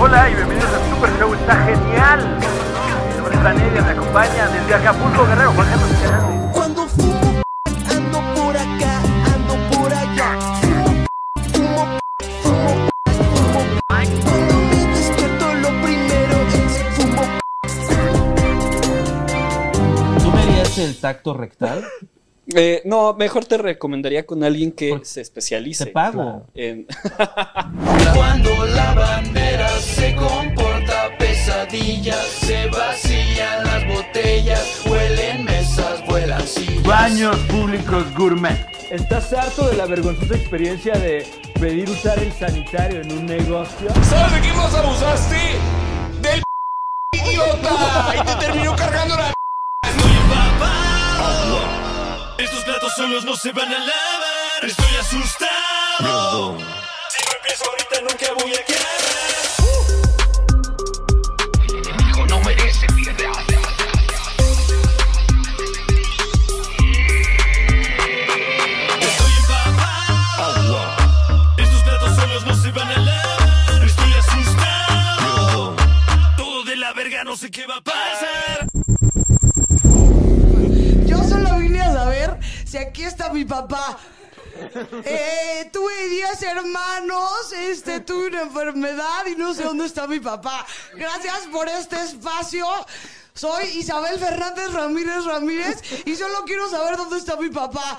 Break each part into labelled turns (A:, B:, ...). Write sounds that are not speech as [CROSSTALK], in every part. A: hola y bienvenidos al Super Show. Está genial. Mi nombre es Vanelia, me acompaña desde Acapulco, Guerrero, Jorge Hernández.
B: Cuando fumo p- ando por acá, ando por allá. Fumo p- fumo p- fumo p- fumo p- Cuando me despierto lo primero es fumo p-
C: ¿Tú me harías el tacto rectal?
D: Eh, no, mejor te recomendaría con alguien que
C: Porque
D: se especialice.
C: Te pago.
D: en-
E: Cuando la bandera se comporta pesadillas, se vacían las botellas, huelen mesas, vuelan sillas.
A: Baños públicos gourmet.
F: ¿Estás harto de la vergonzosa experiencia de pedir usar el sanitario en un negocio?
G: ¿Sabes de quién más abusaste? Del idiota. Y te terminó cargando la
E: Estoy empapado, estos platos solos no se van a lavar. Estoy asustado, si no empiezo ahorita nunca voy a quedar. Estoy empapado. Estos platos solos no se van a lavar. Estoy asustado. Todo de la verga, no sé qué va a pasar.
H: Yo solo vine a saber si aquí está mi papá. Eh, tuve 10 hermanos, este, tuve una enfermedad y no sé dónde está mi papá. Gracias por este espacio. Soy Isabel Fernández Ramírez Ramírez y solo quiero saber dónde está mi papá.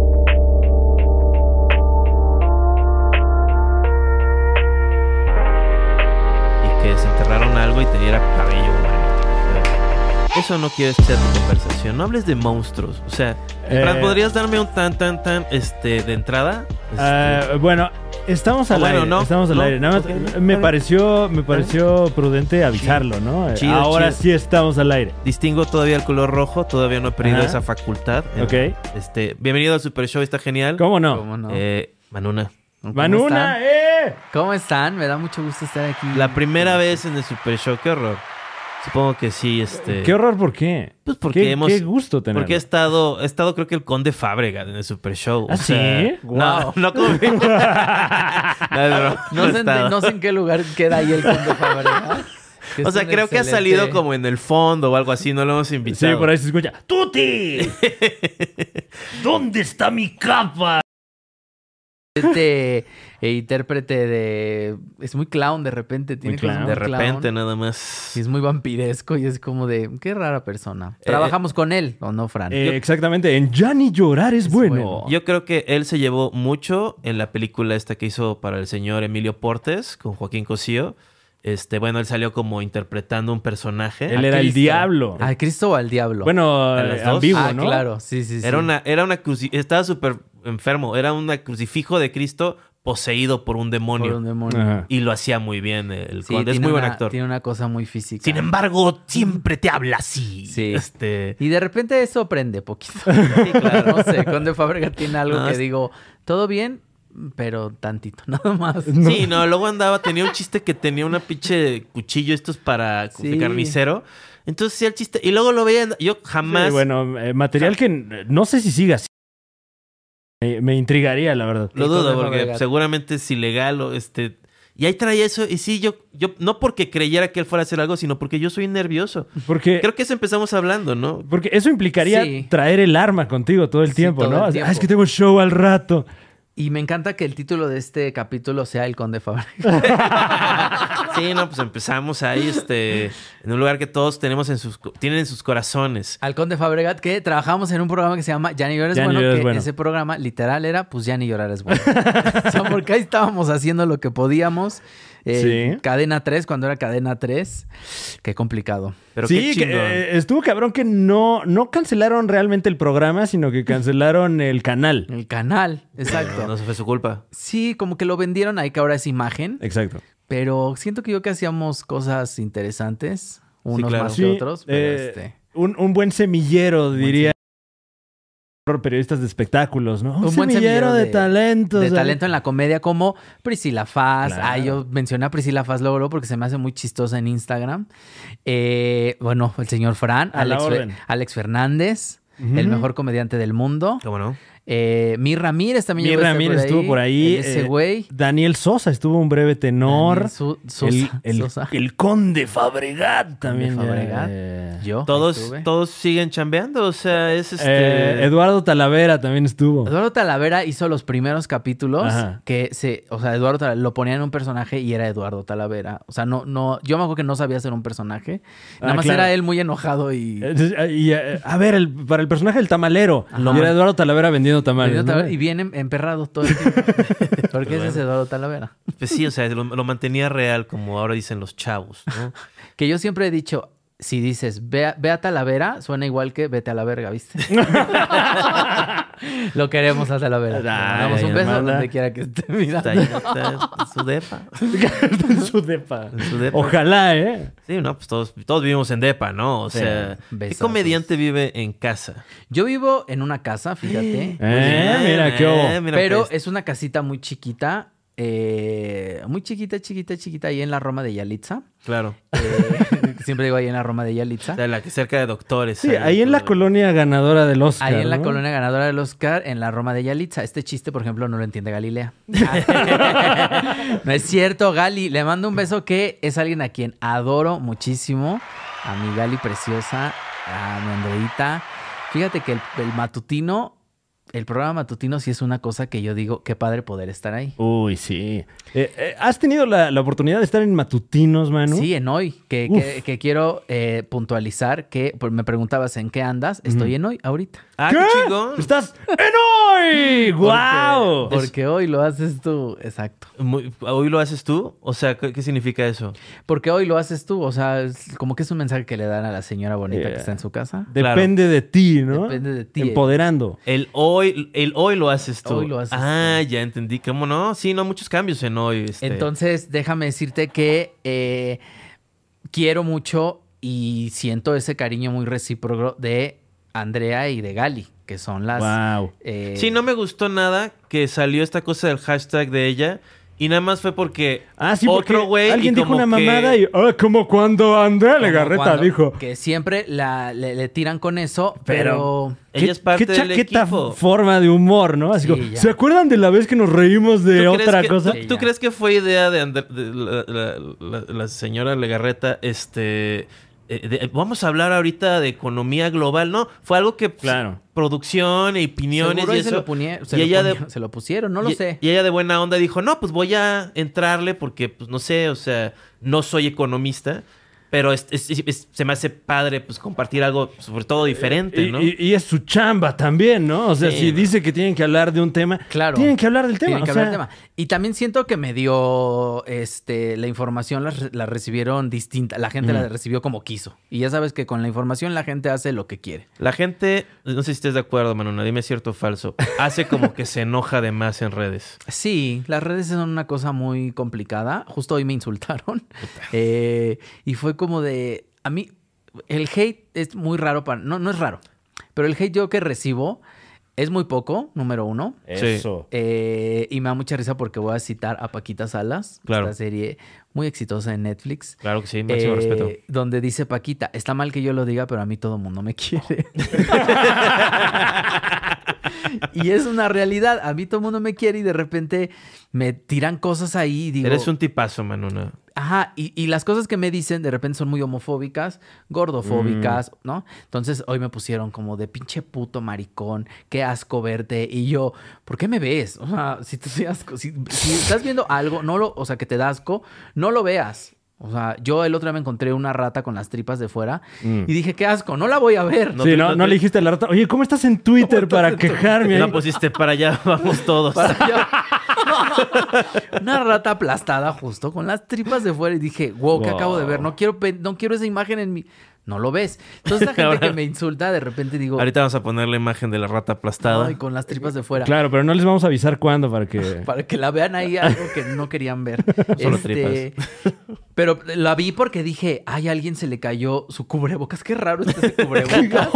I: y que desenterraron algo y te diera cabello humano. O sea, Eso no quieres que sea tu conversación. No hables de monstruos. O sea,
J: Eh,
I: Fran, ¿podrías darme un tan, tan, tan este, de entrada? Este,
J: Ah, bueno, estamos al
I: Ah, bueno,
J: aire.
I: no,
J: estamos al
I: no,
J: aire. Nada más,
I: ok,
J: me,
I: está
J: pareció, me pareció prudente avisarlo, ¿no? Eh,
I: Chido,
J: Ahora
I: chido.
J: sí estamos al aire.
I: distingo todavía el color rojo. Todavía no he perdido
J: Ajá.
I: esa facultad. Eh,
J: Ok.
I: Este, bienvenido al Super Show. Está genial.
J: ¿Cómo no?
C: ¿Cómo no?
I: Eh, Manuna.
C: ¿Cómo
J: ¡Manuna,
C: están?
J: eh!
C: ¿Cómo están? Me da mucho gusto estar aquí.
I: La primera vez en el Super Show. Qué horror. Supongo que sí, este...
J: Qué horror, ¿por qué?
I: Pues porque
J: qué,
I: hemos-
J: qué gusto tener.
I: [LAUGHS] Porque he estado, he estado creo que el conde Fábrega en el Super Show.
J: ¿Ah, sí?
I: No, no como... no,
C: [LAUGHS]
I: es broma,
C: No,
I: he
C: sé, en-
I: estado.
C: no sé en qué lugar queda ahí el conde Fabregas. que
I: [LAUGHS] O
C: es
I: sea,
C: un
I: creo que ha
C: excelente-
I: salido como en el fondo o algo así, no lo
J: [LAUGHS]
I: hemos
J: Sí,
I: invitado.
J: por ahí se escucha.
I: [LAUGHS]
J: ¡Tuti! ¿Dónde está mi capa?
C: Este eh, intérprete de... Es muy clown de repente. Tiene cosas
J: clown.
C: muy
I: De
C: clown.
I: repente nada más.
C: Y es muy vampiresco y es como de... Qué rara persona.
I: Eh,
C: ¿Trabajamos con él o no, Fran?
J: Eh, exactamente, en Ya ni llorar es,
C: Es
J: bueno.
C: bueno.
I: Yo creo que él se llevó mucho en la película esta que hizo para el señor Emilio Portes con Joaquín Cosío. Este, bueno, él salió como interpretando un personaje.
J: Él era el
C: Cristo.
J: diablo.
C: ¿A Ah, Cristo o al diablo?
J: Bueno, eh,
I: ¿A las dos?
J: ambiguo,
C: ah,
J: ¿no?
C: claro. Sí, sí, sí.
I: Era una, era una cruci- estaba súper enfermo. Era un crucifijo de Cristo poseído por un demonio.
C: Por un demonio.
J: Ajá.
I: Y lo hacía muy bien el
C: Sí,
I: conde. Es
C: tiene
I: muy buen
C: una-
I: actor.
C: Tiene una cosa muy física.
I: Sin embargo, siempre te habla así.
C: Sí.
I: Este.
C: Y de repente eso
I: [LAUGHS]
C: prende poquito. Sí, claro. No sé, Conde Fábrega tiene algo
I: No,
C: que
I: es-
C: digo, todo bien, pero tantito, [LAUGHS] nada más.
I: Sí, no, luego andaba, tenía un chiste que tenía una pinche cuchillo estos para como de
C: Sí.
I: carnicero. Entonces sí el chiste. Y luego lo veía. Yo jamás.
J: Sí, bueno, eh, material que n- no sé si siga así. Me, me intrigaría, la verdad.
I: Lo
C: Sí,
I: dudo,
C: Conde
I: porque
C: Fabregat.
I: seguramente es ilegal o este. Y ahí traía eso. Y sí, yo, yo, no porque creyera que él fuera a hacer algo, sino porque yo
J: [LAUGHS]
I: soy nervioso.
J: Porque
I: Creo que eso empezamos hablando, ¿no?
J: Porque eso implicaría
C: Sí.
J: traer el arma contigo todo el
C: Sí,
J: tiempo,
C: todo
J: ¿no?
C: el
J: Así,
C: tiempo.
J: "Ah, es que tengo show al rato.
C: Y me encanta que el título de este capítulo sea El Conde Fábrega. [LAUGHS]
I: Sí, no, pues empezamos ahí, este, en un lugar que todos tenemos en sus, co- tienen en sus corazones.
C: Al Conde Fabregat, que trabajamos en un programa que se llama Ya ni llorar es
J: Ya ni
C: bueno,
J: llorar es
C: que
J: bueno.
C: ese programa literal era, pues ya ni llorar es bueno. [LAUGHS] o sea, porque ahí estábamos haciendo lo que podíamos. Eh,
J: Sí.
C: Cadena 3, cuando era Cadena 3. Qué complicado.
I: Pero
J: sí,
I: qué
J: que,
I: chingón.
J: eh, estuvo cabrón que no, no cancelaron realmente el programa, sino que cancelaron el canal.
C: El canal, exacto.
I: No, no se fue su culpa.
C: Sí, como que lo vendieron ahí que ahora es imagen.
J: Exacto.
C: Pero siento que yo que hacíamos cosas interesantes, unos
I: claro.
C: más
J: Sí,
C: este, que otros, pero
J: eh,
C: este.
J: Un, un buen semillero, diría periodistas de espectáculos, ¿no? Un, semillero, de,
C: talento.
J: talentos.
C: De
J: ¿eh?
C: talento en la comedia como Priscila Faz. Ah, yo mencioné a Priscila Faz luego luego porque se me hace muy chistosa en Instagram. Eh, bueno, el señor Fran,
J: A la
C: Alex, Fe-
J: orden.
C: Alex Fernández,
J: Ujú.
C: el mejor comediante del mundo. ¿Cómo no? Eh, Mir Ramírez también
J: Mir
C: llegó a estar
J: Ramírez estuvo por ahí.
C: el Ese
J: eh,
C: güey.
J: Daniel Sosa estuvo un breve tenor.
C: Daniel Su- Sosa,
J: el, el-
C: Sosa. [LAUGHS]
J: el conde Fabregat también.
C: De Fabregat.
J: eh,
C: Yo.
I: Todos,
C: estuve.
I: todos siguen chambeando, o sea, es este...
J: eh, Eduardo Talavera también estuvo.
C: Eduardo Talavera hizo los primeros capítulos
J: Ajá.
C: que se, o sea, Eduardo Talavera, lo ponían en un personaje y era Eduardo Talavera. O sea, no, no, yo me acuerdo que no sabía hacer un personaje. Nada
J: Ah,
C: más
J: claro.
C: era él muy enojado y.
J: Entonces, eh, y, eh, a ver, el- para el personaje del tamalero.
C: Ajá.
J: Y era Eduardo Talavera vendiendo tamales.
C: Eduardo
J: ¿no?
C: Talavera- y viene emperrado todo el tiempo. Porque ese es Eduardo Talavera.
I: Pues sí, o sea, lo, lo mantenía real, como ahora dicen los chavos, ¿no?
C: Que yo siempre he dicho, si dices ve a, ve a Talavera, suena igual que vete a la verga, ¿viste? Lo queremos a Talavera. Le damos un
I: ay,
C: beso
I: hermana.
C: donde quiera que esté. Mira.
I: Está ahí, está en su depa.
J: [LAUGHS] en su depa.
C: [LAUGHS]
I: En su depa.
J: Ojalá, ¿eh?
I: Sí, no, pues todos, todos vivimos en depa, ¿no? O
C: Sí.
I: sea, ¿qué
C: Besazos.
I: comediante vive en casa?
C: Yo vivo en una
J: [GASPS]
C: casa, fíjate.
J: Eh, mira qué hubo.
I: mira,
C: Pero
I: pues.
C: es una casita muy chiquita. eh, muy chiquita, chiquita, chiquita, ahí en la Roma
I: [LAUGHS]
C: de Yalitza.
I: Claro.
C: Eh, siempre digo ahí en la Roma de Yalitza.
I: O sea, la que cerca de doctores.
J: Sí, ahí en la colonia ganadora del Oscar.
C: Ahí en la
J: ¿no?
C: colonia ganadora del Oscar, en la Roma de Yalitza. Este chiste, por ejemplo, no lo
I: [LAUGHS]
C: entiende Galilea. no es cierto, Gali. Le mando un beso que es alguien a quien adoro muchísimo. A mi Gali preciosa, a mi Andreita. Fíjate que el, el matutino, el programa matutino sí es una cosa que yo digo, qué padre poder estar ahí.
J: Uy, sí. Eh, eh, ¿Has tenido la, la oportunidad de estar en matutinos, Manu?
C: Sí, en hoy, que,
J: Uf.
C: que- que quiero eh, puntualizar que pues, me preguntabas en qué andas. Estoy en hoy ahorita.
I: Ah,
J: ¿Qué?
I: qué chingón.
J: ¡Estás
I: [LAUGHS]
J: en hoy! ¡Guau!
C: Porque, porque hoy lo haces tú, exacto.
I: Muy- ¿Hoy lo haces tú? O sea, ¿qué, qué significa eso?
C: Porque hoy lo haces tú, o sea, es como que es un mensaje que le dan a la señora bonita
J: Yeah.
C: que está en su casa.
J: Depende de ti, ¿no?
C: Depende de ti.
J: Empoderando.
I: El hoy, el hoy lo haces tú.
C: Hoy lo haces
I: ah, ya entendí. ¿Cómo no? Sí, no, muchos cambios en hoy. este.
C: Entonces, déjame decirte que eh, quiero mucho y siento ese cariño muy recíproco de Andrea y de Gali, que son las...
J: ¡Wow!
C: eh,
I: Sí, no me gustó nada que salió esta cosa del hashtag de ella. Y nada más fue porque
J: Ah, sí, porque
I: otro güey. y
J: alguien dijo
I: como
J: una
I: que-
J: mamada y... Ah, como cuando Andrea
C: como
J: Legarreta
C: cuando-
J: dijo...
C: Que siempre la- le, le tiran con eso,
J: Pero-
C: pero...
I: Ella es parte
J: qué
I: del
J: chaqueta
I: equipo.
J: forma de humor, ¿no? Así
C: Sí,
J: como,
C: ya.
J: ¿se acuerdan de la vez que nos reímos de
I: ¿Tú crees
J: otra
I: que-
J: cosa?
I: ¿tú,
C: Sí,
I: tú
C: ya.
I: crees que fue idea de, Ander- de la, la- la- la señora Legarreta? Este. eh, de- vamos a hablar ahorita de economía global, ¿no? Fue algo que pues,
J: Claro.
I: producción y opiniones
C: Seguro
I: y
C: ahí
I: eso.
C: se, lo punie- se
I: y
C: lo
I: ella de-
C: ponía- se lo pusieron, no lo
I: y,
C: sé.
I: y ella de buena onda dijo, no, pues voy a entrarle porque, pues no sé, o sea, no soy economista, pero es- es- es- se me hace padre, pues compartir algo, sobre todo diferente,
J: Eh, Y,
I: ¿no?
J: y- y es su chamba también, ¿no? O sea,
I: Sí,
J: si
I: güey.
J: dice que tienen que hablar de un tema,
C: Claro.
J: tienen que hablar del tema.
C: Tienen que
J: o sea,
C: hablar del tema. Y también siento que me dio este, la información, la, re- la recibieron distinta. La gente
I: Mm.
C: la recibió como quiso. Y ya sabes que con la información la gente hace lo que quiere.
I: La gente, no sé si estés de acuerdo, Manuna, dime cierto o falso, hace como que se enoja de más en redes.
C: Sí, las redes son una cosa muy complicada. Justo hoy me insultaron. Eh, y fue como de. A mí, el hate es muy raro para. No, no es raro. Pero el hate yo que recibo es muy poco, número uno.
I: Eso.
C: Eh, y me da mucha risa porque voy a citar a Paquita Salas,
I: Claro.
C: esta serie muy exitosa en Netflix.
I: Claro que sí, máximo
C: eh,
I: respeto.
C: Donde dice Paquita, está mal que yo lo diga, pero a mí todo mundo me quiere. [LAUGHS] y es una realidad, a mí todo mundo me quiere y de repente me tiran cosas ahí y digo,
I: Eres un tipazo, Manuna.
C: ajá, y, y las cosas que me dicen de repente son muy homofóbicas, gordofóbicas,
J: Mm.
C: ¿no? Entonces hoy me pusieron como de pinche puto maricón, qué asco verte y yo, ¿por qué me ves? O sea, si te si asco, si, si estás viendo algo, no lo, o sea, que te da asco, no lo veas. O sea, yo el otro día me encontré una rata con las tripas de fuera y dije, qué asco, no la voy a ver.
I: No
J: Mm. sí,
I: te-
J: no,
I: no
J: no
I: te-
J: le dijiste a la rata, oye, ¿cómo estás en Twitter para quejarme?
I: La
J: ahí?"
I: pusiste para allá, [LAUGHS] vamos todos.
C: Una rata aplastada justo con las tripas de fuera y dije, wow, ¿qué acabo de ver? No quiero, pe- no quiero esa imagen en mi... No lo ves.
I: [LAUGHS]
C: Entonces la gente
I: Ahora-
C: que me insulta de repente digo,
I: Ahorita vamos a poner la imagen de la rata aplastada.
C: "Ay, con las tripas de fuera.
J: Claro, pero no les vamos a
C: [LAUGHS]
J: avisar cuándo para que...
I: [LAUGHS]
C: Para que la vean ahí algo que no querían ver.
I: Solo
C: Este, Pero la vi porque dije, ay, a alguien se le cayó su cubrebocas. Qué raro está
I: [LAUGHS]
C: ese cubrebocas.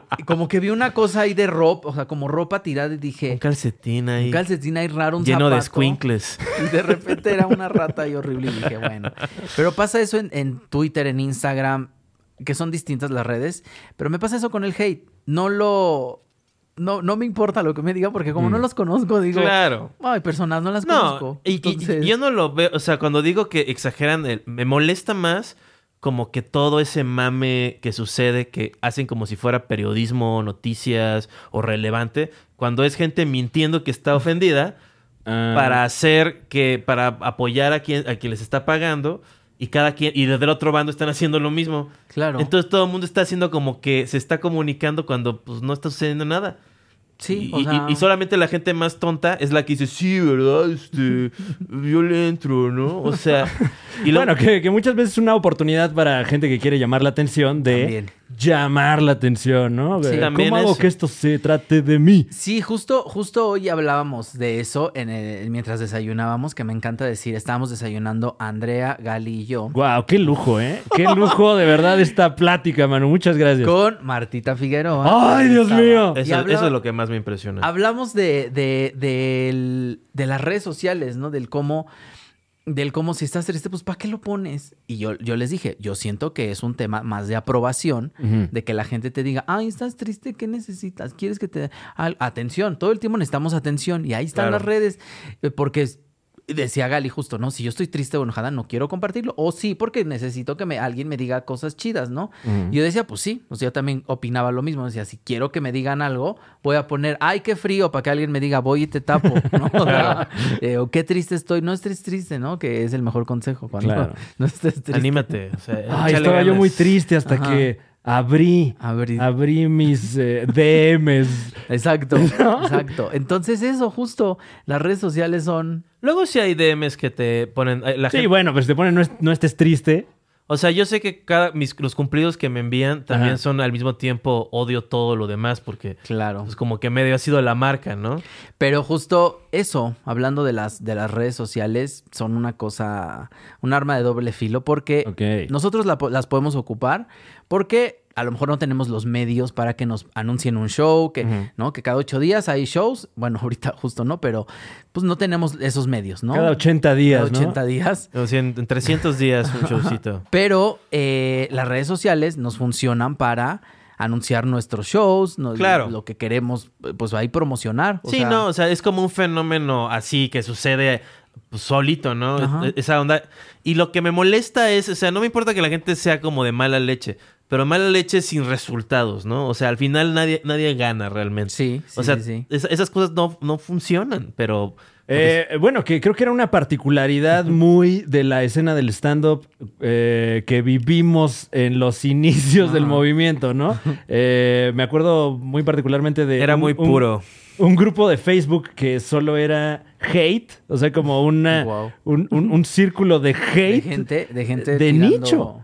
J: [LAUGHS]
C: Y Como que vi una cosa ahí de ropa, o sea, como ropa tirada y dije... Un
I: calcetín ahí.
C: Un calcetín ahí raro, un
I: Lleno de
C: zapato.
I: squinkles.
C: Y [LAUGHS] de repente era una rata ahí horrible y dije, bueno. Pero pasa eso en, en Twitter, en Instagram, que son distintas las redes. Pero me pasa eso con el hate. No lo... No, no me importa lo que me digan porque como
I: Mm.
C: no los conozco, digo...
I: Claro.
C: Ay, personas, no las
I: No,
C: conozco.
I: y, y- y
C: Entonces-
I: yo no lo veo, o sea, cuando digo que exageran, el- me molesta más como que todo ese mame que sucede, que hacen como si fuera periodismo, noticias o relevante, cuando es gente mintiendo que está ofendida
J: Ah.
I: para hacer que, para apoyar a quien, a quien les está pagando. Y cada quien, y desde el otro bando están haciendo lo mismo.
C: Claro.
I: Entonces todo el mundo está haciendo como que se está comunicando cuando pues no está sucediendo nada.
C: Sí,
I: y,
C: o
I: y-
C: sea-
I: y solamente la gente más tonta es la que dice, sí,
J: [LAUGHS]
I: ¿verdad? Este, yo le entro, ¿no? O sea, y lo-
J: bueno, que, que muchas veces es una oportunidad para gente que quiere llamar la atención de
C: También.
J: llamar la atención, ¿no?
C: Sí,
J: De,
C: también
J: ¿Cómo hago
C: eso.
J: que esto se trate de mí?
C: Sí, justo, justo hoy hablábamos de eso en el- mientras desayunábamos, que me encanta decir, estábamos desayunando Andrea, Gali y yo
J: Wow, qué lujo, ¿eh? Qué lujo de verdad esta plática, Manu. Muchas gracias.
C: con Martita Figueroa.
J: ¡Ay, Dios
C: Estaba-
J: mío!
C: Y
I: eso,
C: hablaba-
I: eso es lo que más me impresiona.
C: Hablamos de, de, del- de las redes sociales, ¿no? Del cómo, del cómo si estás triste, pues ¿para qué lo pones? Y yo, yo les dije, yo siento que es un tema más de aprobación,
J: Ujú.
C: de que la gente te diga, ay, estás triste, ¿qué necesitas? ¿Quieres que te... al- atención, todo el tiempo necesitamos atención y ahí están
I: Claro.
C: las redes, Eh, porque es- decía Gali justo, ¿no? Si yo estoy triste o enojada, no quiero compartirlo, o sí, porque necesito que me, alguien me diga cosas chidas, ¿no?
K: Ujú.
C: Y yo decía, pues sí, o sea, yo también opinaba lo mismo, decía, si quiero que me digan algo, voy a poner, ay, qué frío, para que alguien me diga, voy y te tapo, [LAUGHS] ¿no? O, sea, eh, o qué triste estoy, no estés triste, ¿no? Que es el mejor consejo cuando
J: Claro.
C: [LAUGHS] no estés triste.
I: Anímate, o sea,
J: [LAUGHS] Ay, Ah, estaba yo muy triste hasta
C: Ajá.
J: que abrí,
C: abrí,
J: Ah. mis eh, DMs.
C: Exacto, exacto. Entonces eso, justo, las redes sociales son...
I: Luego si hay DMs que te ponen... eh, La
J: sí,
I: gente-
J: bueno, pues te ponen no, es- no estés triste.
I: O sea, yo sé que cada, mis, los cumplidos que me envían también
J: Ajá.
I: son al mismo tiempo odio todo lo demás porque...
C: Claro.
I: Pues como que medio ha sido la marca, ¿no?
C: Pero justo eso, hablando de las, de las redes sociales, son una cosa, un arma de doble filo, porque nosotros la po- las podemos ocupar, porque a lo mejor no tenemos los medios para que nos anuncien un show, que,
J: Ujú.
C: ¿no? Que cada ocho días hay shows. Bueno, [LAUGHS] ahorita justo no, pero pues no tenemos esos medios, ¿no?
J: Cada 80 días,
C: Cada
J: ¿no?
C: 80 días.
I: O sea, en, en 300 días
J: [LAUGHS]
I: un showcito.
C: Pero eh, las redes sociales nos funcionan para anunciar nuestros shows, nos-
I: Claro.
C: lo que queremos, eh, pues ahí promocionar. o
I: sí,
C: sea,
I: no, o sea, es como un fenómeno así que sucede pues, solito, ¿no?
C: Ajá.
I: E- Esa onda. Y lo que me molesta es, o sea, no me importa que la gente sea como de mala leche, pero mala leche sin resultados, ¿no? O sea, al final nadie, nadie gana realmente.
C: Sí,
I: O
C: sí,
I: sea,
C: sí, sí.
I: es- esas cosas no, no funcionan, pero... pues,
J: Eh, bueno, que creo que era una particularidad muy de la escena del stand-up eh, que vivimos en los [LAUGHS] inicios del movimiento, ¿no? [LAUGHS] Eh, me acuerdo muy particularmente de...
I: Era muy puro.
J: Un, grupo de Facebook que solo era hate, o sea, como una, un, un- un círculo de hate.
C: De gente, de gente
J: de
C: tirando-
J: nicho.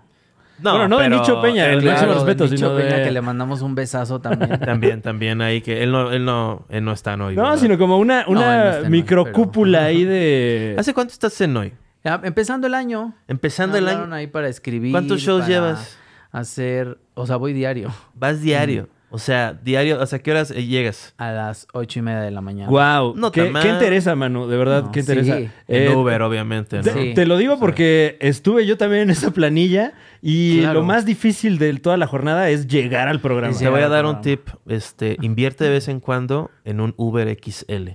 I: No,
J: bueno, no de
I: pero-
J: Nicho Peña,
I: Claro,
J: de máximo
I: de
J: respeto,
C: Nicho
J: sino de...
C: Peña, que le mandamos un
J: [LAUGHS]
C: besazo también.
I: También, también ahí que él no, él no, él no está en hoy.
J: No,
I: ¿verdad?
J: sino como una,
I: No, él no
J: una
I: está en hoy,
J: microcúpula ahí de...
I: [LAUGHS] ¿Hace cuánto estás en hoy?
C: Ya, empezando el año.
I: Empezando el
C: Me
I: año.
C: hablaron ahí para escribir.
I: ¿Cuántos shows
C: para
I: llevas?
C: Hacer, o sea, voy diario.
I: Vas diario.
C: Mm.
I: O sea, diario, ¿hasta qué horas eh, llegas?
C: A las ocho y media de la mañana.
J: Wow,
I: No
J: ¿Qué,
I: tan mal.
J: qué interesa, Manu? De verdad,
C: No,
J: ¿qué interesa? Eh,
C: sí.
I: En Uber, obviamente, ¿no?
J: Te,
I: Sí.
J: te lo digo porque estuve yo también en esa planilla y
I: Claro.
J: lo más difícil de toda la jornada es llegar al programa.
I: Te voy a dar un tip. Este, invierte de vez en cuando en un Uber XL.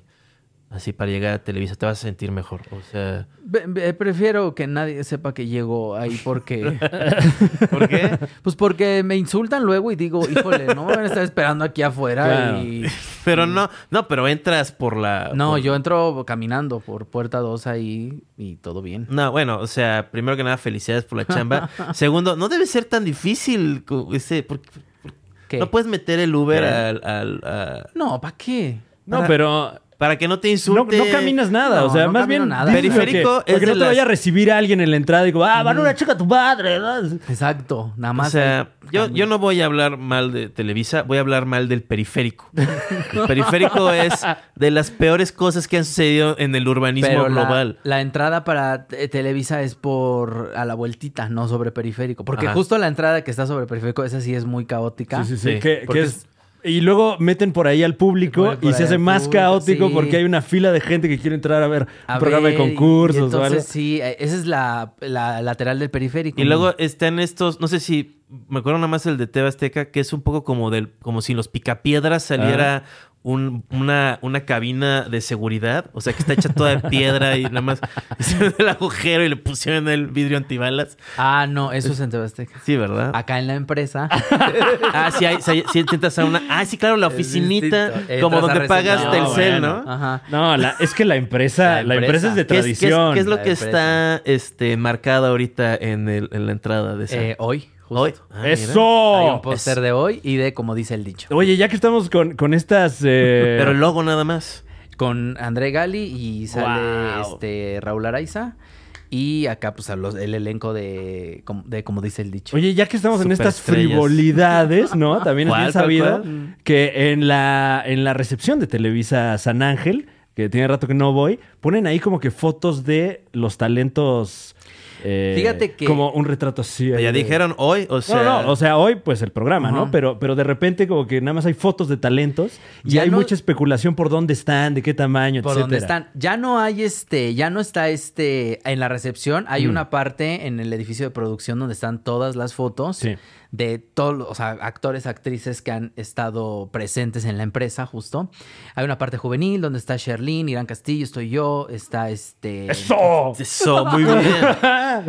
I: Así para llegar a Televisa te vas a sentir mejor. O sea,
C: Ve- ve- Prefiero que nadie sepa que llego ahí porque...
I: [LAUGHS] ¿Por qué?
C: Pues porque me insultan luego y digo, híjole, no me van a estar esperando aquí afuera
I: Claro. [LAUGHS]
C: y...
I: pero no, no, pero entras por la
C: No,
I: por-
C: yo entro caminando por puerta 2 ahí y todo bien.
I: No, bueno, o sea, primero que nada, felicidades por la
C: [LAUGHS]
I: chamba. Segundo, no debe ser tan difícil co- ese por- por-
C: ¿Qué?
I: No puedes meter el Uber
C: ¿Qué?
I: al, al- a-
C: No, ¿para qué?
J: No,
I: Para-
J: pero,
I: para que no te insulte.
J: No caminas nada, o sea, más bien. dices lo que-
I: Periférico
J: para
I: es
J: que no
I: de
J: te
I: las-
J: vaya a recibir a alguien en la entrada y como, ah, van una
C: Mm.
J: chica tu madre. ¿no?
C: Exacto, nada más.
I: o sea, yo, yo no voy a hablar mal de Televisa, voy a hablar mal del periférico. El
C: [LAUGHS]
I: periférico es de las peores cosas que han sucedido en el urbanismo
C: Pero la-
I: global.
C: La, entrada para te- Televisa es por a la vueltita, no sobre periférico. Porque
I: Ajá.
C: justo la entrada que está sobre periférico, esa sí es muy caótica.
J: Sí, sí, sí. que-
C: Porque
J: que es- Y luego meten por ahí al público
C: Ponen por
J: y se
C: ahí
J: hace
C: al
J: más
C: público,
J: caótico
C: sí.
J: porque hay una fila de gente que quiere entrar a ver
C: a
J: un programa de
C: ver, y- y
J: concursos o
C: entonces,
J: algo.
C: sí, eh, esa es la, la lateral del periférico.
I: Y luego están estos, no sé si me acuerdo nada más el de Teba Azteca, que es un poco como del, como si en los picapiedras saliera
C: Ah.
I: un- una, una cabina de seguridad, o sea que está hecha toda de piedra y nada más [LAUGHS] hicieron el agujero y le pusieron el vidrio antibalas.
C: Ah, no, eso es en
I: [LAUGHS]
C: Teba Azteca.
I: Sí, ¿verdad?
C: Acá en la empresa.
I: Ah, sí, hay, sí, sí intentas a una. Ah, sí, claro, la [LAUGHS]
C: Es
I: oficinita,
C: distinto. Entras
I: como
C: a
I: donde
C: recepción.
I: pagas
C: No,
I: Telcel,
C: bueno.
I: ¿no?
C: Ajá.
J: No, la- es que la empresa, la empresa, es de
I: ¿Qué es- qué es-
J: tradición.
I: ¿Qué es, lo
J: La
I: que
J: empresa.
I: está este, marcada ahorita en, el- en la entrada de esa?
C: Eh, hoy, justo.
I: Hoy. Ah, mira.
J: ¡Eso!
C: Hay un póster de hoy y de como dice el dicho.
J: Oye, ya que estamos con, con estas. eh,
I: Pero el logo nada más.
C: Con André Gali y sale este Raúl Araiza. Y acá, pues, a los- el elenco de, com- de como dice el dicho.
J: Oye, ya que estamos en estas
C: Superestrellas.
J: frivolidades, ¿no? También es
C: ¿Cuál,
J: bien
C: cuál,
J: sabido
I: Mm.
C: cuál?
J: que en la, en la recepción de Televisa San Ángel, que tiene rato que no voy, ponen ahí como que fotos de los talentos. eh,
I: Fíjate que-
J: Como un retrato así. ahí
I: Ya
J: de-
I: dijeron hoy, o sea.
J: No, no, o sea, hoy pues el programa, ¿no?
I: Ajá.
J: Pero, pero de repente como que nada más hay fotos de talentos y
C: Ya
J: hay
C: no-
J: mucha especulación por dónde están, de qué tamaño,
C: por donde
J: etcétera.
C: están. Ya no hay este, ya no está este, en la recepción hay
J: Mm.
C: una parte en el edificio de producción donde están todas las fotos de todos, o sea, actores, actrices que han estado presentes en la empresa, justo. Hay una parte juvenil donde está Sherlyn, Irán Castillo, estoy yo, está este...
J: ¡Eso!
I: [LAUGHS] Eso,
C: [LAUGHS]
I: muy bien.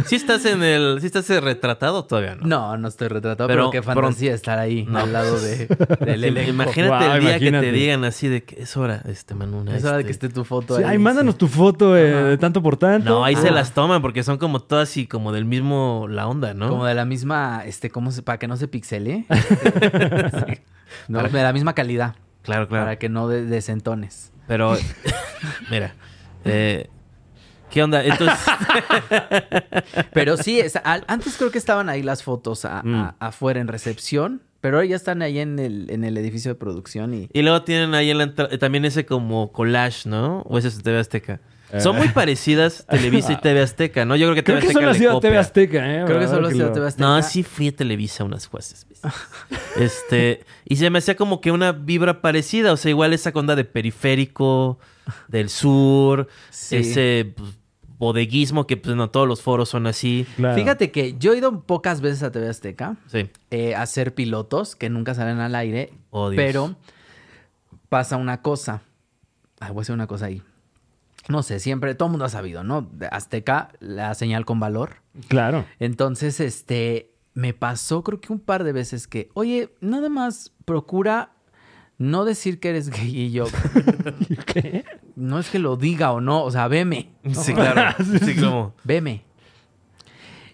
I: Sí estás en el. Sí estás eh, retratado todavía, ¿no?
C: No, no estoy retratado, pero, qué fantasía estar ahí
I: No.
C: al lado de, del elenco.
I: Imagínate
J: Guau,
I: el día que
J: imagínate.
I: te digan así de que es hora, este Manuna.
C: Es hora de
I: este-
C: que esté tu
J: [LAUGHS]
C: foto
J: Sí,
C: ahí.
J: ay, mándanos tu foto eh, de tanto por tanto.
I: No, ahí se
J: Ah.
I: las toman porque son como todas y como del mismo la onda, ¿no?
C: Como de la misma, este, ¿cómo se, para que no
I: [LAUGHS]
C: se pixele? No,
I: Para-
C: de la misma calidad.
I: Claro, claro.
C: Para que no de- desentones.
J: [LAUGHS]
I: Pero, mira, eh, ¿qué
J: [LAUGHS]
I: onda? Entonces,
C: Pero sí, es- al- antes creo que estaban ahí las fotos a- a-
I: Mm.
C: afuera en recepción, pero ahora ya están ahí en el, en el edificio de producción y...
I: y luego tienen ahí en la entra- eh, también ese como collage, ¿no? O ese es de TV Azteca. Son muy parecidas Televisa y
J: [LAUGHS]
I: TV Azteca, ¿no? Yo creo que
J: Eh. Creo
I: TV
J: que
I: Azteca
J: solo ha
I: le
J: sido TV
I: copia.
J: Azteca, ¿eh?
C: Creo que
J: Ahora
C: solo ha sido
J: lo-
C: TV Azteca.
I: No, sí fui a Televisa unas cuaces.
J: [LAUGHS]
I: Este, y se me hacía como que una vibra parecida, o sea, igual esa onda de periférico, del sur,
C: Sí.
I: ese pues, bodeguismo que pues no todos los foros son así.
C: Fíjate que yo he ido pocas veces a TV Azteca
I: Sí.
C: eh, a hacer pilotos que nunca salen al aire,
I: Oh, Dios.
C: pero pasa una cosa. Ay, voy a hacer una cosa ahí. No sé, siempre, todo el mundo ha sabido, ¿no? De Azteca, la señal con valor.
J: Claro.
C: Entonces, este, me pasó creo que un par de veces que, oye, nada más procura no decir que eres gay y yo. [LAUGHS]
J: ¿Qué?
C: No es que lo diga o no, o sea, veme.
I: [LAUGHS]
J: [LAUGHS]
I: Sí, claro. Sí, como-
C: Veme.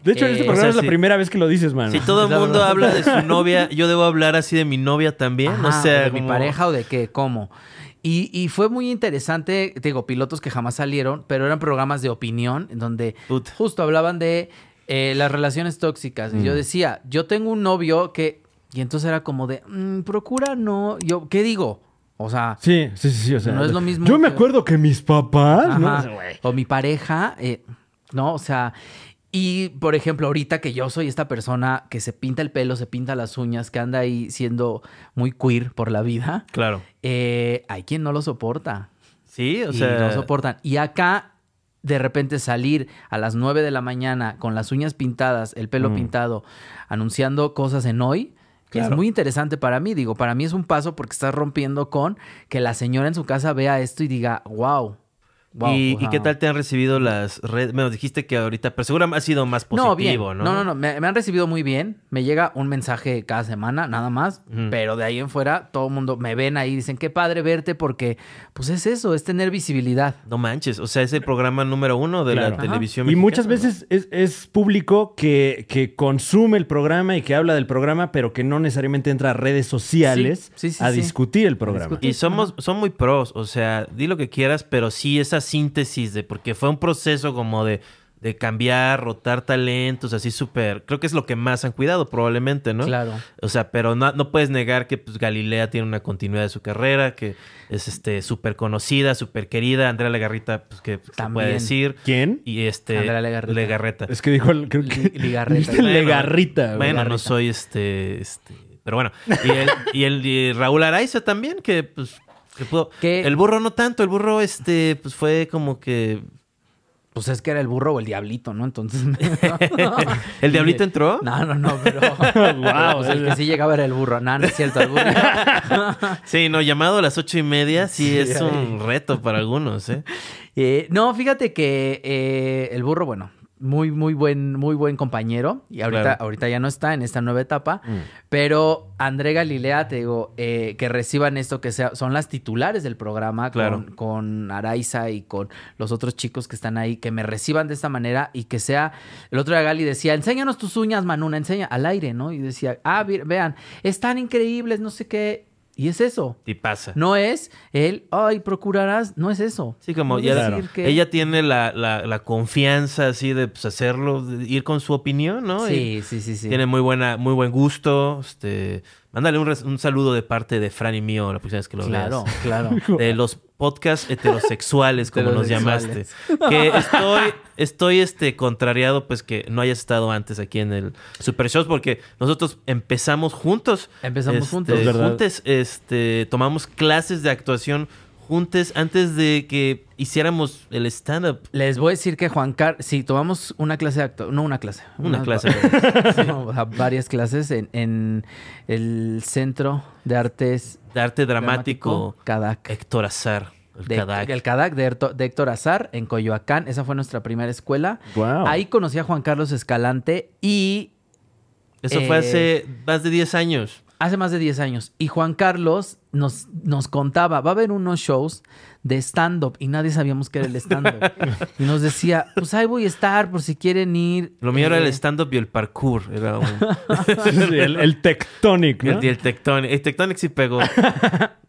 J: De hecho, en este
C: Eh,
J: programa
I: o sea,
J: es la
I: sí.
J: primera vez que lo dices, mano.
I: Si
C: [LAUGHS]
I: todo el mundo habla de su novia, yo debo hablar así de mi novia también,
C: Ajá,
I: o sea,
C: de mi
I: como-
C: pareja o de qué, cómo. Y, y fue muy interesante, te digo, pilotos que jamás salieron, pero eran programas de opinión en donde justo hablaban de eh, las relaciones tóxicas. Y yo
J: Mm.
C: decía, yo tengo un novio que... Y entonces era como de, "Mm, procura no... Yo, ¿qué digo? O sea...
J: Sí, sí, sí, sí, o sea.
C: No es lo mismo
J: Yo me
C: que-
J: acuerdo que mis papás, ¿no? O
C: Ajá.
J: sea, güey.
C: O mi pareja, eh, ¿no? O sea, y por ejemplo, ahorita que yo soy esta persona que se pinta el pelo, se pinta las uñas, que anda ahí siendo muy queer por la vida,
I: Claro.
C: eh, hay quien no lo soporta.
I: Sí,
L: [LAUGHS]
I: o
C: y
I: sea,
C: no soportan. Y acá, de repente salir a las 9 de la mañana con las uñas pintadas, el pelo
J: Mm.
C: pintado, anunciando cosas en hoy.
J: Claro.
C: Es muy interesante para mí, digo, para mí es un paso porque estás rompiendo con que la señora en su casa vea esto y diga, wow, Wow,
L: ¿Y, y
C: wow.
L: qué tal te han recibido las redes? Bueno, dijiste que ahorita, pero seguramente ha sido más positivo,
C: no, bien.
L: ¿no?
C: No, no, no. Me, me han recibido muy bien. Me llega un mensaje cada semana, nada más.
L: Ujú.
C: Pero de ahí en fuera, todo el mundo me ven ahí y dicen, qué padre verte, porque pues es eso, es tener visibilidad.
L: No manches, o sea, es el programa número uno de
J: Claro.
L: la televisión
J: Y
L: mexicana,
J: muchas
L: ¿no?
J: veces es, es público que, que consume el programa y que habla del programa, pero que no necesariamente entra a redes sociales
L: Sí, sí, sí,
J: a
L: sí.
J: discutir el programa.
L: Y somos, son muy pros, o sea, di lo que quieras, pero sí esa síntesis de, porque fue un proceso como de, de cambiar, rotar talentos, así súper, creo que es lo que más han cuidado probablemente, ¿no?
C: Claro.
L: O sea, pero no, no puedes negar que pues, Galilea tiene una continuidad de su carrera, que es este súper conocida, súper querida, Andrea Legarrita, pues que se puede
J: También.
L: decir.
J: ¿Quién?
L: Y este...
C: Andrea Legarreta.
J: Es que dijo, el- creo
C: [LAUGHS]
J: que...
C: Ligarreta.
J: dijiste [LAUGHS] Legarrita.
L: Bueno,
J: güey.
L: no soy este, este, Pero bueno. Y el, y el- y Raúl Araiza también, que pues. que pudo- El burro no tanto, el burro este, pues fue como que.
C: Pues es que era el burro o el diablito, ¿no? Entonces. [LAUGHS]
L: ¿El diablito entró?
C: No, no, no, pero. pero, pues, el que sí llegaba era el burro. No, no es cierto, el burro.
L: Sí, no, llamado a las ocho y media sí,
C: Sí,
L: es
C: ay.
L: un reto para algunos, ¿eh?
C: Eh, no, fíjate que eh, el burro, bueno, muy, muy buen, muy buen compañero. Y ahorita,
L: Claro. Mm.
C: ahorita ya no está en esta nueva etapa. Pero André Galilea, te digo, eh, que reciban esto, que sea, son las titulares del programa
L: Claro.
C: con, con Araiza y con los otros chicos que están ahí, que me reciban de esta manera y que sea. El otro día Gali decía, enséñanos tus uñas, Manuna, enseña al aire, ¿no? Y decía, ah, vi- vean, están increíbles, no sé qué. Y es eso.
L: Y pasa.
C: No es el, ay, procurarás, no es eso.
L: Sí, como
C: No
L: ya-
C: decir que-
L: ella tiene la, la- la confianza así de pues, hacerlo, de ir con su opinión, ¿no?
C: Sí, sí, sí, sí.
L: Tiene muy buena, muy buen gusto. Este, mándale un, res- un saludo de parte de Fran y mío la próxima vez que lo
C: Claro,
L: veas.
C: claro.
L: [LAUGHS] De los podcasts
C: [LAUGHS]
L: heterosexuales, como nos llamaste.
C: Heterosexuales. [LAUGHS]
L: Que estoy, estoy este, contrariado, pues que no hayas estado antes aquí en el Super Shows, porque nosotros empezamos juntos.
C: Empezamos
L: Este,
C: juntos. Es verdad.
L: juntes, este, tomamos clases de actuación juntes antes de que hiciéramos el stand-up.
C: Les voy a decir que Juan Carlos, si tomamos una clase de acto, no una clase.
L: Una
C: unas
L: clase.
C: va- [LAUGHS] no, o sea, varias clases en, en el Centro de Artes.
L: De arte dramático.
C: Cadac.
L: Héctor Azar. El
C: De,
L: Cadac.
C: El Cadac de, Herto- de Héctor Azar en Coyoacán. Esa fue nuestra primera escuela.
L: Guau.
C: Ahí conocí a Juan Carlos Escalante y.
L: Eso fue
C: eh,
L: hace más de 10 años.
C: Hace más de 10 años. Y Juan Carlos nos, nos contaba, va a haber unos shows de stand-up y nadie sabíamos que era el
L: [LAUGHS]
C: stand-up. y nos decía, pues ahí voy a estar por si quieren ir.
L: Lo mío era
C: Eh,
L: el stand-up y el parkour.
C: [LAUGHS]
L: Era un...
J: [LAUGHS] el, el tectonic, ¿no?
L: El, y el Tectonic. El Tectonic
C: [LAUGHS]
L: sí pegó.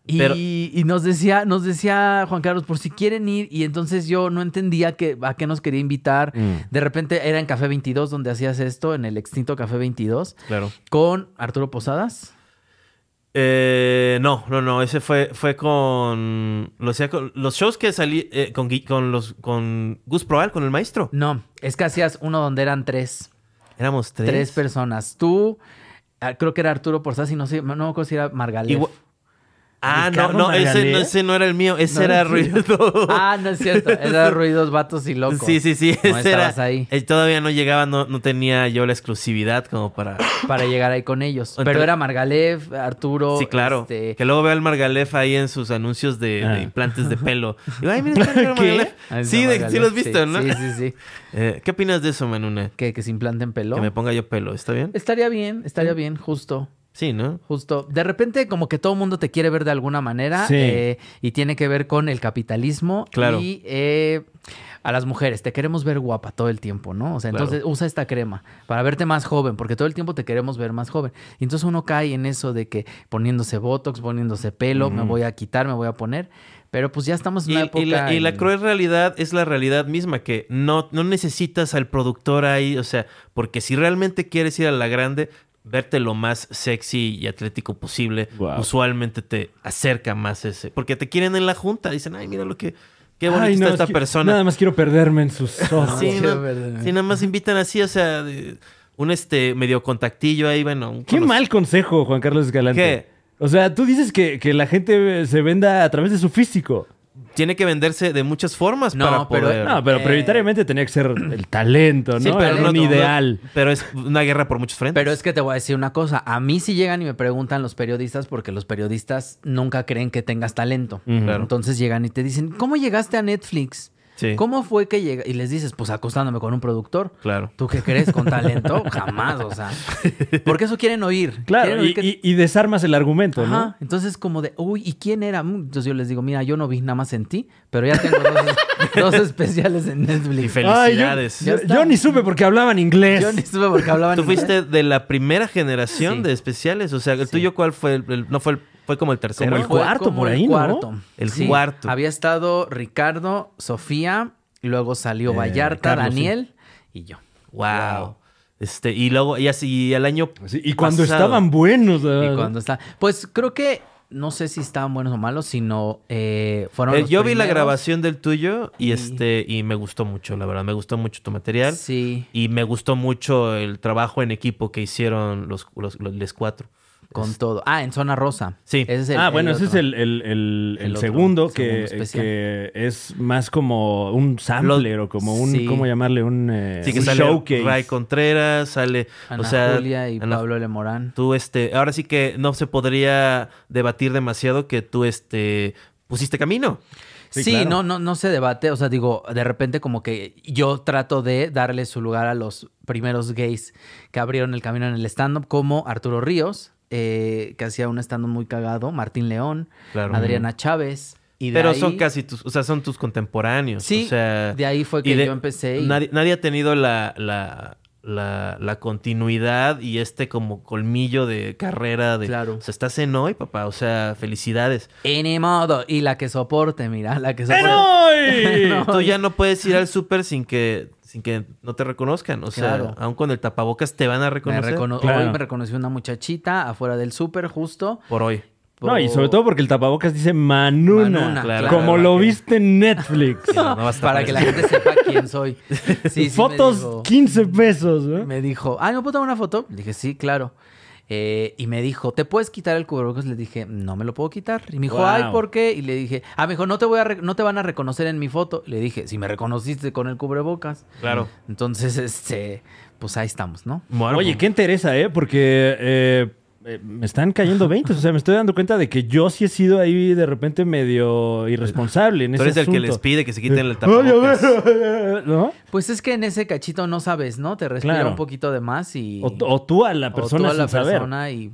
C: Y,
L: Pero-
C: y nos decía, nos decía Juan Carlos, por si quieren ir, y entonces yo no entendía que, a qué nos quería invitar.
L: Mm.
C: De repente era en Café 22 donde hacías esto, en el extinto Café 22,
L: Claro.
C: con Arturo Posadas.
L: Eh, no, no, no. Ese fue, fue con, lo hacía con- Los shows que salí eh, con, Gui- con los con Gus Proal, con el maestro.
C: No, es que hacías uno donde eran tres.
L: Éramos tres.
C: Tres personas. Tú, ah, creo que era Arturo Posadas y no sé, no me acuerdo si era Margalef.
L: Igual- Ah, no,
C: ¿Ricardo
L: no ese,
C: Margalef?
L: no, ese no era el mío. Ese
C: ¿No
L: era
C: el tuyo?
L: ruido.
C: [LAUGHS]
L: [LAUGHS]
C: Ah, no es cierto. Era ruidos, vatos y locos.
L: Sí, sí, sí.
C: No
L: ese
C: estabas
L: era.
C: ahí
L: eh, todavía no llegaba, no, no tenía yo la exclusividad como para.
C: para llegar ahí con ellos. Pero
L: Entonces-
C: era Margalef, Arturo.
L: Sí, claro.
C: este,
L: Que luego veo al Margalef ahí en sus anuncios de, de
C: Ah.
L: implantes de [LAUGHS] pelo. Digo, ay, mira, está el
C: ¿Qué?
L: Margalef.
C: Ahí está
L: Sí, de-
C: ah,
L: sí
C: Margalef,
L: lo has visto,
C: sí,
L: ¿no?
C: sí, sí, sí.
L: Eh, ¿Qué opinas de eso, Manuna?
C: ¿Que, se implanten pelo.
L: Que me ponga yo pelo, ¿está bien?
C: Estaría bien, estaría bien, justo.
L: Sí, ¿no?
C: Justo. De repente, como que todo el mundo te quiere ver de alguna manera.
L: Sí.
C: eh, y tiene que ver con el capitalismo.
L: Claro.
C: Y eh, a las mujeres, te queremos ver guapa todo el tiempo, ¿no? O sea,
L: Claro.
C: entonces usa esta crema para verte más joven, porque todo el tiempo te queremos ver más joven. Y entonces uno cae en eso de que poniéndose botox, poniéndose pelo, me
L: Mm.
C: voy a quitar, me voy a poner. Pero pues ya estamos en una
L: Y
C: época.
L: la, y la
C: en-
L: cruel realidad es la realidad misma, que no, no necesitas al productor ahí, o sea, porque si realmente quieres ir a la grande, verte lo más sexy y atlético posible, usualmente te acerca más ese. Porque te quieren en la junta, dicen, ay, mira lo que... Qué bonita
J: Ay,
L: está
J: nada
L: esta
J: más qui-
L: persona.
J: Nada más quiero perderme en sus ojos.
L: Sí, no- sí, nada más invitan así, o sea, de- un este medio contactillo ahí, bueno. un
J: Qué
L: conoc-
J: mal consejo, Juan Carlos Escalante.
L: ¿Qué?
J: O sea, tú dices que, que la gente se venda a través de su físico.
L: tiene que venderse de muchas formas para poder.
J: no,
C: Eh.
J: pero prioritariamente tenía que ser el talento, ¿no?
L: Sí, pero
J: Era
L: no-
J: un
L: no-
J: ideal.
L: pero es una guerra por muchos frentes.
C: Pero es que te voy a decir una cosa. A mí sí llegan y me preguntan los periodistas porque los periodistas nunca creen que tengas talento.
L: Ujú. Claro.
C: Entonces llegan y te dicen, ¿cómo llegaste a Netflix?
L: Sí.
C: ¿Cómo fue que llega? Y les dices, pues acostándome con un productor.
L: Claro.
C: ¿Tú qué crees con talento? [LAUGHS] Jamás, o sea. Porque eso quieren oír.
J: Claro,
C: Quieren oír
J: y,
C: que-
J: y- y desarmas el argumento,
C: Ajá.
J: ¿no?
C: Entonces, como de, uy, ¿y quién era? Mm, Entonces yo les digo, mira, yo no vi nada más en ti, pero ya tengo dos, dos [LAUGHS] especiales en Netflix.
L: Y felicidades.
J: Ay, yo- yo, yo ni supe porque hablaban inglés.
C: Yo ni supe porque hablaban
L: Tú
C: inglés.
L: fuiste de la primera generación
C: Sí.
L: de especiales. O sea, ¿el tuyo cuál fue? El- el- no fue el- fue como el tercero.
C: Fue como el cuarto.
L: El
C: Sí.
L: cuarto.
C: Había estado Ricardo, Sofía, luego salió
L: Eh,
C: Vallarta,
L: Carlos,
C: Daniel y yo.
L: Wow. Este, y luego, y así, y al año.
J: Pues y cuando
L: pasado.
J: estaban buenos.
C: Y cuando está. Pues creo que no sé si estaban buenos o malos, sino eh, fueron.
L: Eh,
C: los
L: yo vi la
C: primeros.
L: grabación del tuyo y este y me gustó mucho, la verdad, me gustó mucho tu material.
C: Sí.
L: Y me gustó mucho el trabajo en equipo que hicieron los, los, los- les cuatro.
C: Con todo. Ah, en Zona Rosa.
L: Sí.
C: Ese es el-
J: ah, bueno,
C: el
J: ese es
C: otro.
J: el, el- el-
C: El
J: el
C: otro,
J: segundo, que, eh,
C: segundo especial.
J: que es más como un sampler o como un,
C: sí.
J: ¿cómo llamarle? Un, eh,
L: Sí, que
J: un
L: sale
J: showcase.
L: Ray Contreras, sale.
C: Ana
L: o sea,
C: Julia y
L: Ana-
C: Pablo L. Morán.
L: Tú, este. Ahora sí que no se podría debatir demasiado que tú, este. Pusiste camino.
C: Sí, no, no, no se debate. O sea, digo, de repente como que yo trato de darle su lugar a los primeros gays que abrieron el camino en el stand-up, como Arturo Ríos, eh, que hacía un stand-up muy cagado, Martín León,
L: Claro.
C: Adriana Chávez. Y de
L: Pero son
C: ahí-
L: casi tus, o sea, son tus contemporáneos.
C: Sí,
L: o sea,
C: de ahí fue
L: y
C: que
L: de-
C: yo empecé. y-
L: Nadie, nadie ha tenido la, la, la, la continuidad y este como colmillo de carrera de... Claro. O sea, estás en hoy, papá. O sea, felicidades.
C: Y ¡Eh, ni modo. Y la que soporte, mira, la que soporte.
J: [LAUGHS]
L: [LAUGHS]
C: No,
L: Tú ya no puedes ir al súper sin que, sin que no te reconozcan. O sea,
C: Claro.
L: aun con el tapabocas te van a
C: me
L: reconocer.
C: recono- Hoy me reconoció una muchachita afuera del súper, justo.
L: Por hoy.
J: No, y sobre todo porque el tapabocas dice Manuna,
C: Manuna, claro.
J: como
C: Claro,
J: lo viste en Netflix.
C: [LAUGHS] para que la gente sepa quién soy. Sí, sí, me
J: Fotos
C: dijo-
J: 15 pesos. ¿no?
C: Me dijo, ah, ¿me puedo tomar una foto? Le dije, sí, claro. Eh, y me dijo, ¿te puedes quitar el cubrebocas? Le dije, no me lo puedo quitar. Y me dijo, ay,
J: Wow.
C: ¿por qué? Y le dije, ah, me dijo, no te, voy a re- no te van a reconocer en mi foto. Le dije, si me reconociste con el cubrebocas.
L: Claro.
C: Entonces, [LAUGHS] este, pues ahí estamos, ¿no?
L: pues.
J: Oye, qué interesa, ¿eh? Porque eh, eh, me están
L: [LAUGHS]
J: cayendo 20. O sea, me estoy dando cuenta de que yo sí he sido ahí de repente medio irresponsable en ese
L: Tú eres el que les
J: asunto.
L: pide que se quiten el
J: Oye, a
L: tapabocas.
J: ver, ¿no?
C: Pues es que en ese cachito no sabes, ¿no? Te respira
J: Claro.
C: un poquito de más y...
J: O, o tú a la
C: o tú
J: persona
C: a la
J: sin saber.
C: persona y,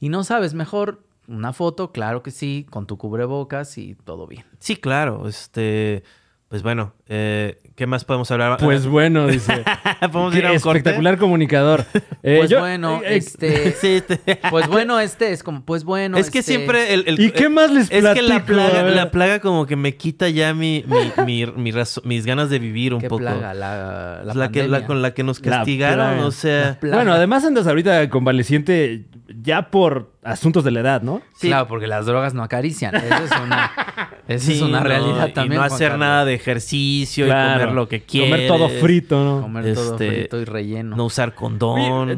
C: y no sabes, mejor una foto, claro que sí, con tu cubrebocas y todo bien.
L: Sí, claro. Este... Pues bueno, eh, ¿qué más podemos hablar?
J: Pues bueno, dice.
L: [LAUGHS] Podemos
J: Qué
L: ir a un corte.
J: espectacular comunicador. Eh,
C: pues
J: yo-
C: bueno,
J: eh, eh,
C: este.
L: [LAUGHS] Sí,
C: Pues bueno, este es como, pues bueno.
L: es que
C: este-
L: siempre el, el-
J: ¿Y qué más les
L: Es que la
J: platico? A
L: plaga,
J: ver.
L: la plaga como que me quita ya mi, mi- mi- mi razo- mis ganas de vivir un
C: ¿Qué
L: poco.
C: plaga? La, la
L: Es la que, la-
C: pandemia.
L: con la que nos
J: La
L: castigaron,
J: plaga.
L: o sea...
C: plaga.
J: Bueno, además andas ahorita convaleciente ya por asuntos de la edad, ¿no?
L: sí.
C: Claro, porque las drogas no acarician. Esa es
L: [LAUGHS]
C: una, esa es
L: Sí,
C: una
L: no,
C: realidad
L: y
C: también.
L: no
C: Juan
L: hacer
C: Carlos.
L: nada de ejercicio y
J: Claro.
L: comer lo que quieres.
J: Comer todo frito, ¿no?
C: Comer todo
L: Este,
C: frito y relleno.
L: No usar condón.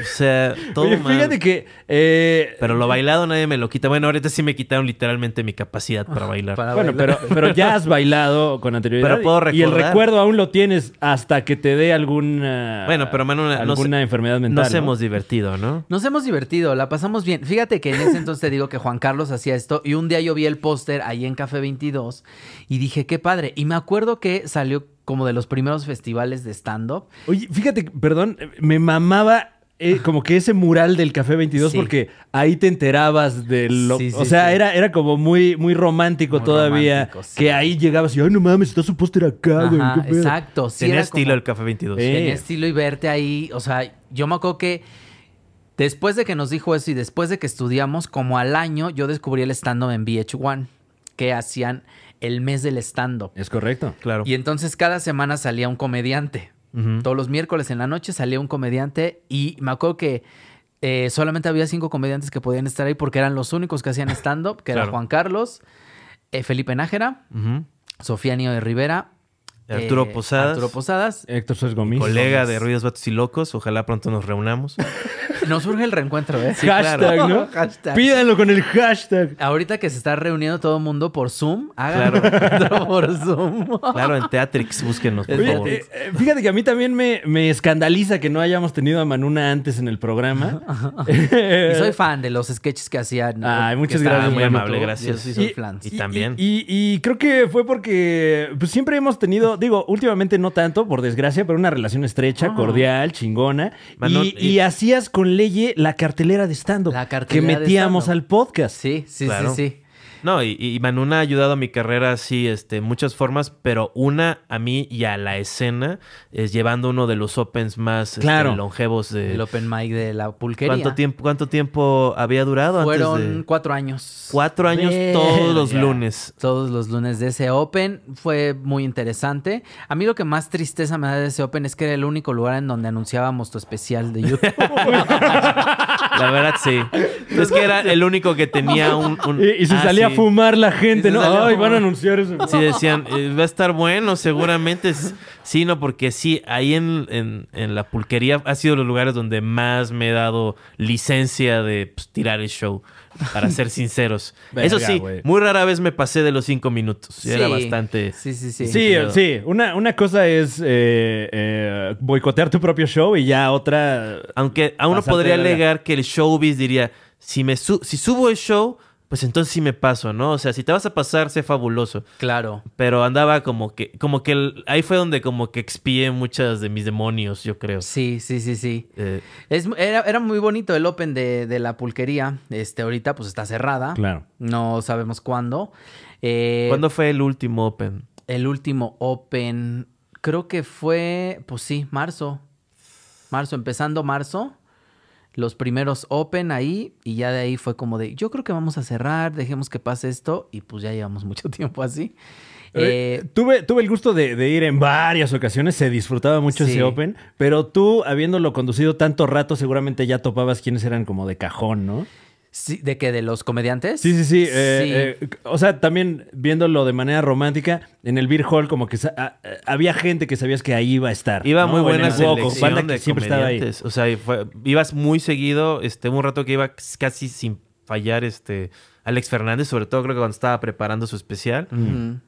L: o sea, todo
J: Oye,
L: mal.
J: fíjate que... eh,
L: Pero lo bailado nadie me lo quita. Bueno, ahorita sí me quitaron literalmente mi capacidad para bailar.
C: Para
J: Bueno, pero,
C: bailar.
J: pero ya has bailado con anterioridad.
L: Pero puedo
J: Y el
L: recordar.
J: recuerdo aún lo tienes hasta que te dé alguna...
L: Bueno, pero Manu, no se-
J: alguna enfermedad mental.
L: Nos
J: ¿no?
L: hemos divertido, ¿no?
C: Nos hemos divertido, la pasamos bien. Fíjate que en ese entonces te digo que Juan Carlos hacía esto y un día yo vi el póster ahí en Café 22 y dije, qué padre. Y me acuerdo que salió como de los primeros festivales de stand-up.
J: Oye, fíjate, que- perdón, me mamaba eh, como que ese mural del Café 22
C: Sí.
J: porque ahí te enterabas de lo...
C: Sí, sí,
J: o sea,
C: sí.
J: era, era como muy, muy romántico
C: Muy
J: todavía.
C: romántico, sí.
J: Que ahí llegabas y, ay, no mames, está su póster acá, güey.
C: Ajá,
J: qué pedo".
C: exacto. Sí,
L: Tenía
C: era
L: estilo
C: como-
L: el Café 22.
J: Sí.
C: tenía estilo y verte ahí. O sea, yo me acuerdo que después de que nos dijo eso y después de que estudiamos, como al año, yo descubrí el stand-up en VH1, que hacían el mes del stand-up.
J: Es correcto.
L: Claro.
C: Y entonces cada semana salía un comediante.
L: Ujú.
C: Todos los miércoles en la noche salía un comediante y me acuerdo que eh, solamente había cinco comediantes que podían estar ahí porque eran los únicos que hacían stand-up, que
L: Claro.
C: era Juan Carlos, eh, Felipe Nájera,
L: Ujú.
C: Sofía Niño de Rivera,
L: Arturo
C: Eh,
L: Posadas.
C: Arturo Posadas.
J: Héctor Suárez
L: mi
J: Gomis.
L: Colega de Ruidos Vatos y Locos. Ojalá pronto
C: [LAUGHS]
L: nos reunamos.
C: Nos surge el reencuentro, ¿eh?
L: Sí, claro.
J: Hashtag,
L: [LAUGHS]
J: ¿no?
C: [LAUGHS] Hashtag.
J: Pídanlo con el hashtag.
C: Ahorita que se está reuniendo todo el mundo por Zoom, háganlo claro. por
L: [LAUGHS]
C: Zoom.
L: Claro, en Teatrix, búsquenos, por
J: Oye,
L: favor.
J: eh, eh, fíjate que a mí también me, me escandaliza que no hayamos tenido a Manuna antes en el programa.
C: Y soy fan de los sketches que hacían.
J: Ay,
C: que
J: muchas
C: estaban
J: gracias,
L: muy
J: Manu.
L: amable, gracias.
C: Yo sí soy fan.
L: Y también.
J: Y, y creo que fue porque pues, siempre hemos tenido, digo, últimamente no tanto, por desgracia, pero una relación estrecha,
C: Ah.
J: cordial, chingona.
L: Manu,
J: y,
L: y-
J: y hacías con Leye la cartelera de stand-up que
C: cartelera de
J: metíamos
C: stand-up.
J: al podcast.
C: Sí, sí,
L: Claro.
C: sí, sí.
L: No, y, y Manuna ha ayudado a mi carrera así, este, muchas formas, pero una a mí y a la escena es llevando uno de los opens más este,
J: Claro.
L: longevos de
C: El open mic de la pulquería.
L: ¿Cuánto tiempo, ¿Cuánto tiempo había durado antes
C: Fueron
L: de
C: cuatro años.
L: cuatro años
C: Verga.
L: todos los lunes?
C: Todos los lunes de ese Open fue muy interesante. A mí lo que más tristeza me da de ese Open es que era el único lugar en donde anunciábamos tu especial de YouTube.
L: La verdad
C: [LAUGHS]
L: sí. Es que era el único que tenía un, un-
J: Y, y se
L: Ah,
J: salía
L: sí.
J: a fumar la gente,
C: Y se
J: ¿no?
C: salía a
J: Ay,
C: fumar.
J: van a anunciar eso.
L: Sí, decían, eh, va a estar bueno, seguramente. S- Sí, no, porque sí, ahí en, en- en la pulquería ha sido los lugares donde más me he dado licencia de pues, tirar el show, para ser sinceros.
J: Verga,
L: Eso sí,
J: güey.
L: muy rara vez me pasé de los cinco minutos.
C: Sí.
L: Era bastante...
C: Sí, sí, sí.
J: Sí, sí. Una, una cosa es eh, eh, boicotear tu propio show y ya otra...
L: Aunque a uno
J: Pasarte
L: podría
J: de verga.
L: alegar que el showbiz diría, si, me su- si subo el show, pues entonces sí me paso, ¿no? O sea, si te vas a pasar, sé fabuloso.
C: Claro.
L: Pero andaba como que, como que el- ahí fue donde como que expié muchas de mis demonios, yo creo.
C: Sí, sí, sí, sí.
L: Eh,
C: Es, era, era muy bonito el Open de, de la pulquería. Este, ahorita pues está cerrada.
J: Claro.
C: No sabemos cuándo. Eh,
L: ¿Cuándo fue el último Open?
C: El último Open, creo que fue, pues sí, marzo. Marzo, empezando marzo. Los primeros Open ahí y ya de ahí fue como de, yo creo que vamos a cerrar, dejemos que pase esto y pues ya llevamos mucho [LAUGHS] tiempo así.
J: Eh,
C: Eh,
J: tuve, tuve el gusto de, de ir en varias ocasiones, se disfrutaba mucho
C: Sí.
J: ese Open, pero tú, habiéndolo conducido tanto rato, seguramente ya topabas quiénes eran como de cajón, ¿no?
C: sí, ¿De qué? ¿De los comediantes?
J: Sí, sí, sí. eh, eh, o sea, también viéndolo de manera romántica, en el Beer Hall como que sa- a- a- había gente que sabías que ahí iba a estar.
L: Iba
J: ¿no?
L: muy
J: O en
L: buena
J: el Woco,
L: selección
J: banda que
L: de
J: siempre estaba ahí.
L: comediantes. O sea, y fue- ibas muy seguido. Este, hubo un rato que iba casi sin fallar este, Alex Fernández, sobre todo creo que cuando estaba preparando su especial.
J: Mm.
C: Ujú.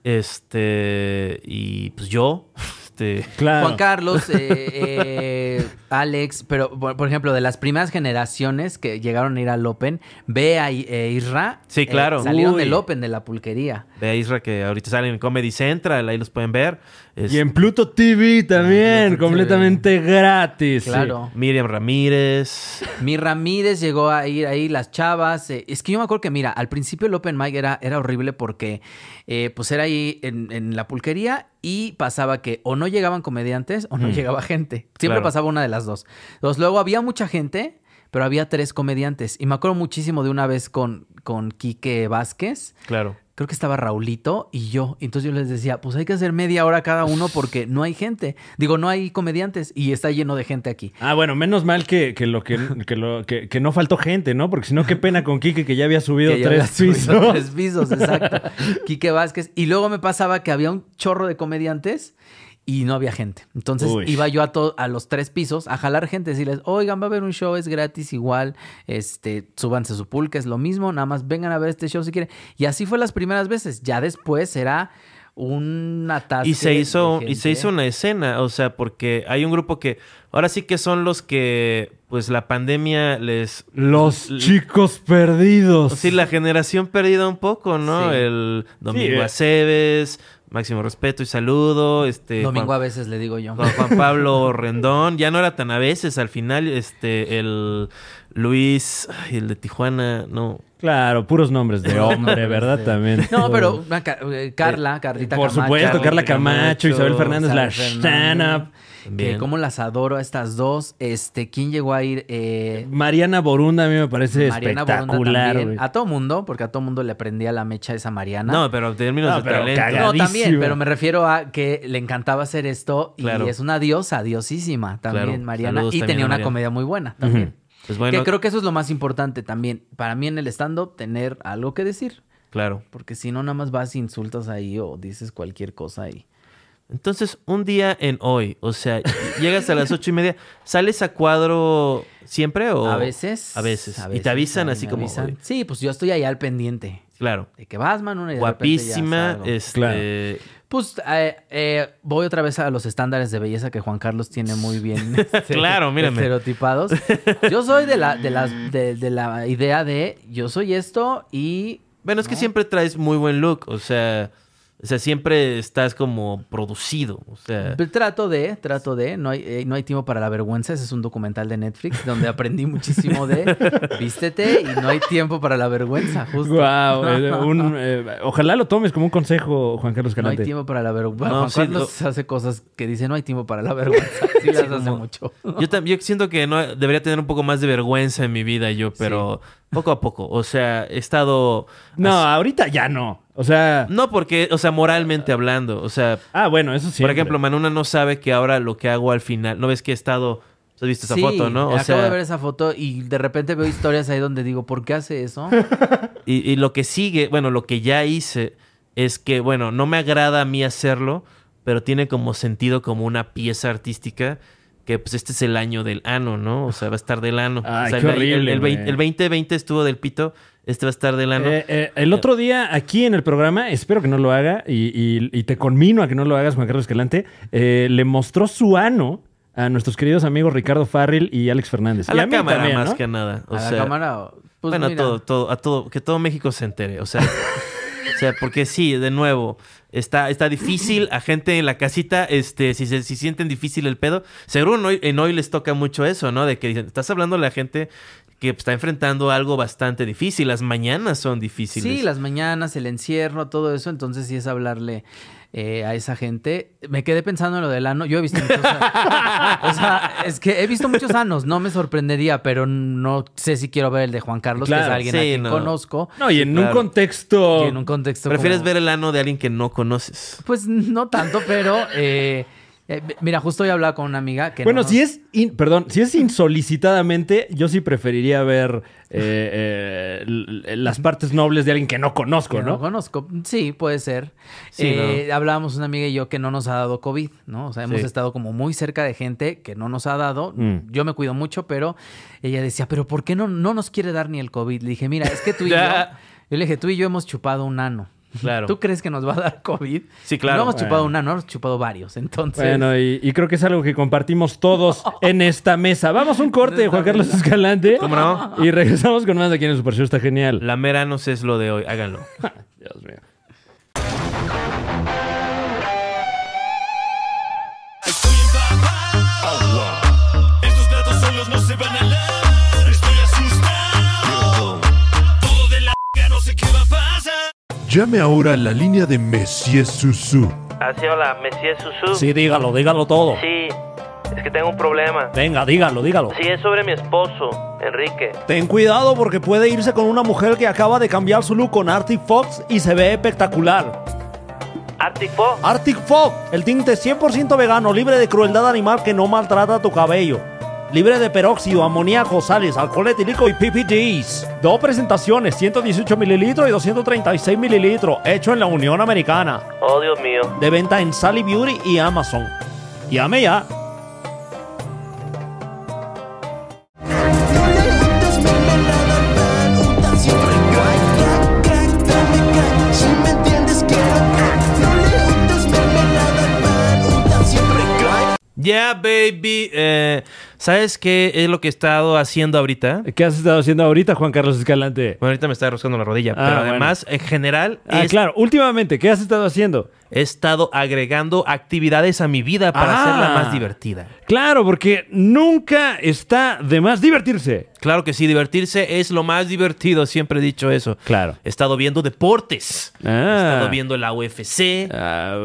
L: Este, y pues yo, [LAUGHS] este,
J: Claro.
C: Juan Carlos, eh, eh, Alex, pero por, por ejemplo, de las primeras generaciones que llegaron a ir al Open, Bea y- e Isra
L: Sí,
C: eh,
L: claro.
C: salieron
J: Uy.
C: del Open de la pulquería.
L: de a Isra que ahorita salen en Comedy Central, ahí los pueden ver. Este, Es
J: Y en Pluto TV también,
C: Pluto TV.
J: completamente gratis. sí.
C: Claro.
L: Miriam Ramírez.
C: Mi Ramírez llegó a ir ahí, las chavas. eh, es que yo me acuerdo que, mira, al principio el Open Mic era, era horrible porque, eh, pues, era ahí en, en la pulquería y pasaba que o no llegaban comediantes o no llegaba gente. Siempre
L: Claro.
C: pasaba una de las dos. Entonces, luego había mucha gente, pero había tres comediantes. Y me acuerdo muchísimo de una vez con, con Quique Vázquez.
L: Claro.
C: Creo que estaba Raulito y yo. Entonces yo les decía, pues hay que hacer media hora cada uno porque no hay gente. Digo, no hay comediantes y está lleno de gente aquí.
J: Ah, bueno, menos mal que, que lo que, que lo que, que no faltó gente, ¿no? Porque si no, qué pena con Quique que ya había subido
C: Que ya
J: tres
C: había
J: [LAUGHS]
C: subido
J: pisos.
C: Tres pisos, exacto. Quique Vázquez. Y luego me pasaba que había un chorro de comediantes y no había gente. Entonces
J: Uy.
C: iba yo a, to- a los tres pisos a jalar gente, decirles, oigan, va a haber un show, es gratis igual, este, súbanse su pool, que es lo mismo, nada más vengan a ver este show si quieren. Y así fue las primeras veces. Ya después era un atasque.
L: Y se,
C: de
L: hizo, y
C: gente.
L: se hizo
J: ¿eh?
L: una escena, o sea, porque hay un grupo que ahora sí que son los que, pues la pandemia les...
J: Los
L: l-
J: chicos perdidos.
L: Pues Sí, la generación perdida un poco, ¿no?
C: Sí.
L: El Domingo
J: eh.
L: Aceves, máximo respeto y saludo, este...
C: Domingo a
L: Juan,
C: veces le digo yo.
L: Juan- Juan Pablo Rendón, ya no era tan a veces, al final, este, el Luis, ay, el de Tijuana, no.
J: Claro, puros nombres de hombre, ¿verdad? También.
C: [LAUGHS] No, pero una Ca- eh, Carla, Carlita
J: Por
C: Camacho.
J: supuesto, Carla Camacho,
L: Camacho,
J: Isabel Fernández, la
C: Isabel
J: stand-up.
C: Fernández. Que
L: También.
C: Eh, cómo las adoro a estas dos. Este, ¿quién llegó a ir? Eh,
J: Mariana Borunda a mí me parece
C: Mariana Borunda
J: espectacular.
C: también.
J: güey.
C: A todo mundo, porque a todo mundo le prendía la mecha esa Mariana.
L: No, pero en términos
J: No,
L: de
J: pero
L: talento.
J: caga-
C: No, también,
J: cagadísima.
C: pero me refiero a que le encantaba hacer esto y
L: Claro.
C: es una diosa, diosísima también,
L: Claro.
C: Mariana.
L: Saludos
C: y
L: también
C: tenía
L: a
C: una
L: Mariana.
C: comedia muy buena también.
L: Pues bueno,
C: Que creo que eso es lo más importante también. Para mí en el stand-up, tener algo que decir.
L: claro.
C: Porque si no, nada más vas, insultas ahí o dices cualquier cosa y
L: Entonces, un día en hoy, o sea, llegas a las ocho y media, ¿sales a cuadro siempre o...?
C: A veces.
L: A veces.
C: a
L: y te avisan
C: ay,
L: así
C: me
L: como...
C: avisan.
L: "Oye".
C: Sí, pues yo estoy ahí al pendiente.
L: Claro.
C: De que vas, mano, una y de repente ya
L: Guapísima,
C: salgo.
L: este...
C: Pues eh, eh, voy otra vez a los estándares de belleza que Juan Carlos tiene muy
L: [LAUGHS]
C: bien este,
L: Claro, mírame.
C: estereotipados. Yo soy de la, de, las, de, de la idea de yo soy esto y...
L: Bueno, es que siempre traes muy buen look, o sea, o sea, siempre estás como producido, o sea,
C: Trato de, trato de, no hay, eh, no hay tiempo para la vergüenza, ese es un documental de Netflix donde aprendí muchísimo de vístete y no hay tiempo para la vergüenza, justo.
J: Guau, eh,
C: [LAUGHS]
J: un, eh, ojalá lo tomes como un consejo, Juan Carlos
C: No hay
J: Calante.
C: tiempo para la vergüenza.
L: No,
C: Juan
L: sí,
C: Carlos hace cosas que dice no hay tiempo para la vergüenza. Sí las hace
L: como-
C: mucho.
L: Yo, tam- yo siento que no debería tener un poco más de vergüenza en mi vida yo, pero poco a poco. O sea, he estado...
J: No, ahorita ya no. O sea...
L: No, porque, o sea, moralmente hablando, o sea...
J: Ah, bueno, eso sí.
L: Por ejemplo, Manuna no sabe que ahora lo que hago al final... ¿No ves que he estado... ¿Has visto esa
C: Sí,
L: foto, no? O
C: acabo
L: sea,
C: de ver esa foto y de repente veo historias ahí donde digo, ¿por qué hace eso?
L: Y, y lo que sigue, bueno, lo que ya hice es que, bueno, no me agrada a mí hacerlo, pero tiene como sentido como una pieza artística que pues este es el año del ano, ¿no? O sea, va a estar del ano.
J: Ay,
L: O sea,
J: qué
L: el- el-
J: horrible,
L: El,
J: güey.
L: 20 el 2020 estuvo del pito, este va a estar del ano.
J: Eh, eh, el otro día, aquí en el programa, espero que no lo haga y, y- y te conmino a que no lo hagas, Juan Carlos Escalante, eh, le mostró su ano a nuestros queridos amigos Ricardo Farril y Alex Fernández.
L: a
J: Y
L: la
J: mí
L: cámara
J: también,
L: más
J: ¿no?
L: que nada. [LAUGHS] O
C: a
L: sea,
C: la cámara. Pues
L: bueno, a
C: mira,
L: todo, todo, a todo, que todo México se entere. O sea, o sea, porque sí, de nuevo, está, está difícil a gente en la casita, este, si se si sienten difícil el pedo. Seguro en hoy, en hoy les toca mucho eso, ¿no? De que dicen, estás hablando a la gente que está enfrentando algo bastante difícil. Las mañanas son difíciles.
C: Sí, las mañanas, el encierro, todo eso. Entonces sí es hablarle eh, a esa gente. Me quedé pensando en lo del ano. Yo he visto muchos... [LAUGHS] o sea, es que he visto muchos anos. No me sorprendería, pero no sé si quiero ver el de Juan Carlos, que es
J: Claro,
C: alguien a
L: sí,
C: quien
L: no.
C: conozco.
J: No, y en
L: Claro.
J: un contexto...
C: Y en un contexto
L: Prefieres
C: como-
L: ver el ano de alguien que no conoces.
C: Pues no tanto, pero... eh, eh, mira, justo hoy hablaba con una amiga que... no
J: Bueno,
C: nos-
J: si es, in- perdón, si es insolicitadamente, yo sí preferiría ver eh, eh, l- las partes nobles de alguien que no conozco,
C: Que no
J: ¿no?
C: conozco. Sí, puede ser.
J: Sí,
C: Eh, Hablábamos una amiga y yo que no nos ha dado COVID, ¿no? O sea, hemos
J: Sí.
C: estado como muy cerca de gente que no nos ha dado.
J: Mm.
C: Yo me cuido mucho, pero ella decía, ¿pero por qué no, no nos quiere dar ni el COVID? Le dije, mira, es que tú
L: [LAUGHS]
C: y yo...
L: Ya.
C: Yo le dije, tú y yo hemos chupado un ano.
L: Claro.
C: ¿Tú crees que nos va a dar COVID?
L: Sí, claro.
C: No hemos chupado
J: Bueno.
C: un ano, hemos chupado varios. Entonces...
J: Bueno, y, y creo que es algo que compartimos todos en esta mesa. Vamos a un corte, Juan Carlos Escalante.
L: ¿Cómo no?
J: Y regresamos con más aquí en el Super Show. Está genial.
L: La mera no es lo de hoy, háganlo.
J: Dios mío.
I: Estos platos solos no se van a lavar. Estoy asustado. Todo de la no sé qué va a pasar.
M: Llame ahora a la línea de Messier Susu.
L: Así, Ah, hola, Messi Susu.
M: Sí, dígalo, dígalo todo.
L: Sí, es que tengo un problema.
M: Venga, dígalo, dígalo.
L: Sí, es sobre mi esposo, Enrique.
N: Ten cuidado porque puede irse con una mujer que acaba de cambiar su look con Arctic Fox y se ve espectacular.
L: Arctic Fox.
N: Arctic Fox, el tinte 100% vegano, libre de crueldad animal que no maltrata tu cabello. Libre de peróxido, amoníaco, sales, alcohol etílico y PPDs. Dos presentaciones, 118 mililitros y 236 mililitros, hecho en la Unión Americana.
L: Oh, Dios mío.
N: De venta en Sally Beauty y Amazon. Llame ya.
B: Siempre crack, crack, crack, dame crack. Si me entiendes, quiero crack. No le untas mermelada al pan, unta siempre crack.
L: Yeah, baby. Eh, ¿Sabes qué es lo que he estado haciendo ahorita?
J: ¿Qué has estado haciendo ahorita, Juan Carlos Escalante?
L: Bueno, ahorita me está rozando la rodilla,
J: Ah,
L: pero
J: bueno.
L: además, en general,
J: Ah,
L: es-
J: claro. Últimamente, ¿qué has estado haciendo?
L: he estado agregando actividades a mi vida para
J: Ah.
L: hacerla más divertida.
J: Claro, porque nunca está de más divertirse.
L: Claro que sí, divertirse es lo más divertido, siempre he dicho eso.
J: Claro.
L: He estado viendo deportes. He
J: Ah.
L: estado viendo la UFC.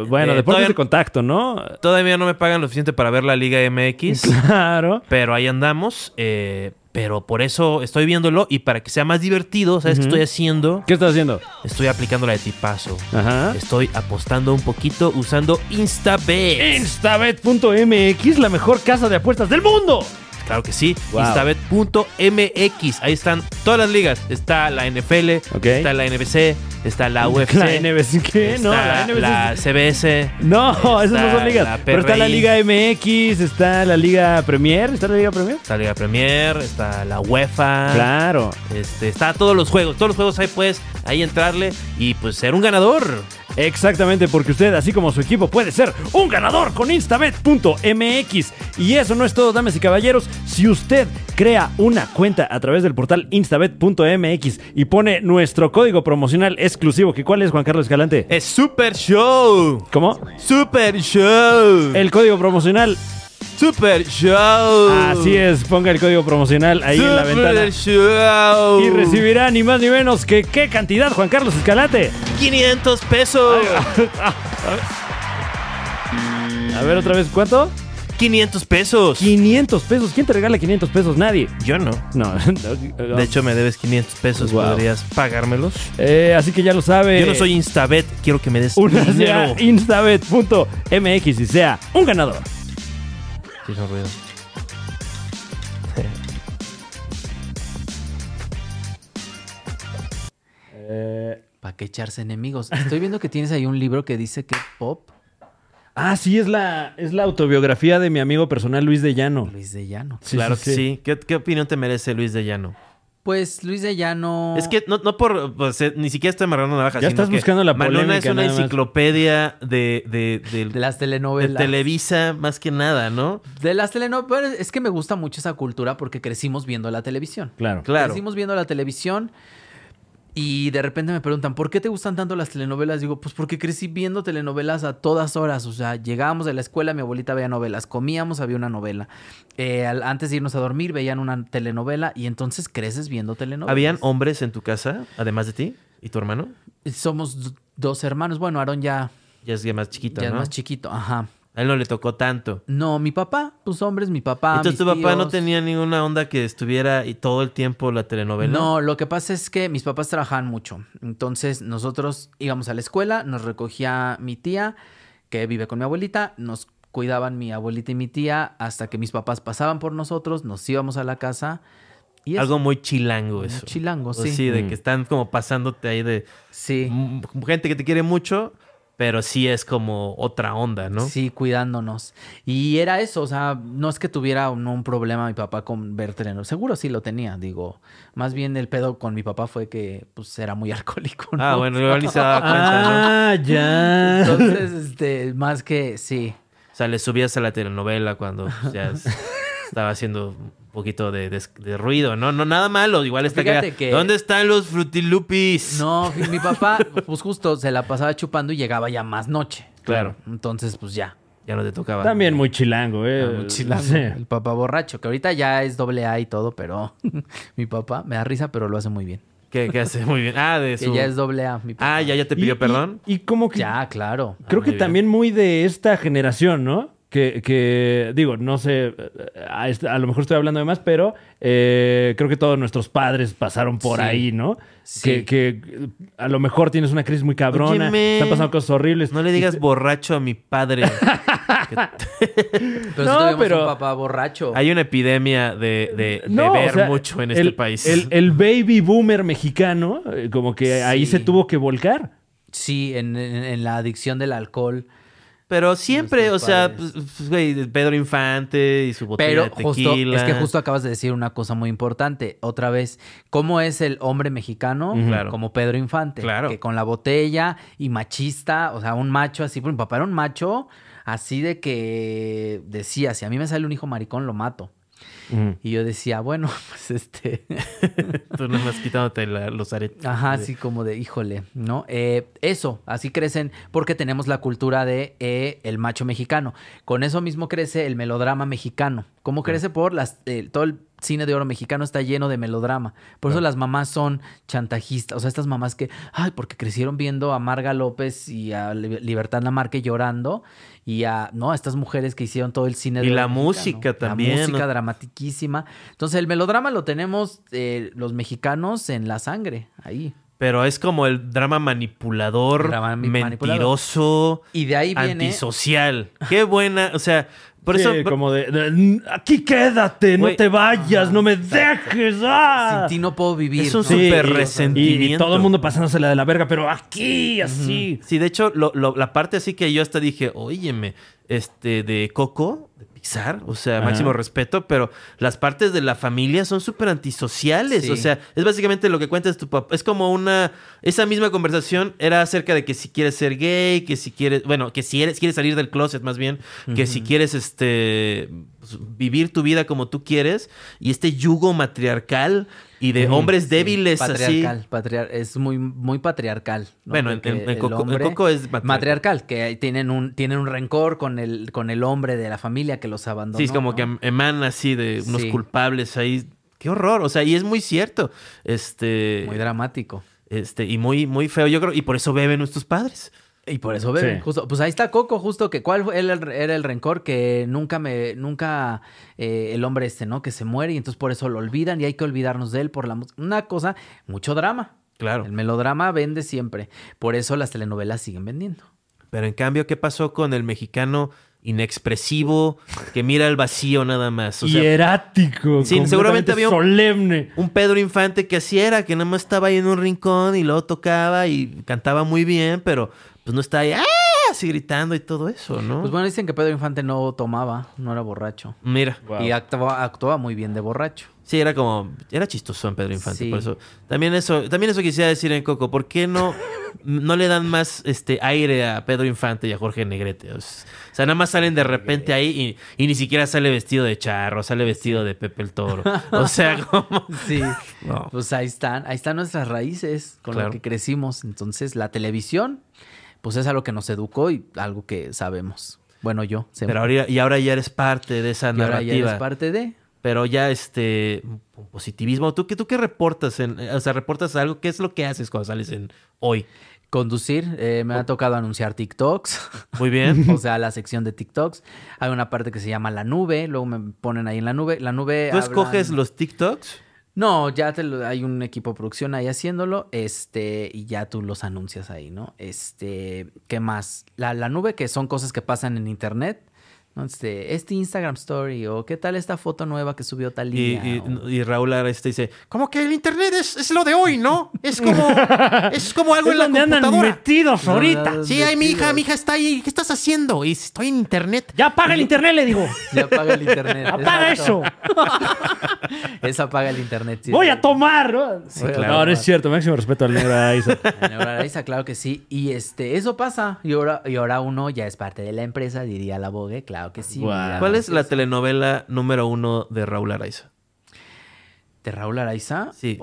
J: Bueno,
L: Eh,
J: deportes
L: todavía-
J: de contacto, ¿no? [LAUGHS]
L: Todavía no me pagan lo suficiente para ver la Liga MX.
J: Claro.
L: Pero ahí andamos. eh, pero por eso estoy viéndolo y para que sea más divertido, ¿sabes qué
J: Ujú.
L: estoy haciendo?
J: ¿Qué estás haciendo?
L: Estoy aplicando la de tipazo.
J: Ajá.
L: Estoy apostando un poquito usando Instabet.
J: Instabet.mx, la mejor casa de apuestas del mundo.
L: Claro que sí.
J: Wow.
L: Instabet.mx. Ahí están todas las ligas. Está la NFL,
J: Ok.
L: está la NBC, está la UFC.
J: La NBC, no,
L: está
J: la NBC.
L: la CBS.
J: No, esas no son ligas.
L: la
J: Pero está la
L: PRI.
J: Liga MX, está la Liga Premier, está la Liga Premier.
L: Está la Liga Premier, está la UEFA.
J: Claro.
L: Este, está todos los juegos. Todos los juegos ahí puedes ahí entrarle y pues ser un ganador.
J: Exactamente, porque usted, así como su equipo, puede ser un ganador con instabet.mx. Y eso no es todo, damas y caballeros. Si usted crea una cuenta a través del portal instabet.mx y pone nuestro código promocional exclusivo, que cuál es Juan Carlos Escalante?
L: Es Super Show.
J: ¿Cómo?
L: Super Show.
J: El código promocional
L: Super Show.
J: Así es, ponga el código promocional ahí en la
L: Super
J: ventana.
L: Show.
J: Y recibirá ni más ni menos que qué cantidad, Juan Carlos Escalante.
L: 500 pesos.
J: A ver otra vez, ¿cuánto?
L: 500 pesos.
J: 500 pesos. ¿Quién te regala 500 pesos? Nadie.
L: Yo no.
J: No. [LAUGHS]
L: De hecho, me debes 500 pesos.
J: Wow.
L: ¿Podrías pagármelos?
J: Eh, así que ya lo sabe.
L: Yo no soy Instabet. Quiero que me des
J: Una sea
L: dinero.
J: instabet.mx y sea un ganador.
L: Sí, son ruidos.
J: Eh,
C: ¿Para qué echarse enemigos? Estoy viendo que tienes ahí un libro que dice que pop
J: Ah, sí, es la, es la autobiografía de mi amigo personal Luis de Llano.
C: Luis de Llano.
J: Sí,
L: claro
J: sí,
L: que
J: sí.
L: sí. ¿Qué, qué opinión te merece Luis de Llano?
C: Pues Luis de Llano.
L: Es que no, no por. pues, eh, ni siquiera estoy amarrando navajas.
J: Ya
L: sino
J: estás
L: que
J: buscando la
L: Malona es
J: polémica,
L: una
J: nada más.
L: enciclopedia de, de, del-
C: De las
L: de
C: telenovelas.
L: Televisa, más que nada, ¿no?
C: De las telenovelas. Es que me gusta mucho esa cultura porque crecimos viendo la televisión.
J: Claro.
L: Claro.
C: Crecimos viendo la televisión y de repente me preguntan, ¿por qué te gustan tanto las telenovelas? Digo, pues porque crecí viendo telenovelas a todas horas. O sea, llegábamos de la escuela, mi abuelita veía novelas, comíamos, había una novela. Eh, al- antes de irnos a dormir, veían una telenovela y entonces creces viendo telenovelas.
L: ¿Habían hombres en tu casa, además de ti y tu hermano?
C: Somos d- dos hermanos. Bueno, Aarón ya,
L: Ya es más chiquito,
C: ya es
L: ¿no?
C: más chiquito. Ajá.
L: A él no le tocó tanto.
C: No, mi papá, pues hombres, mi papá.
L: Entonces tu
C: mis
L: papá no
C: tíos.
L: tenía ninguna onda que estuviera y todo el tiempo la telenovela.
C: No, lo que pasa es que mis papás trabajaban mucho. Entonces nosotros íbamos a la escuela, nos recogía mi tía, que vive con mi abuelita, nos cuidaban mi abuelita y mi tía hasta que mis papás pasaban por nosotros, nos íbamos a la casa. Y eso,
L: Algo muy chilango eso.
C: chilango,
L: O
C: sí.
L: Sí, de
C: Mm.
L: que están como pasándote ahí de...
C: Sí.
L: M- Gente que te quiere mucho, pero sí es como otra onda, ¿no?
C: Sí, cuidándonos. Y era eso, o sea, no es que tuviera un, un problema mi papá con ver telenovelas. Seguro sí lo tenía, digo. Más bien el pedo con mi papá fue que pues era muy [LAUGHS] alcohólico. ¿no?
L: Ah, bueno, igual ni
C: [LAUGHS]
L: se daba cuenta, ¿no?
J: Ah, ya.
C: Entonces, este, más que sí.
L: O sea, le subías a la
C: [LAUGHS]
L: telenovela cuando pues, ya es- estaba haciendo un poquito de, des- de ruido, ¿no? No, nada malo. Igual está
C: Fíjate
L: que...
C: que-
L: ¿Dónde están los frutilupis?
C: No, fi- mi papá, pues justo se la pasaba chupando y llegaba ya más noche.
L: Claro.
C: Entonces, pues ya.
L: Ya no te tocaba.
J: También muy chilango, ¿eh?
C: Era un chilango,
J: Sí.
C: El papá borracho, que ahorita ya es doble A y todo, pero [LAUGHS] mi papá me da risa, pero lo hace muy bien.
L: ¿Qué, qué hace? Muy bien. Ah, de
C: Que
L: su...
C: ya es doble A, mi papá.
L: Ah, ya, ya te
J: Y-
L: pidió
J: y-
L: perdón.
J: Y, como que
C: Ya, claro. Ah,
J: Creo que
L: muy bien.
J: también muy de esta generación, ¿no? Que, que, digo, no sé, a, est- a lo mejor estoy hablando de más, pero eh, creo que todos nuestros padres pasaron por
C: Sí.
J: ahí, ¿no? Que,
C: Sí.
J: que, eh, a lo mejor tienes una crisis muy cabrona,
L: Óyeme.
J: están pasando cosas horribles.
L: pues No le digas
J: Y-
L: borracho a mi [LAUGHS] padre.
C: Pero
J: No,
C: sí tuvimos
J: pero-
C: un papá borracho.
L: Hay una epidemia de, de- de
J: No, o
L: ver
J: sea,
L: mucho en
J: el-
L: este país.
J: El, el baby boomer mexicano, eh, como que ahí
C: Sí.
J: se tuvo que volcar.
C: Sí, en, en- en la adicción del alcohol.
L: Pero siempre, o
C: Nuestros
L: sea,
C: padres.
L: pues, pues, güey, Pedro Infante y su botella
C: Pero
L: de tequila.
C: justo, es que justo acabas de decir una cosa muy importante. Otra vez, ¿cómo es el hombre mexicano
J: Ujú.
L: Claro.
C: como Pedro Infante?
L: Claro.
C: Que con la botella y machista, o sea, un macho así, porque mi papá era un macho así de que decía, si a mí me sale un hijo maricón, lo mato. Y yo decía, bueno, [LAUGHS] pues este...
L: Tú nomás Pues quitándote la- los aretes.
C: Ajá, así como de, híjole, ¿no? Eh, eso, así crecen porque tenemos la cultura de eh, el macho mexicano. Con eso mismo crece el melodrama mexicano. ¿Cómo crece por las... eh, todo el cine de oro mexicano está lleno de melodrama. Por eso las mamás son chantajistas. O sea, estas mamás que, ay, porque crecieron viendo a Marga López y a Li- Libertad Lamarque llorando y a, no, a estas mujeres que hicieron todo el cine de
L: Y
C: oro
L: la
C: mexicano.
L: música también,
C: La música
L: ¿no?
C: dramatiquísima. Entonces, el melodrama lo tenemos eh, los mexicanos en la sangre, ahí.
L: Pero es como el drama manipulador,
C: Drama mi- manipulador.
L: mentiroso,
C: Y de ahí viene.
L: antisocial. Qué buena, o sea, Por eso-
J: Sí, como de, de, aquí quédate, no
L: Güey,
J: te vayas, no me dejes. ah".
C: Sin ti no puedo vivir.
L: Es un
C: ¿no?
L: súper
J: y-
L: resentimiento.
J: Y, y todo el mundo pasándosela de la verga, pero aquí, así.
L: Sí, de hecho, lo- lo- la parte así que yo hasta dije, óyeme, este, de Coco, de Pixar, o sea,
J: Ajá.
L: máximo respeto, pero las partes de la familia son súper antisociales,
J: Sí.
L: o sea, es básicamente lo que cuentas tu papá, es como una, esa misma conversación era acerca de que si quieres ser gay, que si quieres, bueno, que si eres, quieres salir del closet más bien, que si
J: Ujú.
L: quieres, este, pues, vivir tu vida como tú quieres, y este yugo matriarcal y de
C: Ujú,
L: hombres
C: sí.
L: débiles así.
C: patriarcal, patriar- es muy, muy patriarcal. ¿no?
L: Bueno,
C: De
L: en-
C: que
L: en- en
C: el
L: Coco- en
C: hombre-
L: Coco es
C: matriarcal.
L: matriarcal.
C: que tienen un, tienen un rencor con el, con el hombre de la familia que los abandonó.
L: Sí, es como
C: ¿no?
L: que em- emana así de unos
C: Sí.
L: culpables ahí. Qué horror, o sea, y es muy cierto. Este muy
C: dramático.
L: Este y muy muy feo, yo creo, y por eso beben nuestros padres.
C: Y por eso beben, justo. Pues ahí está Coco, justo que cuál fue- era el, era el rencor que nunca me, nunca eh, el hombre este, ¿no? Que se muere y entonces por eso lo olvidan y hay que olvidarnos de él por la música. Una cosa, mucho drama.
L: Claro.
C: El melodrama vende siempre. Por eso las telenovelas siguen vendiendo.
L: Pero en cambio, ¿qué pasó con el mexicano inexpresivo que mira al vacío nada más? O sea,
J: Hierático.
L: Sí, seguramente había un,
J: solemne.
L: un Pedro Infante que así era, que nada más estaba ahí en un rincón y luego tocaba y cantaba muy bien, pero pues no está ahí ¡ah! así gritando y todo eso, ¿no?
C: Pues bueno, dicen que Pedro Infante no tomaba, no era borracho.
L: Mira.
C: Y actuaba, actuaba muy bien de borracho.
L: Sí, era como. Era chistoso en Pedro Infante,
C: Sí.
L: por eso. También eso, también eso quisiera decir en Coco. ¿Por qué no, [LAUGHS] no le dan más este aire a Pedro Infante y a Jorge Negrete? O s- o sea, nada más salen de repente ahí y, y ni siquiera sale vestido de charro, sale vestido de Pepe el Toro. O sea, [LAUGHS] como.
C: Sí.
L: No.
C: Pues ahí están, ahí están nuestras raíces con
L: Claro.
C: lo que crecimos. Entonces, la televisión, pues es algo que nos educó y algo que sabemos. Bueno, yo. siempre.
L: Pero ahora, y ahora ya eres parte de esa
C: Y ahora ya
L: narrativa.
C: eres parte de.
L: Pero ya este positivismo. ¿Tú qué, tú qué reportas? En, o sea, reportas algo. ¿Qué es lo que haces cuando sales en hoy?
C: Conducir, eh, me
L: Oh.
C: ha tocado anunciar TikToks.
L: [LAUGHS]
C: [LAUGHS]
L: Muy bien.
C: o sea, la sección de TikToks. Hay una parte que se llama la nube, luego me ponen ahí en la nube. La nube.
L: ¿Tú escoges
C: hablan-
L: los TikToks?
C: No, ya te lo- hay un equipo de producción ahí haciéndolo, este, y ya tú los anuncias ahí, ¿no? Este, ¿qué más? La, la nube, que son cosas que pasan en internet, ¿no? Este, este Instagram Story, o qué tal esta foto nueva que subió tal
L: Y,
C: día.
L: y-
C: o-
L: y Raúl este dice,
O: Como que el internet es, es lo de hoy, ¿no? Es
C: [LAUGHS]
O: como, es como algo
L: Es
O: en la
L: donde andan
O: computadora.
L: metidos ahorita. Andan
O: Sí, ay, mi hija,
L: metidos.
O: mi hija está ahí. ¿Qué estás haciendo? Y dice, estoy en internet.
N: Ya apaga el internet, le digo.
C: Ya apaga el
N: [LAUGHS]
C: internet.
N: Apaga
C: exacto. Eso apaga el internet. sí.
N: Voy a tomar. ¿no?
C: Sí, claro.
J: No, no es cierto. Máximo respeto al negro Aiza.
C: En Euroraiza, claro que sí. Y este, eso pasa. Y ahora, y ahora uno ya es parte de la empresa, diría la Vogue, claro que Ah, sí. mira,
L: ¿cuál es la telenovela número uno de Raúl Araiza?
C: ¿De Raúl Araiza? Sí.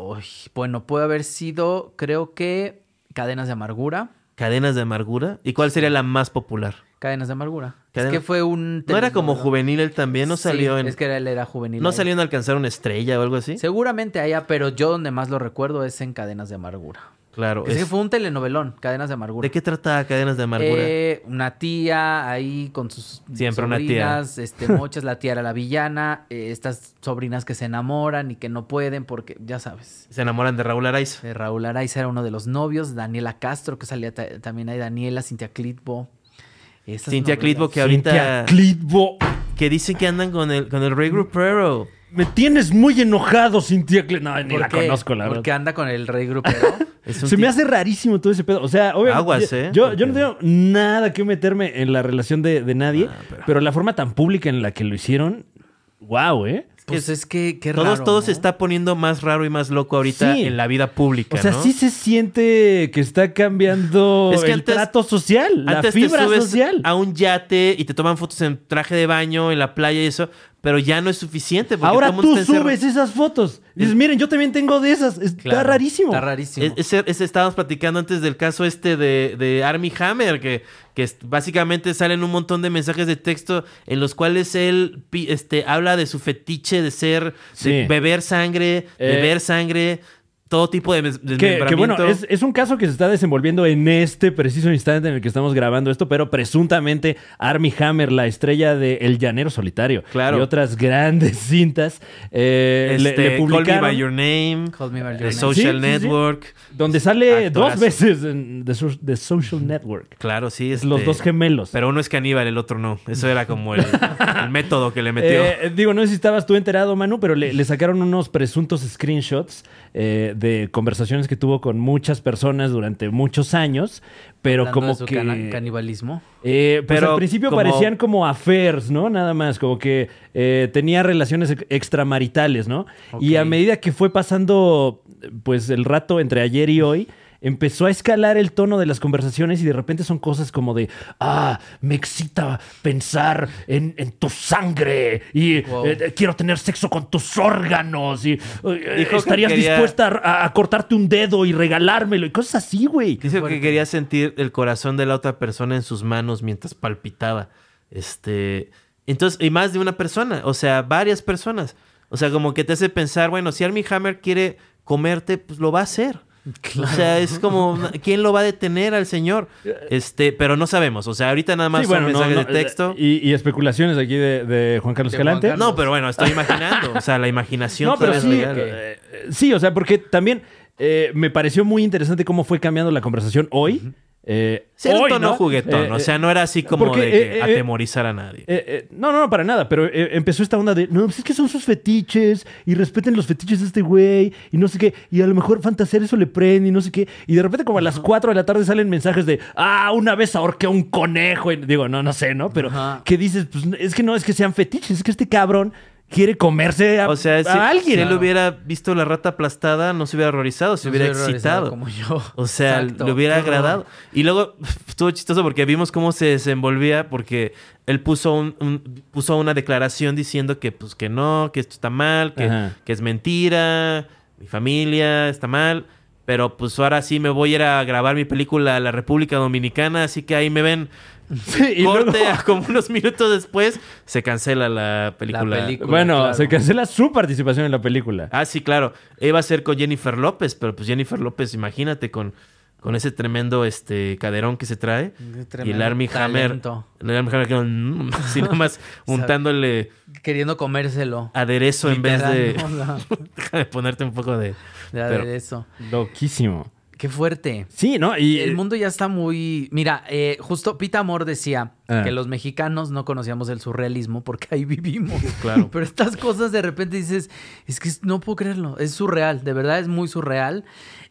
C: bueno, puede haber sido, creo que, Cadenas de Amargura.
L: ¿Cadenas de Amargura? ¿Y cuál sería la más popular?
C: Cadenas de Amargura.
L: Cadena-
C: Es que fue un...
L: ¿No era como
C: telenovela.
L: juvenil él también? ¿No
C: Sí,
L: salió en...?
C: Es que él era juvenil.
L: ¿No
C: ahí.
L: salió en Alcanzar una estrella o algo así?
C: Seguramente haya, pero yo donde más lo recuerdo es en Cadenas de Amargura.
L: Claro.
C: Es que
L: es-
C: fue un telenovelón, Cadenas de Amargura.
L: Pues ¿De qué trata Cadenas de Amargura?
C: Eh, una tía ahí con sus
L: Siempre una tía. [LAUGHS]
C: sobrinas, este, muchas, la tía era la villana, eh, estas sobrinas que se enamoran y que no pueden porque, ya sabes.
L: Se enamoran de Raúl Araiza.
C: De Raúl Araiza era uno de los novios, Daniela Castro, que salía ta- también ahí, Daniela, Cintia Clitbo. Estas
L: Cintia
C: novelas.
L: Clitbo que ahorita...
J: Cintia Clitbo.
L: Que dicen que andan con el, con el Rey Grupero.
J: Me tienes muy enojado, Cintia Clitbo. No, ni la
C: qué?
J: conozco, la verdad.
C: Porque anda con el rey
L: [LAUGHS]
C: grupero.
J: Se me hace rarísimo todo ese pedo. O sea, obviamente.
L: Aguas,
J: yo-
L: ¿eh?
J: Yo, yo no tengo nada que meterme en la relación de, de nadie,
L: Ah,
J: pero... la forma tan pública en la que lo hicieron, wow, ¿eh?
C: Pues es que qué
L: todos,
C: raro,
L: Todo
C: ¿no?
L: se está poniendo más raro y más loco ahorita
J: Sí.
L: en la vida pública,
J: O sea,
L: ¿no?
J: sí se siente que está cambiando
L: Es que
J: el
L: antes-
J: trato social, la
L: Antes
J: fibra
L: te subes
J: social.
L: a un yate y te toman fotos en traje de baño, en la playa y eso, pero ya no es suficiente. Porque
J: Ahora
L: todo el mundo
J: tú
L: está encerrado.
J: subes esas fotos. Dices, miren, yo también tengo de esas. Está
L: Claro,
J: rarísimo.
L: Es- ese- ese estábamos platicando antes del caso este de, de Army Hammer, que, que es- básicamente salen un montón de mensajes de texto en los cuales él pi- este, habla de su fetiche de ser, de
J: Sí.
L: beber sangre,
J: Eh,
L: beber sangre. todo tipo de des-
J: Que,
L: desmembramiento.
J: que bueno, es, es un caso que se está desenvolviendo en este preciso instante en el que estamos grabando esto, pero presuntamente Army Hammer, la estrella de El Llanero Solitario
L: Claro.
J: y otras grandes [LAUGHS] cintas, eh, le-
L: Este,
J: le,
L: Call
J: publicaron-
L: Me By Your Name, The
J: Name.
L: Social
J: Sí, sí, sí.
L: Network.
J: donde sale
L: Actorazo.
J: dos veces en The, So- The Social Network.
L: Claro, sí. este,
J: los dos gemelos.
L: Pero uno es caníbal, el otro no. Eso era como el,
J: [LAUGHS]
L: el método que le metió.
J: Eh, digo, no sé si estabas tú enterado, Manu, pero le, le sacaron unos presuntos screenshots eh, de conversaciones que tuvo con muchas personas durante muchos años, pero
C: Hablando
J: como
C: de su
J: que...
C: cana- canibalismo.
J: Eh, pues
C: Pero
J: al principio
C: como-
J: parecían como affairs, ¿no? Nada más, como que eh, tenía relaciones ex- extramaritales, ¿no? Y a medida que fue pasando, pues, el rato entre ayer y hoy, empezó a escalar el tono de las conversaciones y de repente son cosas como de, ah, me excita pensar en, en tu sangre y
N: Wow.
J: eh, eh, quiero tener sexo con tus órganos y eh,
L: que
J: estarías
L: quería-
J: dispuesta a, a cortarte un dedo y regalármelo y cosas así, güey.
L: Dice que quería sentir el corazón de la otra persona en sus manos mientras palpitaba. Este. Entonces, y más de una persona, o sea, varias personas. O sea, como que te hace pensar, bueno, si Armie Hammer quiere comerte, pues lo va a hacer. O sea, es como, ¿quién lo va a detener
J: [LAUGHS]
L: al señor? Este, pero no sabemos. O sea, ahorita nada más
J: Sí,
L: son
J: bueno, no,
L: mensajes
J: no, eh,
L: de texto.
J: Y, y especulaciones aquí de, de Juan Carlos Calante.
L: No, pero bueno, estoy imaginando. O sea, la imaginación.
J: No, pero
L: todavía
J: sí,
L: es legal.
J: eh, eh, sí, o sea, porque también eh, me pareció muy interesante cómo fue cambiando la conversación hoy. Eh,
L: Sí, era un
J: hoy,
L: tono juguetón.
J: Eh,
L: o sea,
J: eh,
L: no era así como
J: porque,
L: de que
J: eh, eh,
L: atemorizar a nadie.
J: eh, eh, no, no, no, para nada, pero eh, empezó esta onda de, no, pues es que son sus fetiches y respeten los fetiches de este güey y no sé qué, y a lo mejor fantasear eso le prende y no sé qué, y de repente como a las 4 de la tarde salen mensajes de, ah, una vez ahorqué a un conejo, y digo, no, no sé, ¿no? Pero que dices, pues es que no es que sean fetiches, es que este cabrón quiere comerse a,
L: O sea, si,
J: a alguien.
L: si él hubiera visto la rata aplastada, no se hubiera horrorizado, se
C: No se
L: hubiera
C: hubiera horrorizado
L: excitado.
C: como yo.
L: O sea,
C: Exacto.
L: le hubiera
C: Qué horror.
L: agradado. Y luego estuvo chistoso porque vimos cómo se desenvolvía, porque él puso, un, un- puso una declaración diciendo que, pues, que no, que esto está mal, que,
J: Ajá.
L: que es mentira, mi familia está mal. Pero pues ahora sí me voy a ir a grabar mi película a la República Dominicana, así que ahí me ven.
J: [LAUGHS] y
L: Corte
J: luego-
L: a [LAUGHS] como unos minutos después, se cancela la película.
J: bueno, se cancela su participación en la película.
L: Ah, sí, claro. Iba a ser con Jennifer López, pero pues Jennifer López, imagínate, con, con ese tremendo este caderón que se trae. Y el
C: Mm, tremendo
L: Army Hammer.
C: talento.
L: El Army Hammer que mm, [LAUGHS] así
C: [LAUGHS]
L: nada más untándole
C: Queriendo comérselo.
L: aderezo en vez
C: Literal,
L: de.
C: ¿no? [LAUGHS] La-
L: [LAUGHS] Déjame ponerte un poco de.
C: De
L: pero-
C: aderezo.
J: Loquísimo.
C: Qué fuerte.
J: Sí, ¿no? Y eh,
C: el mundo ya está muy. Mira, eh, justo Pita Amor decía
J: Ah.
C: que los mexicanos no conocíamos el surrealismo porque ahí vivimos.
L: [LAUGHS] Claro.
C: Pero estas cosas de repente dices, es que es- no puedo creerlo, es surreal, de verdad es muy surreal.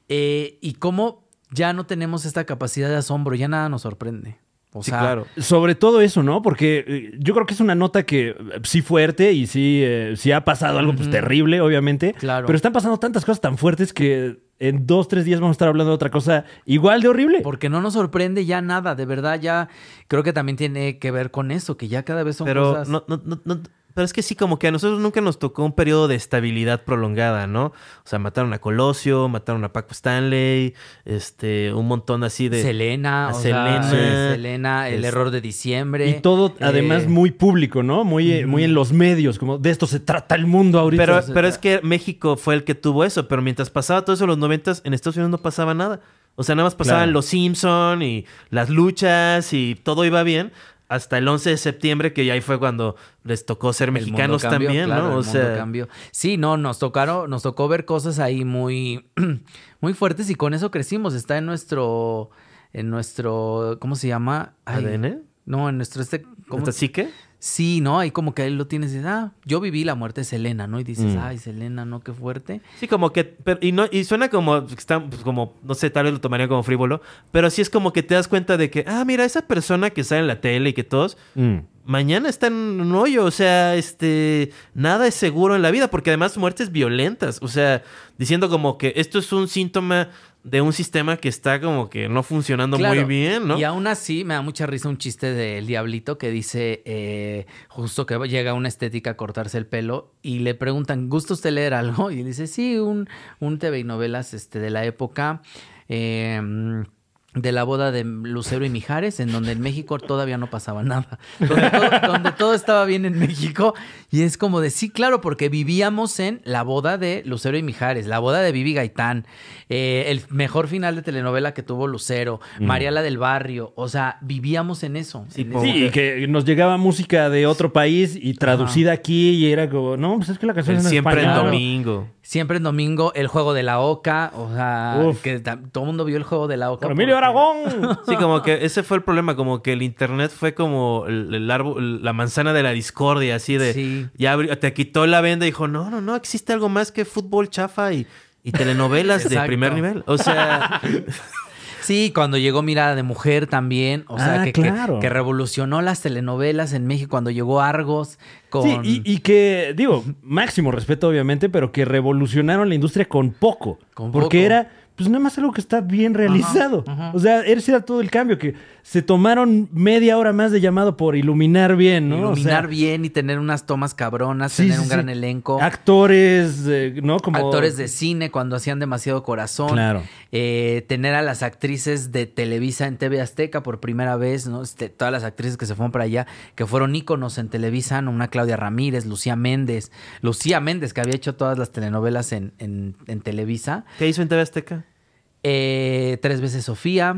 C: Eh, y cómo ya no tenemos esta capacidad de asombro, ya nada nos sorprende. [LAUGHS] O sea,
J: Sobre todo eso, ¿no? Porque eh, yo creo que es una nota que eh, sí fuerte y sí, eh, sí ha pasado algo pues,
C: Ujú.
J: terrible, obviamente.
C: Claro.
J: Pero están pasando tantas cosas tan fuertes que en dos, tres días vamos a estar hablando de otra cosa igual de horrible.
C: Porque no nos sorprende ya nada, de verdad ya creo que también tiene que ver con eso, que ya cada vez son
L: pero
C: cosas...
L: no- no- no- no- pero es que sí, como que a nosotros nunca nos tocó un periodo de estabilidad prolongada, ¿no? O sea, mataron a Colosio, mataron a Paco Stanley, este, un montón así de.
C: Selena,
L: a
C: o sea,
L: Selena.
C: Selena, el
L: Es-
C: error de diciembre.
J: Y todo, además,
C: eh,
J: muy público, ¿no? Muy, eh, muy en los medios, como de esto se trata el mundo ahorita.
L: Pero, pero
C: ah.
L: es que México fue el que tuvo eso, pero mientras pasaba todo eso en los noventas, en Estados Unidos no pasaba nada. O sea, nada más pasaban
J: Claro.
L: los Simpson y las luchas y todo iba bien. Hasta el 11 de septiembre, que ahí fue cuando les tocó ser
C: El mundo
L: mexicanos
C: cambió,
L: también,
C: claro, el
L: ¿no? O
C: mundo
L: sea,
C: cambió. Sí, no, nos tocaron, nos tocó ver cosas ahí muy, [CLEARS THROAT] muy fuertes y con eso crecimos. Está en nuestro, en nuestro, ¿cómo se llama? Ay,
L: ¿ADN?
C: No, en nuestro este.
L: ¿Nuestra psique?
C: Sí, ¿no? Ahí como que ahí lo tienes y dices, ah, yo viví la muerte de Selena, ¿no? Y dices,
L: Mm.
C: ay, Selena, no, qué fuerte.
L: Sí, como que. pero- y, no, y suena como, que están, pues, como. No sé, tal vez lo tomaría como frívolo. Pero sí es como que te das cuenta de que. Ah, mira, esa persona que sale en la tele y que todos. Mañana está en un hoyo. O sea, este. Nada es seguro en la vida. Porque además muertes violentas. O sea, diciendo como que esto es un síntoma de un sistema que está como que no funcionando
C: Claro.
L: muy bien, ¿no?
C: Y aún así me da mucha risa un chiste del diablito que dice eh, justo que llega una estética a cortarse el pelo y le preguntan, ¿gusta usted leer algo? [LAUGHS] Y él dice, sí, un, un TV y novelas este, de la época. eh, de la boda de Lucero y Mijares, en donde en México todavía no pasaba nada, donde todo, donde todo estaba bien en México, y es como de sí, claro, porque vivíamos en la boda de Lucero y Mijares, la boda de Vivi Gaitán, eh, el mejor final de telenovela que tuvo Lucero,
J: Mm.
C: Mariala del Barrio, o sea, vivíamos en eso. en eso.
J: Sí, y que nos llegaba música de otro país y traducida aquí y era como, no, pues es que la canción es en español.
C: Siempre en domingo, el juego de la oca, o sea,
J: Uf.
C: que ta- todo el mundo vio el juego de la oca.
J: Por Emilio
C: porque-
J: Aragón.
L: Sí, como que ese fue el problema, como que el internet fue como el, el árbol, la manzana de la discordia, así de ya abri- te quitó la venda y dijo, no, no, no, existe algo más que fútbol chafa y, y telenovelas de
C: Exacto.
L: primer nivel. O sea,
C: [LAUGHS] Sí, cuando llegó Mirada de Mujer también, o sea,
J: Ah,
C: que, que-
J: claro.
C: que revolucionó las telenovelas en México cuando llegó Argos con...
J: Sí, y, y que, digo, máximo respeto obviamente, pero que revolucionaron la industria con poco.
C: Con
J: porque
C: poco.
J: era, pues nada más algo que está bien realizado. O sea, ese era todo el cambio, que se tomaron media hora más de llamado por iluminar bien, ¿no? O sea,
C: Iluminar bien y tener unas tomas cabronas,
J: Sí,
C: tener
J: sí,
C: un
J: sí.
C: gran elenco.
J: actores, eh, ¿no? Como...
C: Actores de cine cuando hacían demasiado corazón.
J: Claro.
C: Eh, tener a las actrices de Televisa en TV Azteca por primera vez, ¿no? Este, todas las actrices que se fueron para allá, que fueron íconos en Televisa, ¿no? una Claudia Ramírez, Lucía Méndez. Lucía Méndez, que había hecho todas las telenovelas en, en- en Televisa.
L: ¿qué hizo en TV Azteca?
C: Eh, tres veces Sofía.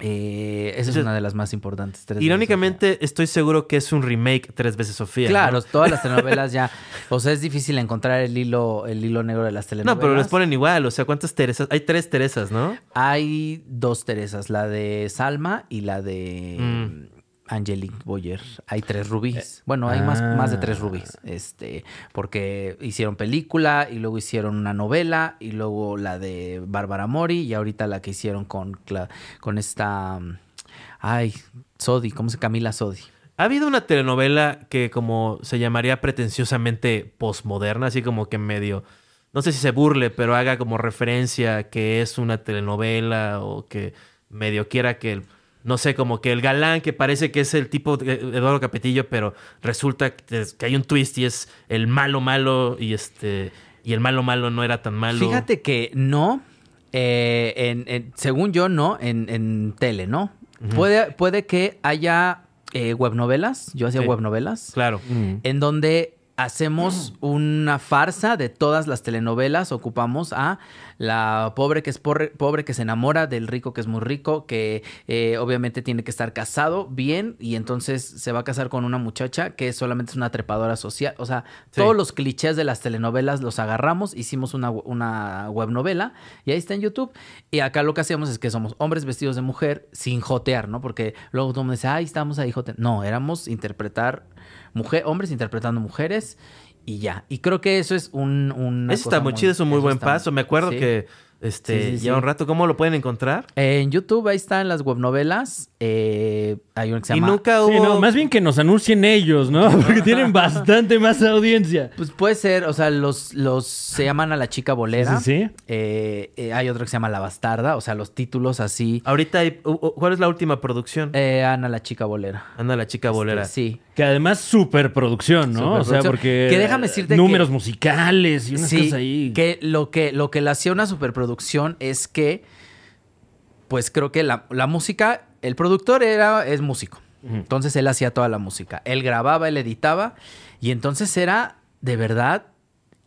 C: Eh, esa es
L: Ese-
C: una de las más importantes. Tres veces
L: Irónicamente, estoy seguro que es un remake tres veces Sofía.
C: Claro,
L: ¿no?
C: todas las telenovelas ya. O sea, es difícil encontrar el hilo, el hilo negro de las telenovelas.
L: No, pero les ponen igual, o sea, ¿cuántas Teresas? Hay tres Teresas, ¿no?
C: Hay dos Teresas, la de Salma y la de
L: Mm.
C: Angelique Boyer. Hay tres rubíes. Bueno, hay más,
L: ah.
C: más de tres rubíes. Este, porque hicieron película y luego hicieron una novela y luego la de Bárbara Mori y ahorita la que hicieron con, Cla- con esta. mm, Ay, Sodi, ¿cómo se Camila Sodi?
L: Ha habido una telenovela que como se llamaría pretenciosamente posmoderna, así como que medio, no sé si se burle, pero haga como referencia que es una telenovela o que medio quiera que el, no sé, como que el galán que parece que es el tipo de eh, Eduardo Capetillo, pero resulta que es- que hay un twist y es el malo malo y este y el malo malo no era tan malo.
C: Fíjate que no. eh, en- en- según yo, no. En, en tele, ¿no?
L: Ujú.
C: puede, puede que haya eh, webnovelas. Yo hacía
L: Sí.
C: webnovelas.
L: Claro.
C: En donde hacemos una farsa de todas las telenovelas. Ocupamos a la pobre que es porre- pobre que se enamora del rico que es muy rico, que eh, obviamente tiene que estar casado bien y entonces se va a casar con una muchacha que solamente es una trepadora social. O sea,
L: Sí.
C: todos los clichés de las telenovelas los agarramos, hicimos una, we- una webnovela y ahí está en YouTube. Y acá lo que hacíamos es que somos hombres vestidos de mujer sin jotear, ¿no? Porque luego todo el mundo dice, ay, estamos ahí joteando. No, éramos interpretar mujer, hombres interpretando mujeres y ya. Y creo que eso es un... una
L: Eso está
C: cosa
L: muy chido, es un muy
C: eso
L: buen
C: está
L: paso. Me acuerdo
C: sí.
L: que este
C: Sí, sí,
L: lleva
C: sí.
L: un rato, ¿cómo lo pueden encontrar?
C: En YouTube ahí están las webnovelas. eh, hay una que se
L: Y
C: llama...
L: nunca
J: Sí, no, más bien que nos anuncien ellos, ¿no? [LAUGHS] Porque
C: [LAUGHS]
J: tienen bastante más audiencia.
C: Pues puede ser, o sea, los, los se llaman a la chica bolera.
J: Sí, sí,
C: Eh, eh, hay otro que se llama La Bastarda, o sea, los títulos así.
L: Ahorita, hay- u- u- ¿cuál es la última producción?
C: Ana la chica bolera.
L: Ana la chica bolera.
C: Eh, este, sí.
J: Que además superproducción, ¿no? O sea,
C: Superproducción.
J: porque
C: Que déjame decirte
J: números
C: que-
J: musicales y unas
C: Sí,
J: cosas ahí.
C: que lo que lo que le hacía una superproducción es que, pues creo que la, la música, el productor era es músico, entonces él hacía toda la música, él grababa, él editaba y entonces era de verdad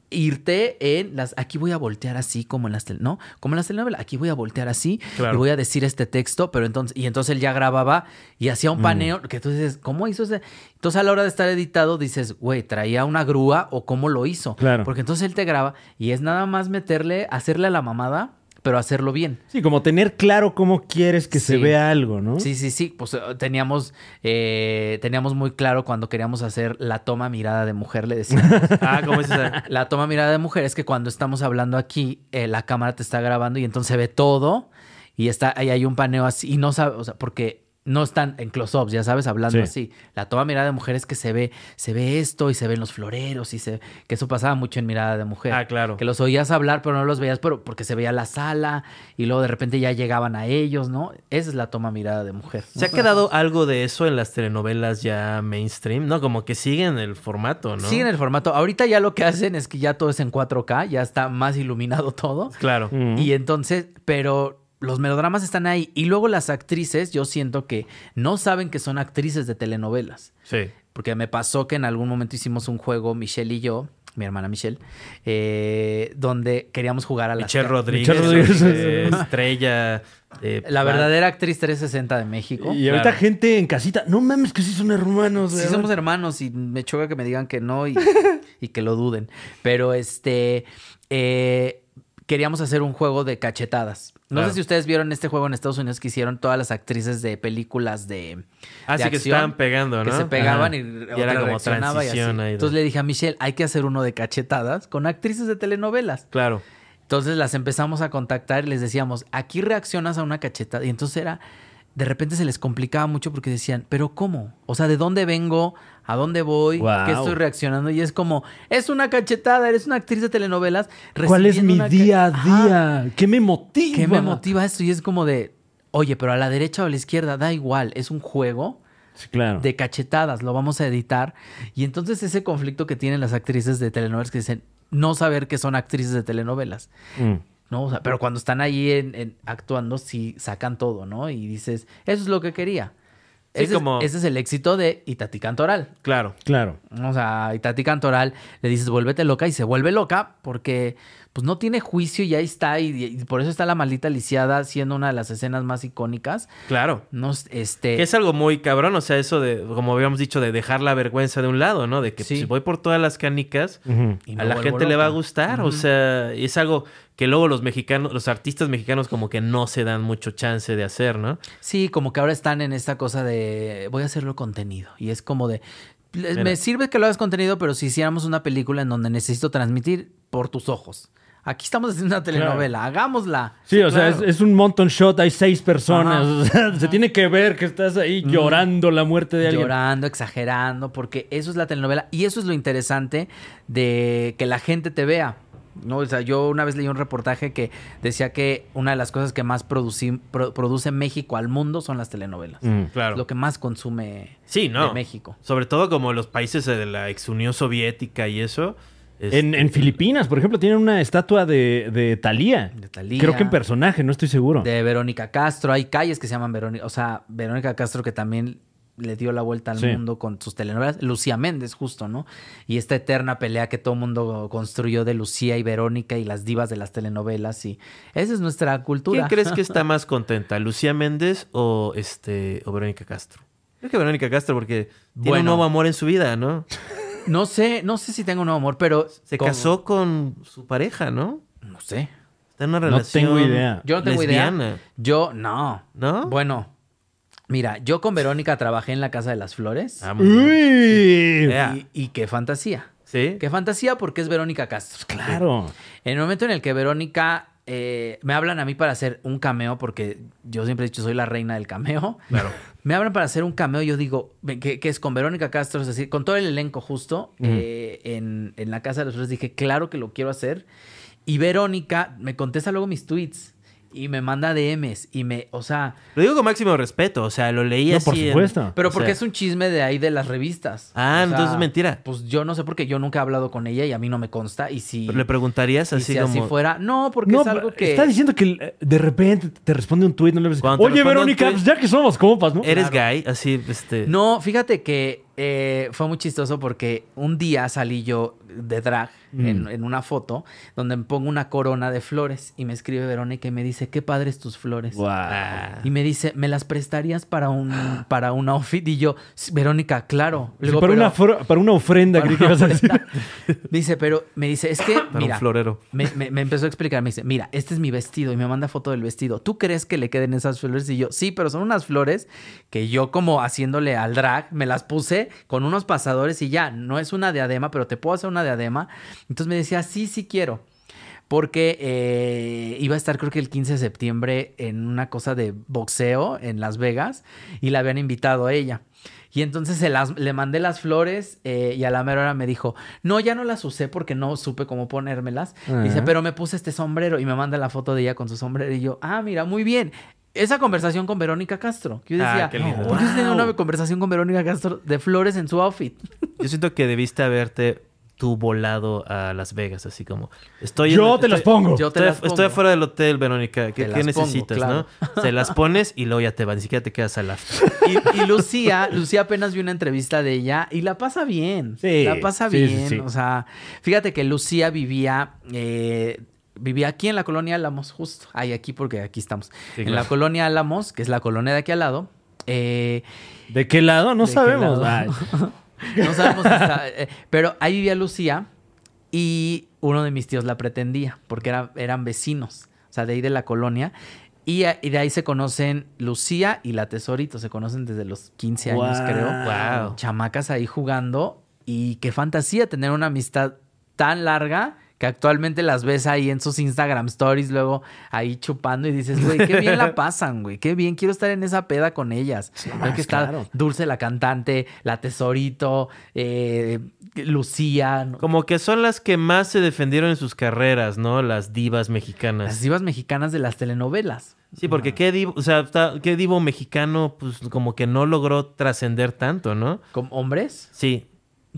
C: irte en las aquí voy a voltear así como en las tel- no como en las telenovelas aquí voy a voltear así
L: Claro.
C: y voy a decir este texto pero entonces y entonces él ya grababa y hacía un
L: Mm.
C: paneo que tú dices cómo hizo ese entonces a la hora de estar editado dices güey traía una grúa o cómo lo hizo
J: Claro.
C: porque entonces él te graba y es nada más meterle hacerle a la mamada pero hacerlo bien
J: Sí, como tener claro cómo quieres que se
C: Sí.
J: vea algo, ¿no?
C: Sí, sí, sí. Pues eh, teníamos, eh, teníamos muy claro cuando queríamos hacer la toma mirada de mujer, le decíamos.
J: [LAUGHS]
L: ah, ¿cómo es
C: [LAUGHS]
L: esa?
C: La toma mirada de mujer es que cuando estamos hablando aquí, eh, la cámara te está grabando y entonces se ve todo y está, ahí hay un paneo así y no sabe, o sea, porque no están en close-ups, ya sabes, hablando
J: Sí.
C: así. La toma mirada de mujer es que se ve, se ve esto y se ven los floreros y se, que eso pasaba mucho en mirada de mujer.
L: Ah, claro.
C: Que los oías hablar, pero no los veías pero porque se veía la sala y luego de repente ya llegaban a ellos, ¿no? Esa es la toma mirada de mujer.
L: ¿Se
C: [LAUGHS]
L: ha
C: ¿no?
L: quedado algo de eso en las telenovelas ya mainstream? No, como que siguen el formato, ¿no?
C: Siguen el formato. Ahorita ya lo que hacen es que ya todo es en 4K, ya está más iluminado [LAUGHS] todo.
L: Claro.
C: Y entonces, pero los melodramas están ahí. Y luego las actrices, yo siento que no saben que son actrices de telenovelas.
L: Sí.
C: Porque me pasó que en algún momento hicimos un juego, Michelle y yo, mi hermana Michelle, eh, donde queríamos jugar a la
L: Michelle Rodríguez, eh,
C: [LAUGHS]
L: estrella. eh,
C: La verdadera actriz 360 de México.
J: Y ahorita gente en casita. No mames, que sí son hermanos.
C: Sí
J: ¿verdad?
C: somos hermanos y me choca que me digan que no y, [LAUGHS] y que lo duden. Pero este eh, queríamos hacer un juego de cachetadas. No
L: Claro.
C: sé si ustedes vieron este juego en Estados Unidos que hicieron todas las actrices de películas de,
L: Ah,
C: de
L: sí, que
C: acción,
L: estaban pegando,
C: Que
L: ¿no?
C: se pegaban
L: Ajá.
C: y,
L: Y
C: otra
L: era como
C: reaccionaba y así.
L: transición ahí de-
C: Entonces le dije a Michelle, hay que hacer uno de cachetadas con actrices de telenovelas.
L: Claro.
C: Entonces las empezamos a contactar y les decíamos, aquí reaccionas a una cachetada. Y entonces era, de repente se les complicaba mucho porque decían, ¿pero cómo? O sea, ¿de dónde vengo? ¿A dónde voy?
J: Guau.
C: ¿Qué estoy reaccionando? Y es como, es una cachetada, eres una actriz de telenovelas.
J: ¿Cuál es
C: recibiendo
J: mi
C: una ca-
J: día a día? ¿Qué me motiva?
C: ¿Qué me motiva esto? Y es como de, oye, pero a la derecha o a la izquierda, da igual, es un juego
J: claro.
C: de cachetadas, lo vamos a editar. Y entonces ese conflicto que tienen las actrices de telenovelas que dicen, no saber que son actrices de telenovelas. ¿no? O sea, pero cuando están ahí en, en- actuando, sí sacan todo, ¿no? Y dices, eso es lo que quería.
L: Sí,
C: ese,
L: como-
C: es, ese es el éxito de Itati Cantoral.
L: Claro.
J: Claro.
C: O sea, Itati Cantoral le dices, vuélvete loca y se vuelve loca porque pues no tiene juicio y ahí está. Y, y por eso está la maldita lisiada siendo una de las escenas más icónicas.
L: Claro.
C: No, este...
L: Que es algo muy cabrón, o sea, eso de, como habíamos dicho, de dejar la vergüenza de un lado, ¿no? De que pues, si voy por todas las canicas,
J: Ujú.
C: Y
L: a
C: me
L: la
C: vuelvo
L: gente le va a
C: loca.
L: gustar, o
C: Ujú.
L: sea, es algo que luego los mexicanos, los artistas mexicanos como que no se dan mucho chance de hacer, ¿no?
C: Sí, como que ahora están en esta cosa de voy a hacerlo contenido. Y es como de. le-
L: Mira.
C: Me sirve que lo hagas contenido, pero si hiciéramos una película en donde necesito transmitir por tus ojos. Aquí estamos haciendo una telenovela, hagámosla.
J: Sí, o sea, es, es un mountain shot, hay seis personas.
C: Ajá.
J: o sea, se tiene que ver que estás ahí
C: Ujú.
J: llorando la muerte de alguien.
C: Llorando, exagerando, porque eso es la telenovela y eso es lo interesante de que la gente te vea. No, o sea, yo una vez leí un reportaje que decía que una de las cosas que más produci- pro- produce México al mundo son las telenovelas.
L: Mm. Claro.
C: Lo que más consume
L: Sí, ¿no?
C: de México.
L: Sobre todo como los países de la ex Unión Soviética y eso. este,
J: En, en Filipinas, por ejemplo, tienen una estatua de, de Talía.
C: Thalía.
J: Creo que en personaje, no estoy seguro.
C: De Verónica Castro. Hay calles que se llaman Verónica. O sea, Verónica Castro que también le dio la vuelta al
J: Sí.
C: mundo con sus telenovelas. Lucía Méndez, justo, ¿no? Y esta eterna pelea que todo el mundo construyó de Lucía y Verónica y las divas de las telenovelas. Y esa es nuestra
L: ¿Quién
C: cultura.
L: crees
C: [LAUGHS]
L: que está más contenta, Lucía Méndez o este o Verónica Castro? Creo que Verónica Castro porque tiene
C: Bueno.
L: un nuevo amor en su vida, ¿no?
C: No sé, no sé si tengo un nuevo amor, pero.
L: Se
C: con-
L: casó con su pareja, ¿no?
C: No sé.
L: Está en una
J: No
L: relación.
J: tengo idea.
C: Yo no tengo
L: lesbiana.
C: idea. Yo, no.
L: ¿No?
C: Bueno. Mira, yo con Verónica trabajé en la Casa de las Flores.
L: Ah,
J: Ah, ¡Uy!
C: Y, y qué fantasía.
L: Sí.
C: Qué fantasía porque es Verónica Castro.
J: Claro.
C: En el momento en el que Verónica eh, me hablan a mí para hacer un cameo, porque yo siempre he dicho soy la reina del cameo.
L: Claro.
C: [LAUGHS] Me hablan para hacer un cameo, yo digo, ve- que, que es con Verónica Castro, es decir, con todo el elenco justo,
J: Mm.
C: eh, en, en la Casa de los Flores dije, claro que lo quiero hacer. Y Verónica me contesta luego mis tweets y me manda DMs y me, o sea...
L: Lo digo con máximo respeto, o sea, lo leí
C: No,
L: así.
C: por
L: en-
J: supuesto.
C: Pero
L: o
C: porque
L: sea,
C: es un chisme de ahí de las revistas.
L: Ah,
C: O sea,
L: entonces es mentira.
C: Pues yo no sé porque yo nunca he hablado con ella y a mí no me consta. Y si,
L: ¿Le preguntarías
C: y
L: así
C: si
L: como...?
C: así fuera, no, porque
J: No,
C: es algo que...
J: Está diciendo que eh, de repente te responde un tuit, no le ves-
L: Cuando te
J: Oye,
L: responde un
J: Verónica,
L: tuit-
J: pues ya que somos compas, ¿no?
L: ¿Eres gay? Así, este...
C: No, fíjate que eh, fue muy chistoso porque un día salí yo de drag en,
J: Mm.
C: en una foto donde me pongo una corona de flores y me escribe Verónica y me dice, qué padres tus flores.
J: Guau.
C: Y me dice, ¿me las prestarías
J: [GASPS]
C: para un, para un outfit? Y yo, "Sí, Verónica, claro. Le
J: Sí,
C: digo,
J: para,
C: "Pero-
J: una fro- para una ofrenda, creí que ibas a decir.
C: Me dice, pero me dice, es que.
L: un
C: mira,
L: florero.
C: Me, me- me empezó a explicar, me dice, mira, este es mi vestido y me manda foto del vestido. ¿Tú crees que le queden esas flores? Y yo, sí, pero son unas flores que yo, como haciéndole al drag, me las puse con unos pasadores y ya, no es una diadema, pero te puedo hacer una diadema. Entonces me decía, sí, sí quiero. Porque eh, iba a estar creo que el 15 de septiembre en una cosa de boxeo en Las Vegas y la habían invitado a ella. Y entonces se las- le mandé las flores eh, y a la mera hora me dijo, no, ya no las usé porque no supe cómo ponérmelas.
J: Ah.
C: Dice, pero me puse este sombrero y me manda la foto de ella con su sombrero y yo, ah, mira, muy bien. Esa conversación con Verónica Castro. que Yo
L: Ah,
C: decía,
L: qué lindo.
C: "¿Por qué usted tiene
L: Wow.
C: una conversación con Verónica Castro de flores en su outfit?
L: Yo siento que debiste haberte tu volado a Las Vegas, así como estoy
J: Yo te
L: estoy-
J: las pongo. Yo te
L: estoy,
J: las pongo.
L: estoy afuera del hotel, Verónica, ¿qué,
C: Te
L: qué
C: las pongo,
L: necesitas,
C: claro.
L: no? Te las pones y luego ya te vas, ni siquiera te quedas al after.
C: Y, y
L: [LAUGHS]
C: Lucía, Lucía apenas vi una entrevista de ella y la pasa bien.
L: Sí,
C: La pasa
L: sí,
C: bien.
L: sí, sí.
C: O sea, fíjate que Lucía vivía. eh, Vivía aquí en la colonia Álamos, justo. Ahí, aquí, porque aquí estamos.
J: Sí,
C: en
J: claro.
C: la colonia Álamos, que es la colonia de aquí al lado. eh,
J: ¿De qué lado? No
C: ¿de qué
J: sabemos. Eh,
C: lado?
J: Ay.
C: no sabemos si
L: [LAUGHS]
C: está- eh, Pero ahí vivía Lucía y uno de mis tíos la pretendía porque era- eran vecinos, o sea, de ahí de la colonia. Y, a- y de ahí se conocen Lucía y la Tesorito, se conocen desde los 15 años,
L: Guau.
C: creo.
L: Guau.
C: Chamacas ahí jugando. Y qué fantasía tener una amistad tan larga que actualmente las ves ahí en sus Instagram stories, luego ahí chupando y dices, güey, qué bien
L: [LAUGHS]
C: la pasan, güey, qué bien, quiero estar en esa peda con ellas. Creo que está
L: claro.
C: Dulce la cantante, la Tesorito, eh, Lucía. ¿no?
L: Como que son las que más se defendieron en sus carreras, ¿no? Las divas mexicanas.
C: Las divas mexicanas de las telenovelas.
L: Sí, porque qué divo, o sea, ta- qué divo mexicano, pues como que no logró trascender tanto, ¿no?
C: ¿Como hombres?
L: Sí.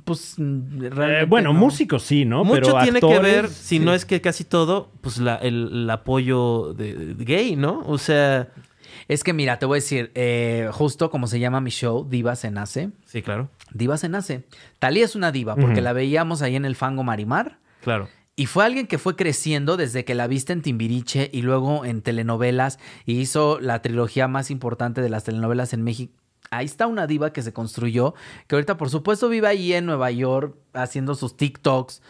C: Pues mm,
J: Eh,
C: realmente
J: bueno,
C: no.
J: músicos sí, ¿no?
L: Mucho
J: Pero
L: tiene
J: actores,
L: que ver, si
J: sí.
L: no es que casi todo, pues la, el, el apoyo de, de gay, ¿no? O sea.
C: Es que mira, te voy a decir, eh, justo como se llama mi show, Diva se nace.
L: Sí, claro.
C: Diva se nace. Talía es una diva, porque
L: Ujú.
C: la veíamos ahí en el fango Marimar.
L: Claro.
C: Y fue alguien que fue creciendo desde que la viste en Timbiriche y luego en telenovelas y hizo la trilogía más importante de las telenovelas en México. Ahí está una diva que se construyó, que ahorita por supuesto vive ahí en Nueva York haciendo sus TikToks.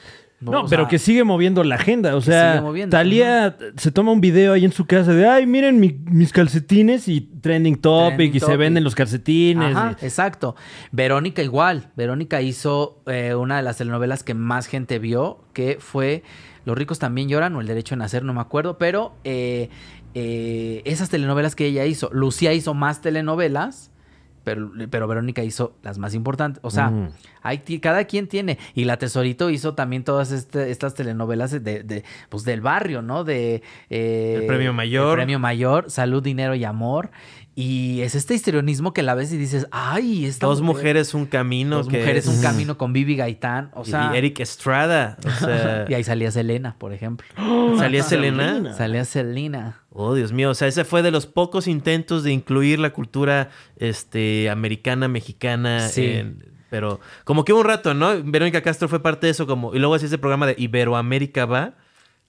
J: No,
C: O
J: pero
C: sea,
J: que sigue moviendo la agenda. O
C: que
J: sea,
C: sigue moviendo,
J: Talía se toma un video ahí en su casa de, ay, miren mi- mis calcetines y trending topic
C: Trending
J: y se
C: topic.
J: venden los calcetines.
C: Ajá, exacto. Verónica igual. Verónica hizo eh, una de las telenovelas que más gente vio, que fue Los ricos también lloran o El derecho a nacer, no me acuerdo, pero eh, eh, esas telenovelas que ella hizo, Lucía hizo más telenovelas. Pero, pero Verónica hizo las más importantes. O sea,
J: Mm.
C: hay ti- cada quien tiene. Y la Tesorito hizo también todas este- estas telenovelas de, de- pues del barrio, ¿no? De, eh,
L: El Premio Mayor.
C: El Premio Mayor, Salud, Dinero y Amor. Y es este histrionismo que la ves y dices, ay, esta
L: Dos
C: mujer-
L: mujeres, un camino.
C: dos
L: que
C: mujeres, un
L: es-
C: camino con Vivi Gaitán. O
L: Y-
C: sea,
L: y Eric Estrada. O sea,
C: [LAUGHS] y ahí salía Selena, por ejemplo.
L: Ah, ¿Salía Selena?
C: Salía Selena.
L: Oh, Dios mío, o sea, ese fue de los pocos intentos de incluir la cultura este, americana, mexicana,
C: Sí.
L: en- pero como que hubo un rato, ¿no? Verónica Castro fue parte de eso, como, y luego hacía ese programa de Iberoamérica va,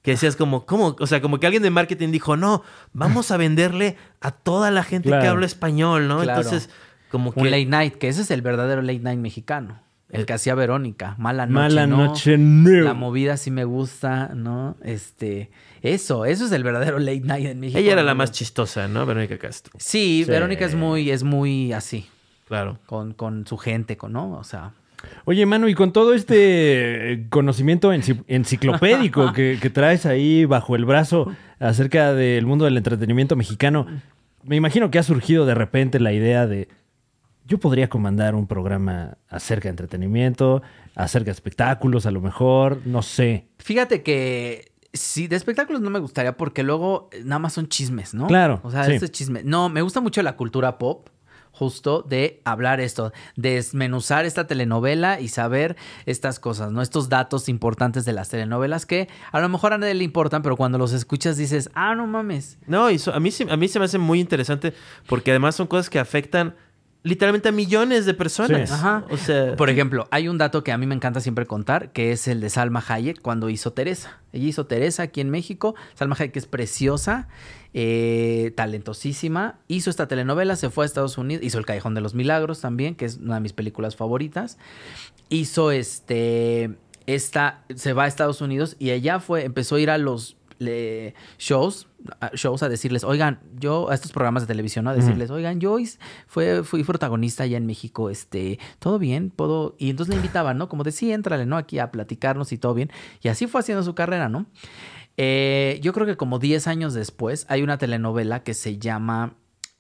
L: que decías como, ¿cómo? O sea, como que alguien de marketing dijo, no, vamos a venderle a toda la gente que
C: Claro.
L: habla español, ¿no?
C: Claro.
L: Entonces, como que...
C: Un late night, que ese es el verdadero late night mexicano. El que hacía Verónica. Mala noche.
J: Mala
C: no.
J: noche, no.
C: La movida sí me gusta, ¿no? Este. Eso, eso es el verdadero late night en México.
L: Ella era la
C: ¿no?
L: más chistosa, ¿no? Verónica Castro.
C: Sí,
L: Sí.
C: Verónica es muy, es muy así.
L: Claro.
C: Con, con su gente, con, ¿no? O sea.
J: Oye, Manu, y con todo este eh, conocimiento enci- enciclopédico que, que traes ahí bajo el brazo acerca del mundo del entretenimiento mexicano, me imagino que ha surgido de repente la idea de yo podría comandar un programa acerca de entretenimiento, acerca de espectáculos, a lo mejor, no sé.
C: Fíjate que sí, de espectáculos no me gustaría porque luego eh, nada más son chismes, ¿no?
J: Claro,
C: O sea,
J: sí.
C: esto es chisme. No, me gusta mucho la cultura pop. Justo de hablar esto, desmenuzar esta telenovela y saber estas cosas, ¿no? Estos datos importantes de las telenovelas que a lo mejor a nadie le importan, pero cuando los escuchas dices, ah, no mames.
L: No, y so- a, mí, se- a mí se me hace muy interesante porque además son cosas que afectan literalmente a millones de personas.
C: Ajá.
L: O sea,
C: Por ejemplo, hay un dato que a mí me encanta siempre contar, que es el de Salma Hayek cuando hizo Teresa. Ella hizo Teresa aquí en México. Salma Hayek es preciosa, eh, talentosísima. Hizo esta telenovela, se fue a Estados Unidos, hizo El Callejón de los Milagros también, que es una de mis películas favoritas. Hizo este, esta, se va a Estados Unidos y ella fue, empezó a ir a los le- shows, a- shows a decirles, oigan, yo, a estos programas de televisión, ¿no? a
P: Ujú.
C: decirles, oigan, yo is- fue, fui protagonista allá en México, este, todo bien, puedo. Y entonces le invitaban, ¿no? Como de sí, éntrale, ¿no? Aquí a platicarnos y todo bien. Y así fue haciendo su carrera, ¿no? Eh, yo creo que como 10 años después hay una telenovela que se llama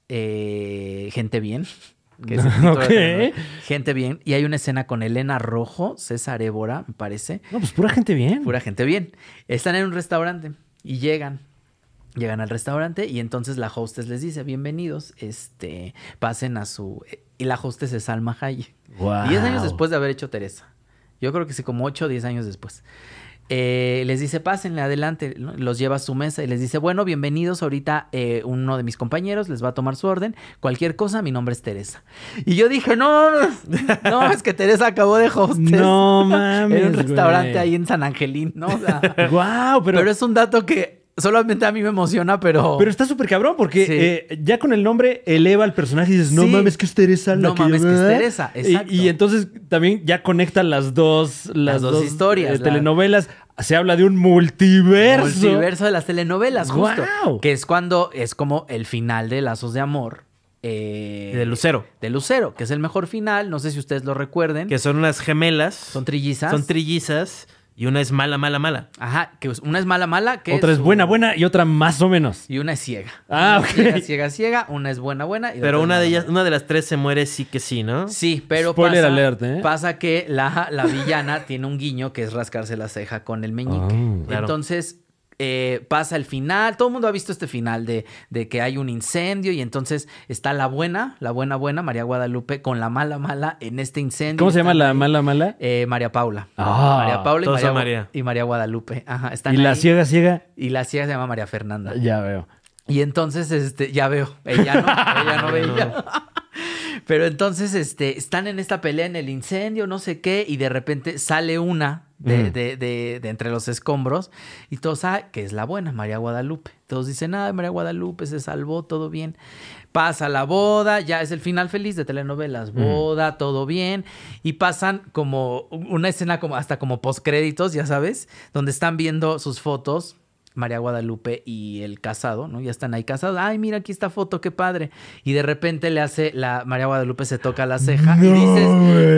C: eh, Gente Bien. que es el título de la
J: Ok.
C: telenovela. Gente Bien. Y hay una escena con Elena Rojo, César Évora, me parece.
J: No, pues pura gente bien.
C: Pura gente bien. Están en un restaurante y llegan. Llegan al restaurante y entonces la hostess les dice, bienvenidos, este, pasen a su... Y la hostess es Salma Hayek.
J: Guau.
C: Diez años después de haber hecho Teresa. Yo creo que sí, como 8 o 10 años después. Eh, les dice, pásenle adelante, ¿no? los lleva a su mesa y les dice, bueno, bienvenidos, ahorita eh, uno de mis compañeros les va a tomar su orden, cualquier cosa, mi nombre es Teresa. Y yo dije, no, [LAUGHS] no, no, es que Teresa acabó de hostess.
J: [LAUGHS] No
C: En
J: mames,
C: un restaurante
J: güey.
C: ahí en San Angelín, ¿no? O sea,
J: Guau, [LAUGHS] pero...
C: pero es un dato que solamente a mí me emociona, pero...
J: Pero está súper cabrón porque
C: Sí.
J: eh, ya con el nombre eleva al personaje y dices, no
C: Sí.
J: mames que ¿eh?" es Teresa. la
C: No mames, que es Teresa,
J: Y-
C: exacto.
J: Y, entonces también ya conecta las dos, las
C: dos
J: dos,
C: historias,
J: eh,
C: la-
J: telenovelas. Se habla de un multiverso.
C: Multiverso de las telenovelas, justo.
J: ¡Guau!
C: Que es cuando es como el final de Lazos de Amor. eh,
L: De Lucero.
C: De Lucero, que es el mejor final. No sé si ustedes lo recuerden.
L: Que son unas gemelas. Son
C: trillizas.
L: Son trillizas. Y una es mala, mala, mala.
C: Ajá, que una es mala, mala. Que
J: Otra es
C: su-
J: buena, buena y otra más o menos.
C: Y una es ciega.
J: Ah,
C: Una es
J: ok.
C: Ciega, ciega, ciega. Una es buena, buena. y otra
L: Pero
C: es
L: una de
C: mala,
L: ellas, una de las tres se muere sí que sí, ¿no?
C: Sí, pero
L: Spoiler
C: pasa,
L: alert, ¿eh?
C: pasa que la, la villana [LAUGHS] tiene un guiño que es rascarse la ceja con el meñique.
L: Ah, claro.
C: Entonces eh, pasa el final. Todo el mundo ha visto este final de, de que hay un incendio y entonces está la buena, la buena buena, María Guadalupe, con la mala mala en este incendio.
J: ¿Cómo se llama
C: Están
J: la
C: ahí,
J: mala mala?
C: eh, María Paula.
J: Ah.
C: María Paula y
J: Todos
C: María,
J: son María.
C: y María Guadalupe. Ajá, están
J: Y la
C: ahí.
J: ciega ciega,
C: Y la ciega se llama María Fernanda.
J: ya veo.
C: Y entonces, este, ya veo, ella no, ella no veía. Pero entonces, este, están en esta pelea en el incendio, no sé qué, y de repente sale una de,
J: Mm.
C: de- de- de entre los escombros y todos, ah, que es la buena, María Guadalupe. Todos dicen, ah, María Guadalupe se salvó, todo bien. Pasa la boda, ya es el final feliz de telenovelas,
J: Mm.
C: boda, todo bien. Y pasan como una escena como hasta como postcréditos, ya sabes, donde están viendo sus fotos. María Guadalupe y el casado, ¿no? Ya están ahí casados. Ay, mira aquí esta foto, qué padre. Y de repente le hace la María Guadalupe se toca la ceja y dices,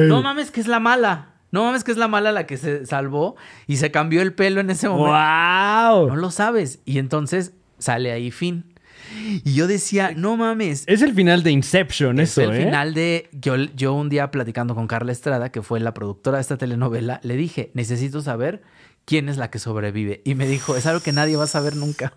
C: "No mames, que es la mala." No mames, que es la mala la que se salvó y se cambió el pelo en ese momento.
J: ¡Wow!
C: No lo sabes. Y entonces sale ahí fin. Y yo decía, no mames.
J: Es el final de Inception,
C: Es
J: eso,
C: el
J: ¿eh?
C: final de. Yo, yo un día platicando con Carla Estrada, que fue la productora de esta telenovela, le dije: Necesito saber quién es la que sobrevive. Y me dijo: Es algo que nadie va a saber
L: [LAUGHS]
C: nunca.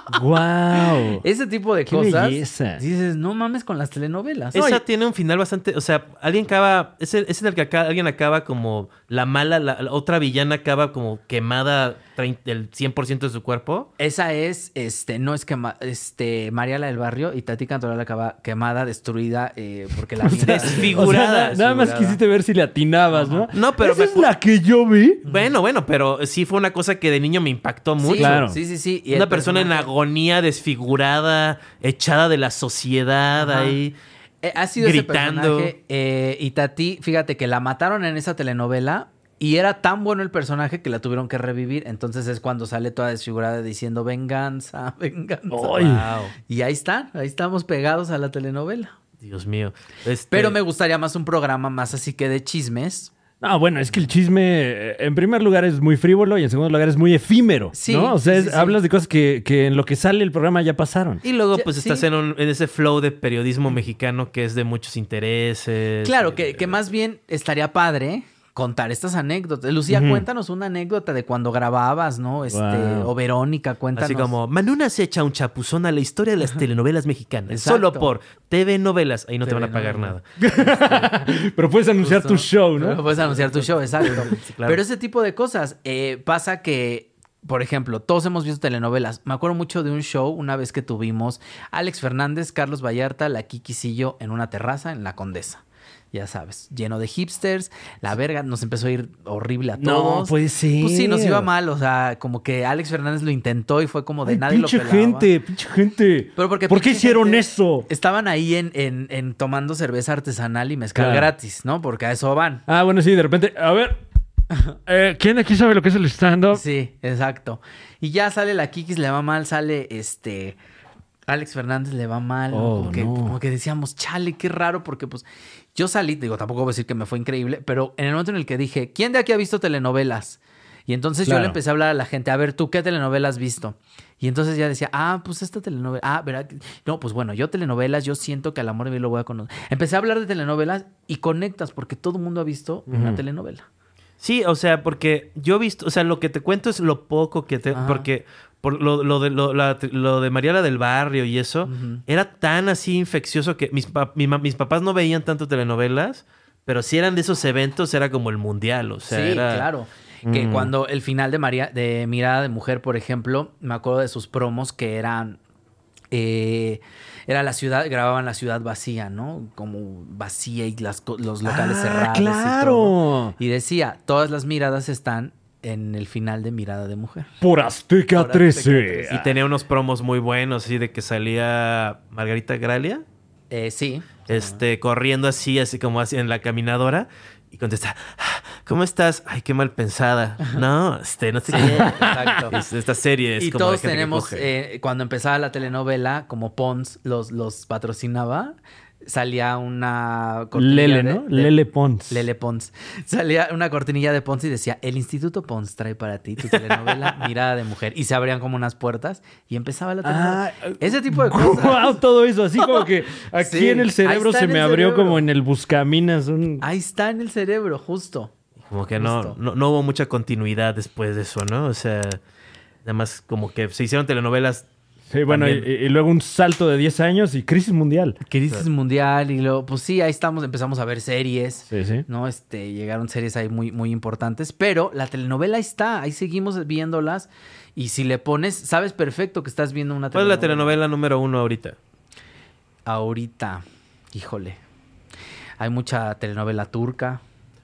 C: [LAUGHS]
J: ¡Wow!
C: Ese tipo de
L: Qué
C: cosas.
L: belleza.
C: Dices: No mames con las telenovelas.
L: Esa
C: Oye,
L: tiene un final bastante. O sea, alguien acaba. Es, el- es en el que acá, alguien acaba como la mala, la, la otra villana acaba como quemada trein- el 100% de su cuerpo.
C: Esa es, este, no es que este, Mariala del Barrio y Tati Cantoral acaba quemada, destruida, eh, porque
L: [LAUGHS]
C: la vida...
L: desfigurada.
J: O sea, na- nada más quisiste ver si le atinabas, ¿no?
L: No, pero
J: Esa
L: me
J: es la que yo vi.
L: Bueno, bueno, pero sí fue una cosa que de niño me impactó mucho.
J: claro.
C: sí, sí, sí. Y el
L: Una persona en
C: personaje-
L: agonía, desfigurada, echada de la sociedad
C: Ajá.
L: ahí.
C: Eh, ha sido
L: Gritando.
C: ese personaje. eh, y Tati, fíjate que la mataron en esa telenovela y era tan bueno el personaje que la tuvieron que revivir. Entonces es cuando sale toda desfigurada diciendo venganza, [LAUGHS] venganza.
L: ¡Ay! Wow.
C: Y ahí están, ahí estamos pegados a la telenovela.
L: Dios mío. Este-
C: Pero me gustaría más un programa más así que de chismes.
J: No, bueno, es que el chisme, eh, en primer lugar, es muy frívolo y en segundo lugar, es muy efímero.
C: Sí,
J: ¿no? O sea,
C: sí,
J: es-
C: sí, sí.
J: hablas de cosas que, que en lo que sale el programa ya pasaron.
L: Y luego,
C: Ya,
L: pues,
C: sí.
L: estás en, un- en ese flow de periodismo mexicano que es de muchos intereses. eh,
C: Claro, que, que más bien estaría padre contar estas anécdotas. Lucía,
L: Ujú.
C: cuéntanos una anécdota de cuando grababas, ¿no? Este,
L: Wow.
C: O Verónica, cuéntanos.
L: Así como, Manuna se echa un chapuzón a la historia de las telenovelas mexicanas.
C: Exacto.
L: Solo por TV Novelas. Ahí no te
C: TV
L: van a pagar nada.
J: Pero puedes anunciar tu show, ¿no?
C: Pero puedes anunciar tu show, exacto.
L: claro.
C: Pero ese tipo de cosas. eh, pasa que, por ejemplo, todos hemos visto telenovelas. Me acuerdo mucho de un show una vez que tuvimos Alex Fernández, Carlos Vallarta, la Kikisillo en una terraza en La Condesa. Ya sabes, lleno de hipsters, la verga nos empezó a ir horrible a
J: No,
C: todos.
J: pues sí.
C: Pues sí, nos iba mal, o sea, como que Alex Fernández lo intentó y fue como de
J: Ay,
C: nadie
J: pinche
C: lo pelaba.
J: gente, pinche gente.
C: Pero porque
J: ¿Por qué
C: pinche
J: hicieron
C: gente-
J: eso?
C: Estaban ahí en, en- en tomando cerveza artesanal y mezcal
J: Claro.
C: gratis, ¿no? Porque a eso van.
J: Ah, bueno, sí, de repente, a ver. eh, ¿Quién aquí sabe lo que es el stand-up?
C: Sí, exacto. Y ya sale la Kikis, le va mal, sale este. Alex Fernández le va mal. ¿no?
J: Oh,
C: como, que,
J: no.
C: como que decíamos, chale, qué raro, porque pues yo salí, digo, tampoco voy a decir que me fue increíble, pero en el momento en el que dije, ¿quién de aquí ha visto telenovelas? Y entonces yo
J: Claro.
C: le empecé a hablar a la gente, a ver, ¿tú qué telenovelas has visto? Y entonces ya decía, ah, pues esta telenovela, ah, ¿verdad? que- No, pues bueno, yo telenovelas, yo siento que al amor de mí lo voy a conocer. Empecé a hablar de telenovelas y conectas, porque todo el mundo ha visto una
L: Ujú.
C: telenovela.
L: Sí, o sea, porque yo he visto, o sea, lo que te cuento es lo poco que te,
C: Ajá.
L: porque por lo, lo de, lo, la- lo de Mariela del Barrio y eso,
C: Ujú.
L: era tan así infeccioso que mis, pa- mi ma- mis papás no veían tanto telenovelas, Pero si eran de esos eventos, era como el mundial, o sea,
C: sí,
L: era-
C: claro. Que
L: Mm.
C: cuando el final de María, de Mirada de Mujer, por ejemplo, me acuerdo de sus promos que eran. eh, era la ciudad, grababan la ciudad vacía, ¿no? Como vacía y las, co- los locales
J: Ah,
C: cerrados. y
J: claro.
C: todo. Y, decía: todas las miradas están en el final de Mirada de Mujer.
J: Por Azteca 13.
L: Y tenía unos promos muy buenos, así de que salía Margarita Gralia.
C: Eh, sí.
L: Este, corriendo así, así como así en la caminadora. Y contesta, "Ah, ¿cómo estás? Ay, qué mal pensada. No, este, no sé qué.
C: exacto.
L: [LAUGHS] Es- esta serie es
C: y
L: como de
C: todos
L: gente que
C: tenemos,
L: coge.
C: eh, cuando empezaba la telenovela, como Pons los, los patrocinaba, salía una cortinilla
J: Ah, Lele,
C: de-
J: ¿no?
C: de-
J: Lele Pons. [LAUGHS]
C: ¿eh? Lele Pons. Salía una cortinilla de Pons y decía, el Instituto Pons trae para ti tu telenovela [LAUGHS] Mirada de Mujer. Y se abrían como unas puertas y empezaba la telenovela. Ese tipo de cosas.
J: Wow, todo eso, así como que aquí
C: [LAUGHS] Sí,
J: en el
C: ahí
J: cerebro
C: está
J: se
C: en
J: me
C: el
J: abrió
C: cerebro.
J: como en el buscaminas. un-
C: Ahí está en el cerebro, justo.
L: Como que no,
C: Justo.
L: no, no hubo mucha continuidad después de eso, ¿no? O sea, nada más como que se hicieron telenovelas.
J: Sí, bueno, y,
L: también.
J: y luego un salto de 10 años y crisis mundial.
C: Crisis mundial y luego, pues sí, ahí estamos, empezamos a ver series.
J: Sí, sí.
C: ¿no? Este, llegaron series ahí muy, muy importantes, pero la telenovela está, ahí seguimos viéndolas y si le pones, sabes perfecto que estás viendo una
L: ¿Cuál es
C: telenovela.
L: la telenovela número uno ahorita?
C: Ahorita, híjole, hay mucha telenovela turca.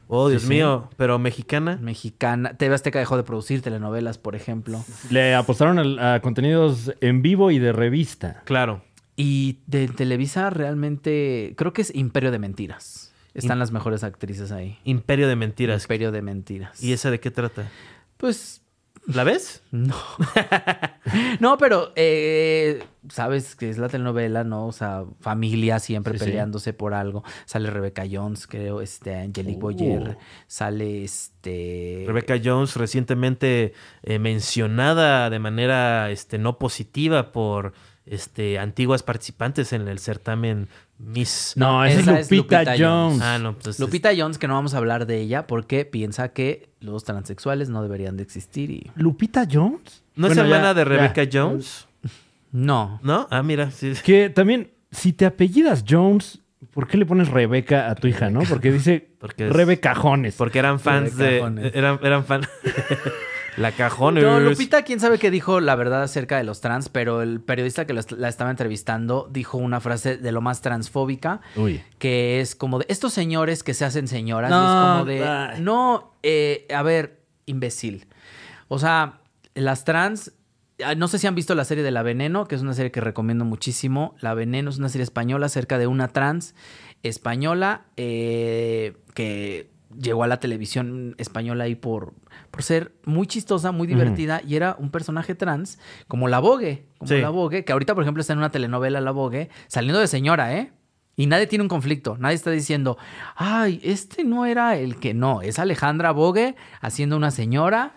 L: Oh, Dios
C: Sí, sí.
L: mío, pero mexicana.
C: Mexicana. TV Azteca dejó de producir telenovelas, por ejemplo.
J: Le apostaron al- a, contenidos en vivo y de revista.
L: Claro.
C: Y de Televisa realmente, creo que es Imperio de Mentiras. Están
L: Im-
C: las mejores actrices ahí.
L: Imperio de Mentiras.
C: Imperio de Mentiras.
L: ¿Y esa de qué trata?
C: Pues
L: ¿La ves?
C: No. No, pero eh, sabes que es la telenovela, ¿no? O sea, familia siempre
J: Sí, sí.
C: peleándose por algo. Sale Rebeca Jones, creo, este, Angelique
L: Uh.
C: Boyer, sale este.
L: Rebecca Jones, recientemente eh, mencionada de manera este, no positiva por este, antiguas participantes en el certamen Miss.
J: No, esa es Lupita Jones.
L: Ah, no, pues,
C: Lupita Jones, que no vamos a hablar de ella porque piensa que los transexuales no deberían de existir y.
J: ¿Lupita Jones?
L: ¿No es
J: Bueno,
L: hermana
J: ya,
L: de
J: ya.
L: Rebecca Jones?
C: No.
L: ¿No? Ah, mira, sí.
J: Que también, si te apellidas Jones, ¿por qué le pones Rebeca a tu hija, no? Porque dice
L: Porque es-
J: Rebeca Jones.
L: Porque eran fans
J: Rebeca
L: de.
J: Jones.
L: Eran, eran fan. [LAUGHS] La cajones.
C: No, Lupita, quién sabe qué dijo la verdad acerca de los trans, pero el periodista que lo est- la estaba entrevistando dijo una frase de lo más transfóbica.
J: Uy.
C: que es como de estos señores que se hacen señoras. y
J: No,
C: es como de. No, eh, a ver, imbécil. O sea, las trans. ah, No sé si han visto la serie de La Veneno, que es una serie que recomiendo muchísimo. La Veneno es una serie española acerca de una trans española eh, que llegó a la televisión española ahí por, por ser muy chistosa, muy divertida y era un personaje trans como La Vogue, como
L: Sí.
C: La Vogue, que ahorita por ejemplo está en una telenovela La Vogue, saliendo de señora, ¿eh? Y nadie tiene un conflicto, nadie está diciendo, ay, este no era el que no, es Alejandra Vogue haciendo una señora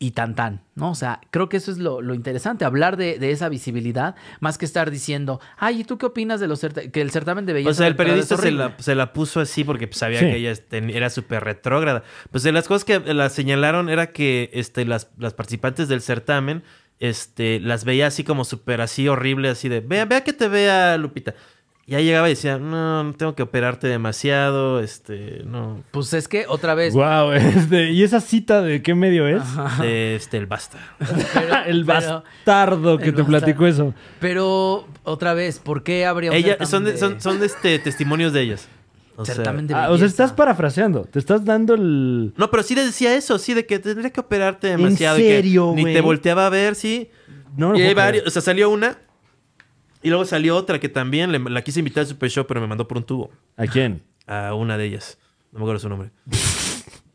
C: y tan tan, ¿no? O sea, creo que eso es lo, lo interesante, hablar de, de esa visibilidad, más que estar diciendo, ay, ¿y tú qué opinas de los certa- que el certamen de belleza?
L: O sea, el
C: del Prado es
L: periodista se
C: horrible?"
L: la, se la puso así porque pues, sabía
C: Sí.
L: que ella este, era súper retrógrada. Pues de las cosas que la señalaron era que este, las, las participantes del certamen este, las veía así como súper así horrible, así de, vea, vea que te vea Lupita. Y ahí llegaba y decía, no, no tengo que operarte demasiado, este, no.
C: Pues es que otra vez...
J: [LAUGHS] Wow, este, ¿y esa cita de qué medio es?
L: De, este, el
C: [LAUGHS]
L: basta.
J: [LAUGHS]
L: [LAUGHS]
J: el
C: pero-
J: bastardo que
C: el
J: te
C: bastardo.
J: platicó eso.
C: Pero, otra vez, ¿por qué habría un
L: Ella,
C: certamen
L: son, de-
C: de-
L: son, son de, este, testimonios de ellas. O sea-
C: Certamen de
J: Ah, o sea, estás parafraseando, te estás dando el...
L: No, pero sí le decía eso, sí, de que tendría que operarte demasiado. y
J: serio,
L: que Ni
J: güey?
L: te volteaba a ver, sí.
J: No, no
L: y hay
J: puedo
L: varios,
J: creer.
L: o sea, salió una y luego salió otra que también le- la quise invitar al Super Show, pero me mandó por un tubo.
J: ¿A quién?
L: A una de ellas. No me acuerdo
J: [LAUGHS]
L: su nombre.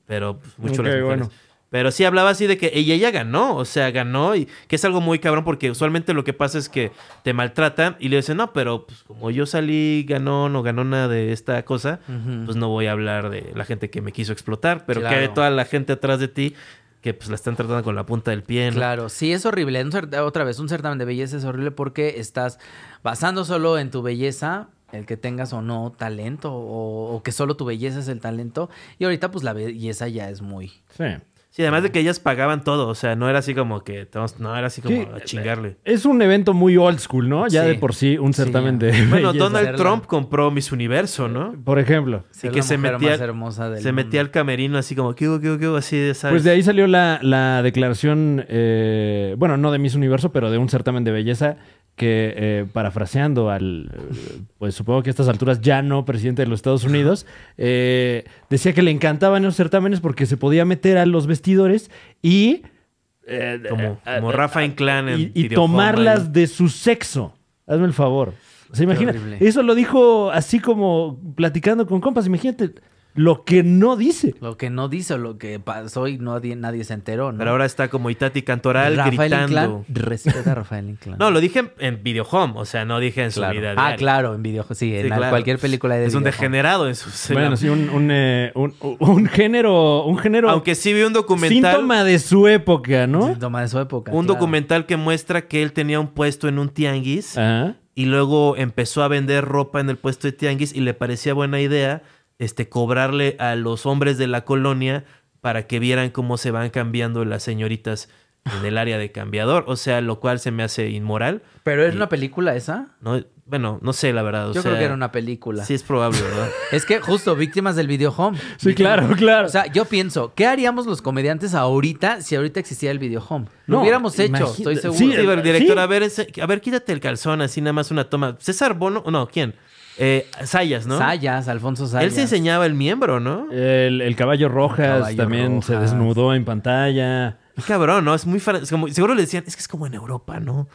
L: pero pues, mucho
J: Ok,
L: las mujeres.
J: bueno.
L: Pero sí hablaba así de que y ella ganó, o sea, ganó, y que es algo muy cabrón porque usualmente lo que pasa es que te maltratan y le dicen, no, pero pues, como yo salí ganón o ganona de esta cosa,
C: Ujú.
L: pues no voy a hablar de la gente que me quiso explotar, pero
C: Claro.
L: que hay toda la gente atrás de ti que pues la están tratando con la punta del pie. ¿no?
C: Claro, sí, es horrible. Un cert- otra vez, un certamen de belleza es horrible porque estás basando solo en tu belleza, el que tengas o no talento, o, o que solo tu belleza es el talento. Y ahorita, pues la belleza ya es muy.
J: Sí.
L: Sí, además de que ellas pagaban todo, o sea, no era así como que, te vamos- no, era así como
J: Sí.
L: a chingarle.
J: Es un evento muy old school, ¿no? Ya de por sí, un certamen de. belleza.
L: Bueno, Donald Trump compró Miss Universo, ¿no?
J: Por ejemplo.
L: Así
J: Ser
L: que
J: la
L: se
J: mujer
L: metía,
J: más hermosa del
L: se metía al camerino así como, ¿qué hubo, qué hubo, qué hubo?", Así de, ¿sabes?
J: Pues de ahí salió la, la declaración, eh, bueno, no de Miss Universo, pero de un certamen de belleza que, eh, parafraseando al, eh, pues supongo que a estas alturas ya no presidente de los Estados Unidos, eh, decía que le encantaban esos certámenes porque se podía meter a los vestidores y, eh,
L: como, como Rafa Inclán en
J: y- y
L: Videohome,
J: tomarlas
L: ahí.
J: de su sexo. Hazme el favor. O sea, imagina,
L: horrible.
J: eso lo dijo así como platicando con compas, imagínate lo que no dice.
C: Lo que no dice, lo que pasó y no, di- nadie se enteró, ¿no?
L: Pero ahora está como Itati Cantoral
C: Rafael
L: gritando.
C: Inclán, respeta a Rafael Inclán.
L: No, lo dije en, en Videohome, o sea, no dije en su
C: Claro.
L: vida
C: Ah,
L: diaria.
C: claro, en video, sí, en
L: Sí,
C: la-
L: claro.
C: cualquier película de
L: Es un
C: videojuego.
L: degenerado en su
J: Bueno, sí, un, un, eh, un- un género, un género.
L: Aunque sí vi un documental.
J: Síntoma de su época, ¿no?
C: Síntoma de su época.
L: Un documental que muestra que él tenía un puesto en un tianguis
J: Ajá.
L: y luego empezó a vender ropa en el puesto de tianguis y le parecía buena idea este, cobrarle a los hombres de la colonia para que vieran cómo se van cambiando las señoritas en el área de cambiador. O sea, lo cual se me hace inmoral.
C: ¿Pero es una película esa?
L: No, bueno, no sé la verdad. o
C: Yo creo
L: sea,
C: que era una película.
L: Sí, es probable, ¿verdad?
C: Es que justo víctimas del videohome.
J: Sí, claro, claro.
C: O sea, yo pienso, ¿qué haríamos los comediantes ahorita si ahorita existiera el videohome? Lo
L: No,
C: [LAUGHS] hubiéramos hecho,
L: imagina-
C: estoy seguro.
L: Sí, el director, a ver, ese- a ver, quítate el calzón, así nada más una toma. César Bono, no, ¿quién? Eh, Sayas, ¿no?
C: Sayas, Alfonso Sayas.
L: Él se enseñaba el miembro, ¿no?
J: El, el caballo rojas
L: Caballo
J: también se
L: Rojas.
J: desnudó en pantalla.
L: Qué Cabrón, ¿no? Es muy fra- es como- Seguro le decían, es que es como en Europa, ¿no?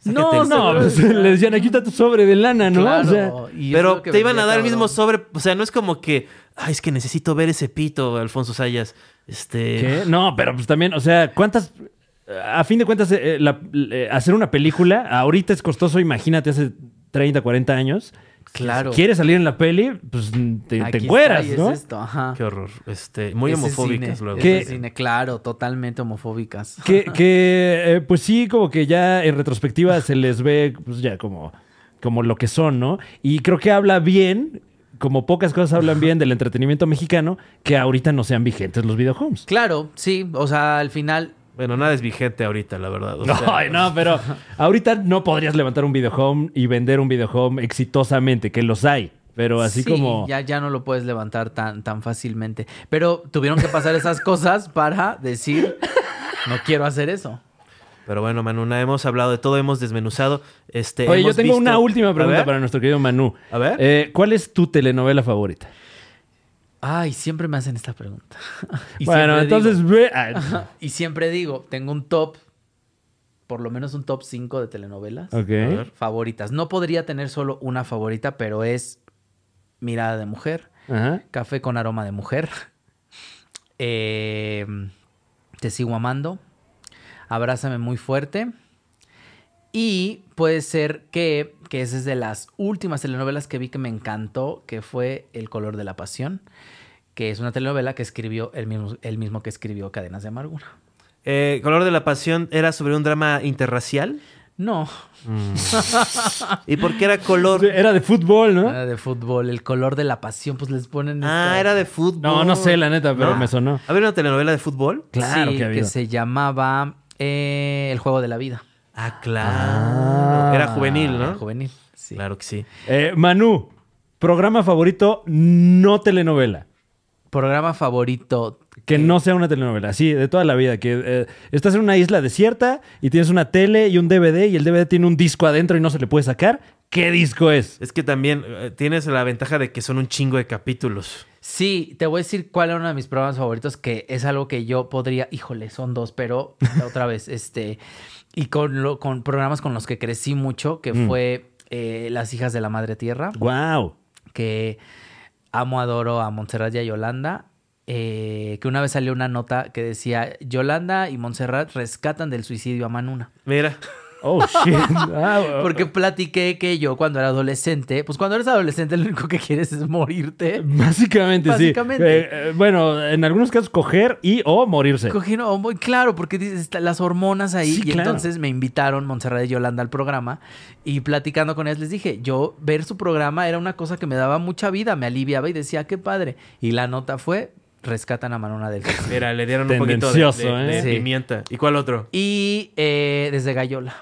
L: Sácate
J: No,
L: el-
J: no, [LAUGHS] pues,
L: [LAUGHS]
J: le decían, aquí está tu sobre de lana, ¿no?
L: Claro,
J: O sea,
L: pero te iban a dar el mismo sobre. O sea, no es como que, ay, es que necesito ver ese pito, Alfonso Sayas. Este.
J: ¿Qué? No, pero pues también, o sea, ¿cuántas. A fin de cuentas, eh, la- eh, hacer una película ahorita es costoso, imagínate, hace 30, 40 años.
C: Claro.
J: Si quieres salir en la peli, pues te,
C: Aquí
J: te
C: está,
J: encueras,
C: y es
J: ¿no?
C: esto, ajá.
L: Qué horror. Este, muy
C: Ese
L: homofóbicas
C: cine,
L: luego.
C: ese
J: Que-
C: cine, claro, totalmente homofóbicas.
J: Que, que, eh, pues sí, como que ya en retrospectiva se les ve pues ya como, como lo que son, ¿no? Y creo que habla bien, como pocas cosas hablan bien del entretenimiento mexicano, que ahorita no sean vigentes los videohomes.
C: Claro, sí, o sea, al final...
L: Bueno, nada es vigente ahorita, la
J: [LAUGHS]
L: verdad. o
J: No,
L: sea,
J: ay, no, pero ahorita no podrías levantar un videohome y vender un videohome exitosamente, que los hay, pero así
C: sí,
J: como...
C: Ya, ya no lo puedes levantar tan, tan fácilmente. Pero tuvieron que pasar esas cosas para decir, no quiero hacer eso.
L: Pero bueno, Manu, na- hemos hablado de todo, hemos desmenuzado. Este,
J: Oye, yo
L: hemos
J: tengo
L: visto-
J: una última
L: A
J: pregunta
L: ver.
J: para nuestro querido Manu.
L: A ver.
J: Eh, ¿Cuál es tu telenovela favorita?
C: Ay, siempre me hacen esta pregunta. [LAUGHS] Y
J: Bueno,
C: siempre
J: entonces
C: digo-
J: ve- ah.
C: y siempre digo, tengo un top, por lo menos un top 5 de
J: Ok.
C: telenovelas
J: A ver.
C: favoritas. No podría tener solo una favorita, pero es Mirada de Mujer,
J: Ajá.
C: Café con Aroma de Mujer, [LAUGHS] eh, Te Sigo Amando, Abrázame Muy Fuerte. Y puede ser que, que esa es de las últimas telenovelas que vi que me encantó, que fue El color de la pasión, que es una telenovela que escribió el mismo, el mismo que escribió Cadenas de Amargura.
L: Eh, Color de la Pasión era sobre un drama interracial.
C: No.
L: ¿Y
J: [LAUGHS]
L: por qué era color?
J: Era de fútbol, ¿no?
C: Era de fútbol, el color de la pasión, pues les ponen.
L: Ah, era de fútbol.
J: No, no sé, la neta, pero
C: No.
J: me sonó.
L: ¿Había una telenovela de fútbol?
C: Claro
J: que ha
C: que,
J: habido.
C: se llamaba eh, El juego de la vida.
L: Ah, claro. Era juvenil, ¿no?
C: Ah. Juvenil, sí.
L: Claro que sí.
J: Eh, Manu, programa favorito, no telenovela.
C: Programa favorito.
J: Que no sea una telenovela, sí, de toda la vida. Que eh, estás en una isla desierta y tienes una tele y un DVD y el DVD tiene un disco adentro y no se le puede sacar. ¿Qué disco es?
L: Es que también eh, tienes la ventaja de que son un chingo de capítulos.
C: Sí, te voy a decir cuál era uno de mis programas favoritos, que es algo que yo podría, híjole, son dos, pero otra vez, [LAUGHS] este, y con, lo, con programas con los que crecí mucho, que
J: Mm.
C: fue eh, Las hijas de la madre tierra.
J: ¡Wow!
C: que amo, adoro a Montserrat y a Yolanda. eh, que una vez salió una nota que decía: Yolanda y Montserrat rescatan del suicidio a Manuna.
L: Mira.
C: [LAUGHS]
J: Oh, shit. Ah, bueno.
C: Porque platiqué que yo cuando era adolescente, pues cuando eres adolescente, lo único que quieres es morirte.
J: Básicamente, sí.
C: Básicamente.
J: Eh, eh, bueno, en algunos casos coger y o morirse.
C: Cogieron, oh, muy claro, porque dices, está- las hormonas ahí.
J: Sí,
C: y
J: claro.
C: entonces me invitaron Montserrat y Yolanda al programa. Y platicando con ellas les dije, yo ver su programa era una cosa que me daba mucha vida, me aliviaba y decía, qué padre. Y la nota fue, rescatan a Manona del Cárcel.
L: Mira, le dieron un poquito de, de- de
C: Sí.
L: pimienta. ¿Y cuál otro?
C: Y eh, desde Gallola.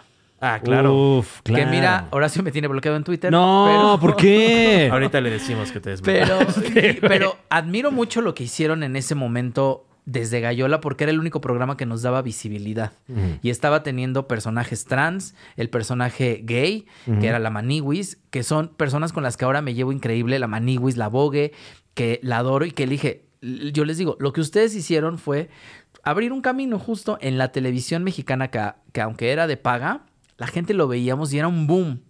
L: Ah, claro.
C: Uf, Que mira, Horacio me tiene bloqueado en Twitter.
L: No,
C: pero-
L: ¿por qué? Ahorita le decimos que te
C: [LAUGHS]
L: [LAUGHS]
C: Pero,
L: desbloqueaste.
C: pero admiro mucho lo que hicieron en ese momento desde Gallola porque era el único programa que nos daba visibilidad.
B: Ujú.
C: Y estaba teniendo personajes trans, el personaje gay,
B: Ujú.
C: que era la Maniwis, que son personas con las que ahora me llevo increíble, la Maniwis, la Vogue, que la adoro y que elige. Yo les digo, lo que ustedes hicieron fue abrir un camino justo en la televisión mexicana que, que aunque era de paga, la gente lo veíamos y era un boom.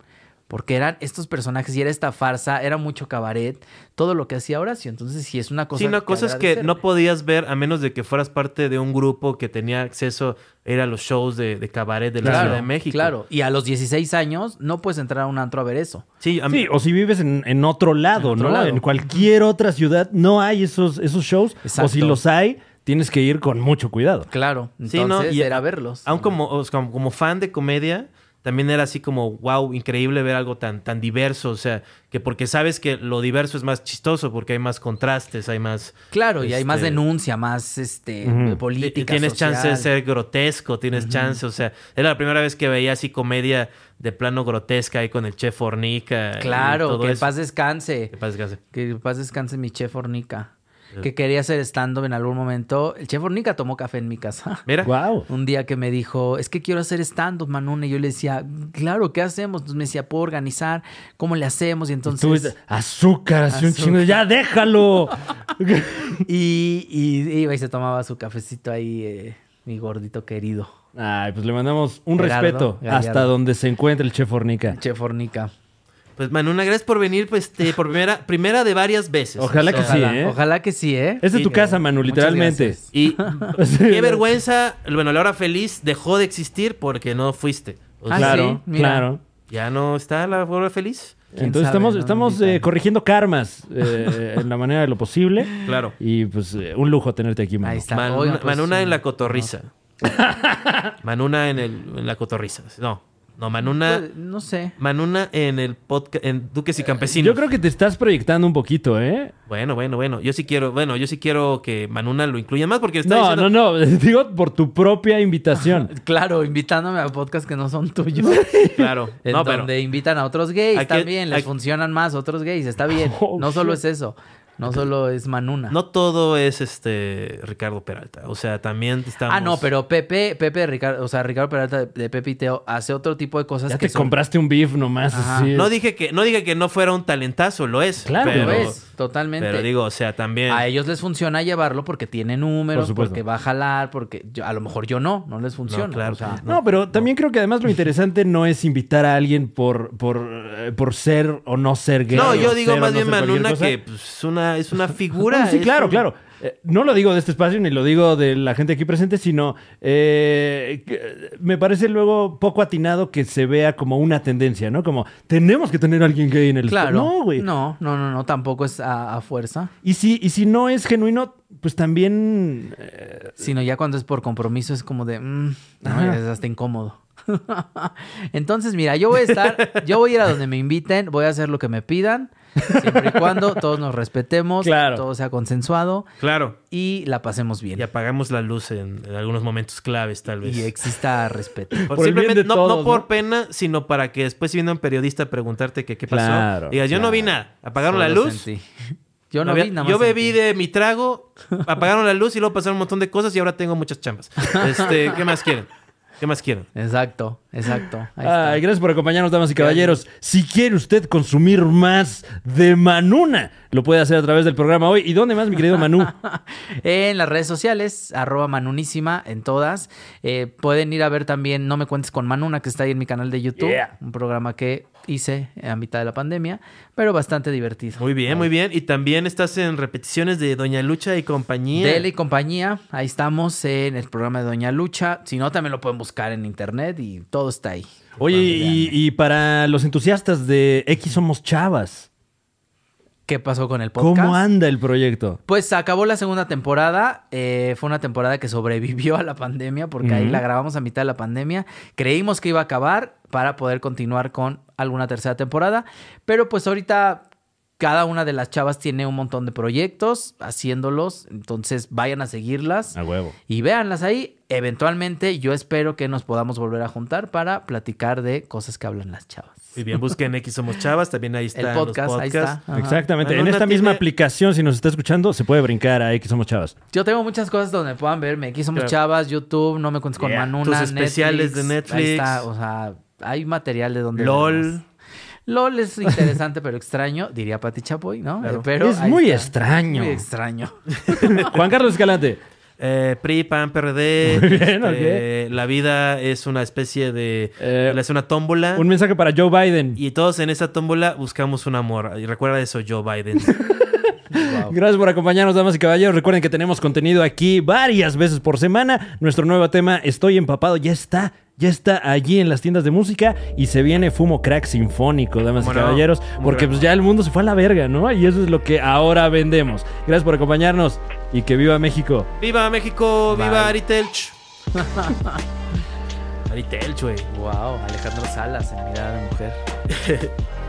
C: Porque eran estos personajes y era esta farsa, era mucho cabaret, todo lo que hacía Horacio. Entonces, sí, es una [LAUGHS] cosa.
L: sí, una cosa es que
C: agradecer.
L: no podías ver a menos de que fueras parte de un grupo que tenía acceso, era los shows de, de cabaret de la
C: Claro,
L: Ciudad de México.
C: Claro, y a los 16 años no puedes entrar a un antro a ver eso.
L: Sí,
J: Sí, o si vives en, en otro lado,
C: En otro
J: ¿no?
C: lado.
J: En cualquier otra ciudad no hay esos, esos shows. O
C: Exacto.
J: si los hay, tienes que ir con mucho cuidado.
C: Claro,
L: Sí,
C: entonces
L: ¿no? Y-
C: era verlos.
L: Aún como, o sea, como, como fan de comedia, también era así como, wow, increíble ver algo tan, tan diverso. O sea, que porque sabes que lo diverso es más chistoso, porque hay más contrastes, hay más...
C: Claro, y hay más
L: este,
C: denuncia, más este
L: Ujú. Y
C: política.
L: Tienes eh, chance de
C: social.
L: ser grotesco, tienes chance, o sea, era la primera vez que veía así comedia de plano grotesca ahí con el chef Fornica. y
C: Claro,
L: todo
C: que en
L: eso.
C: paz descanse.
L: Que paz descanse.
C: Que en paz descanse mi chef Ornica.
L: Sí.
C: Que quería hacer stand-up en algún momento. El chef Ornica tomó café en mi casa. [LAUGHS]
L: Mira.
J: Wow.
C: Un día que me dijo, es que quiero hacer stand-up, Manuna. Y yo le decía, claro, ¿qué hacemos? Entonces me decía, ¿puedo organizar? ¿Cómo le hacemos? Y
J: Tú,
C: entonces...
J: azúcar, así un
C: Azúcar.
J: chingo. ¡Ya déjalo!
C: y, y iba y se tomaba su cafecito ahí, eh, mi gordito querido.
J: Ay, pues le mandamos un
C: Gerardo
J: respeto
C: Gallardo.
J: hasta donde se encuentra el chef Fornica.
C: Chef Fornica.
L: Pues Manuna, gracias por venir, pues, este, por primera, primera de varias veces.
J: Ojalá
L: O
J: que
L: sea,
J: sí, ¿eh?
C: Ojalá que sí, ¿eh?
J: Es de tu
L: Sí.
J: casa, Manu,
L: Muchas
J: literalmente.
L: gracias. Y qué vergüenza, bueno, la hora feliz dejó de existir porque no fuiste. O
J: Ah, Claro, sí, mira. claro.
L: Ya no está la hora feliz.
J: Entonces estamos, estamos eh, corrigiendo karmas eh, en la manera de lo posible.
L: Claro.
J: Y pues eh, un lujo tenerte aquí, Manu.
L: Manuna,
C: Oigan, pues,
L: Manuna
C: sí.
L: en la cotorriza. Manuna en, el, en la cotorriza. No, no, Manuna,
C: Pues, No sé.
L: Manuna en el podcast, en Duques y Campesinos.
J: Yo creo que te estás proyectando un poquito, ¿eh?
L: Bueno, bueno, bueno. Yo sí quiero, bueno, yo sí quiero que Manuna lo incluya más porque está
J: No,
L: diciendo...
J: no, no. [LAUGHS] Digo por tu propia invitación.
C: Claro, invitándome a podcasts que no son
J: [LAUGHS]
C: tuyos.
L: Claro.
C: En
L: No, pero-
C: donde invitan a otros gays
L: Aquí-
C: también, les
L: aquí-
C: funcionan más otros gays, está bien. no solo es eso, no solo es Manuna.
L: No todo es este Ricardo Peralta. O sea, también estamos...
C: Ah, no, pero Pepe, Pepe de Ricardo, o sea, Ricardo Peralta de, de Pepe y Teo hace otro tipo de cosas
J: Ya
C: que
J: te
C: son-
J: compraste un beef nomás.
C: Ajá.
J: así es.
L: No dije que no dije que no fuera un talentazo, lo es.
C: Claro,
L: pero,
C: lo es, totalmente.
L: Pero digo, o sea, también
C: A ellos les funciona llevarlo porque tiene números,
J: Por supuesto.
C: porque va a jalar, porque yo- a lo mejor yo no, no les funciona. o sea,
J: No, pero también creo que además lo interesante no es invitar a alguien por, por, eh, por ser o no ser gay.
L: No,
J: o
L: yo digo
J: ser o
L: más
J: no
L: bien
J: ser cualquier
L: Manuna
J: cosa.
L: que pues, es una es
C: [LAUGHS]
L: una figura.
J: No, sí,
L: es
J: claro,
L: un-
J: claro. Eh, no lo digo de este espacio ni lo digo de la gente aquí presente, sino eh, que, eh, me parece luego poco atinado que se vea como una tendencia, ¿no? Como tenemos que tener a alguien gay en el
C: claro.
J: espacio. No, güey.
C: No, no, no, no, tampoco es a, a fuerza.
J: Y si, y si no es genuino, pues también. eh,
C: Sino ya cuando es por compromiso es como de, mm, no,
J: Ajá.
C: es hasta incómodo. [LAUGHS] Entonces, mira, yo voy a estar, yo voy a ir a donde me inviten, voy a hacer lo que me pidan, siempre y cuando todos nos respetemos, todo sea consensuado
L: Claro.
C: y la pasemos bien.
L: Y apagamos la luz en, en algunos momentos claves, tal vez.
C: Y exista respeto.
L: Por
C: Por el bien
L: simplemente,
C: de
L: no,
C: todos,
L: no por
C: ¿no?
L: pena, sino para que después si viene un periodista a preguntarte que qué pasó.
C: Claro,
L: digas, yo no
C: claro.
L: vi nada. Apagaron la
C: Solo
L: luz.
C: sentí. Yo no
L: había-
C: vi nada más.
L: Yo
C: sentí.
L: bebí de
C: [LAUGHS]
L: mi trago, apagaron la luz y luego pasaron un montón de cosas y ahora tengo muchas chambas. Este, ¿qué más quieren? ¿Qué más quieren?
C: Exacto, exacto. Ahí está.
J: Ay, gracias por acompañarnos, damas y caballeros. Si quiere usted consumir más de Manuna, lo puede hacer a través del programa hoy. ¿Y dónde más, mi querido
C: [LAUGHS]
J: Manu?
C: En las redes sociales, arroba manunísima en todas. Eh, pueden ir a ver también No me cuentes con Manuna, que está ahí en mi canal de YouTube.
L: Yeah.
C: Un programa que hice a mitad de la pandemia, pero bastante divertido.
L: Muy bien, muy bien. Y también estás en repeticiones de Doña Lucha y compañía.
C: Dele y compañía, ahí estamos en el programa de Doña Lucha. Si no, también lo pueden buscar en internet y todo está ahí.
J: Oye, y, y para los entusiastas de X Somos Chavas,
C: ¿Qué pasó con el podcast?
J: ¿cómo anda el proyecto?
C: Pues acabó la segunda temporada. eh, fue una temporada que sobrevivió a la pandemia porque ahí
J: Ujú.
C: la grabamos a mitad de la pandemia. Creímos que iba a acabar para poder continuar con alguna tercera temporada. Pero pues ahorita Cada una de las chavas tiene un montón de proyectos haciéndolos, entonces vayan a seguirlas
J: A huevo.
C: y véanlas ahí. Eventualmente yo espero que nos podamos volver a juntar para platicar de cosas que hablan las chavas.
L: Muy bien, busquen X Somos Chavas, también ahí están
C: podcast,
L: los
C: ahí
L: podcasts.
C: está. Ajá.
J: Exactamente. en
L: Manolo
J: esta
L: tiene-
J: misma aplicación, si nos está escuchando, se puede brincar a X Somos Chavas.
C: Yo tengo muchas cosas donde puedan verme. Aquí somos
L: Claro.
C: chavas, YouTube, no me cuentes con
L: Yeah.
C: Manuna,
L: Tus especiales de
C: Ahí
L: Netflix.
C: está, o sea, hay material de donde
L: LOL.
C: verlas. LOL es interesante [LAUGHS] pero extraño, diría Pati Chapoy, ¿no?
L: Claro.
C: Eh, Pero
J: Es
C: ahí
J: muy
C: está.
J: extraño.
C: Muy extraño.
J: [LAUGHS] Juan Carlos Escalante.
L: Eh, PRI, PAN, PRD.
J: Muy bien,
L: este, La vida es una especie de...
C: Eh,
L: es una
C: Ah.
L: tómbola.
J: Un mensaje para Joe Biden.
L: Y todos en esa tómbola buscamos un amor. Y recuerda eso, Joe
J: [LAUGHS]
L: Biden.
J: Gracias por acompañarnos, damas y caballeros. Recuerden que tenemos contenido aquí varias veces por semana. Nuestro nuevo tema, Estoy empapado, ya está. Ya está allí en las tiendas de música y se viene Fumo Crack Sinfónico, damas y
L: Bueno,
J: caballeros,
L: muy
J: porque
L: bien.
J: pues ya el mundo se fue a la verga, ¿no? Y eso es lo que ahora vendemos. Gracias por acompañarnos y que viva México.
L: ¡Viva México!
J: Bye.
L: ¡Viva Aritelch! Aritelch, güey.
C: Wow, Alejandro Salas en mirada de mujer.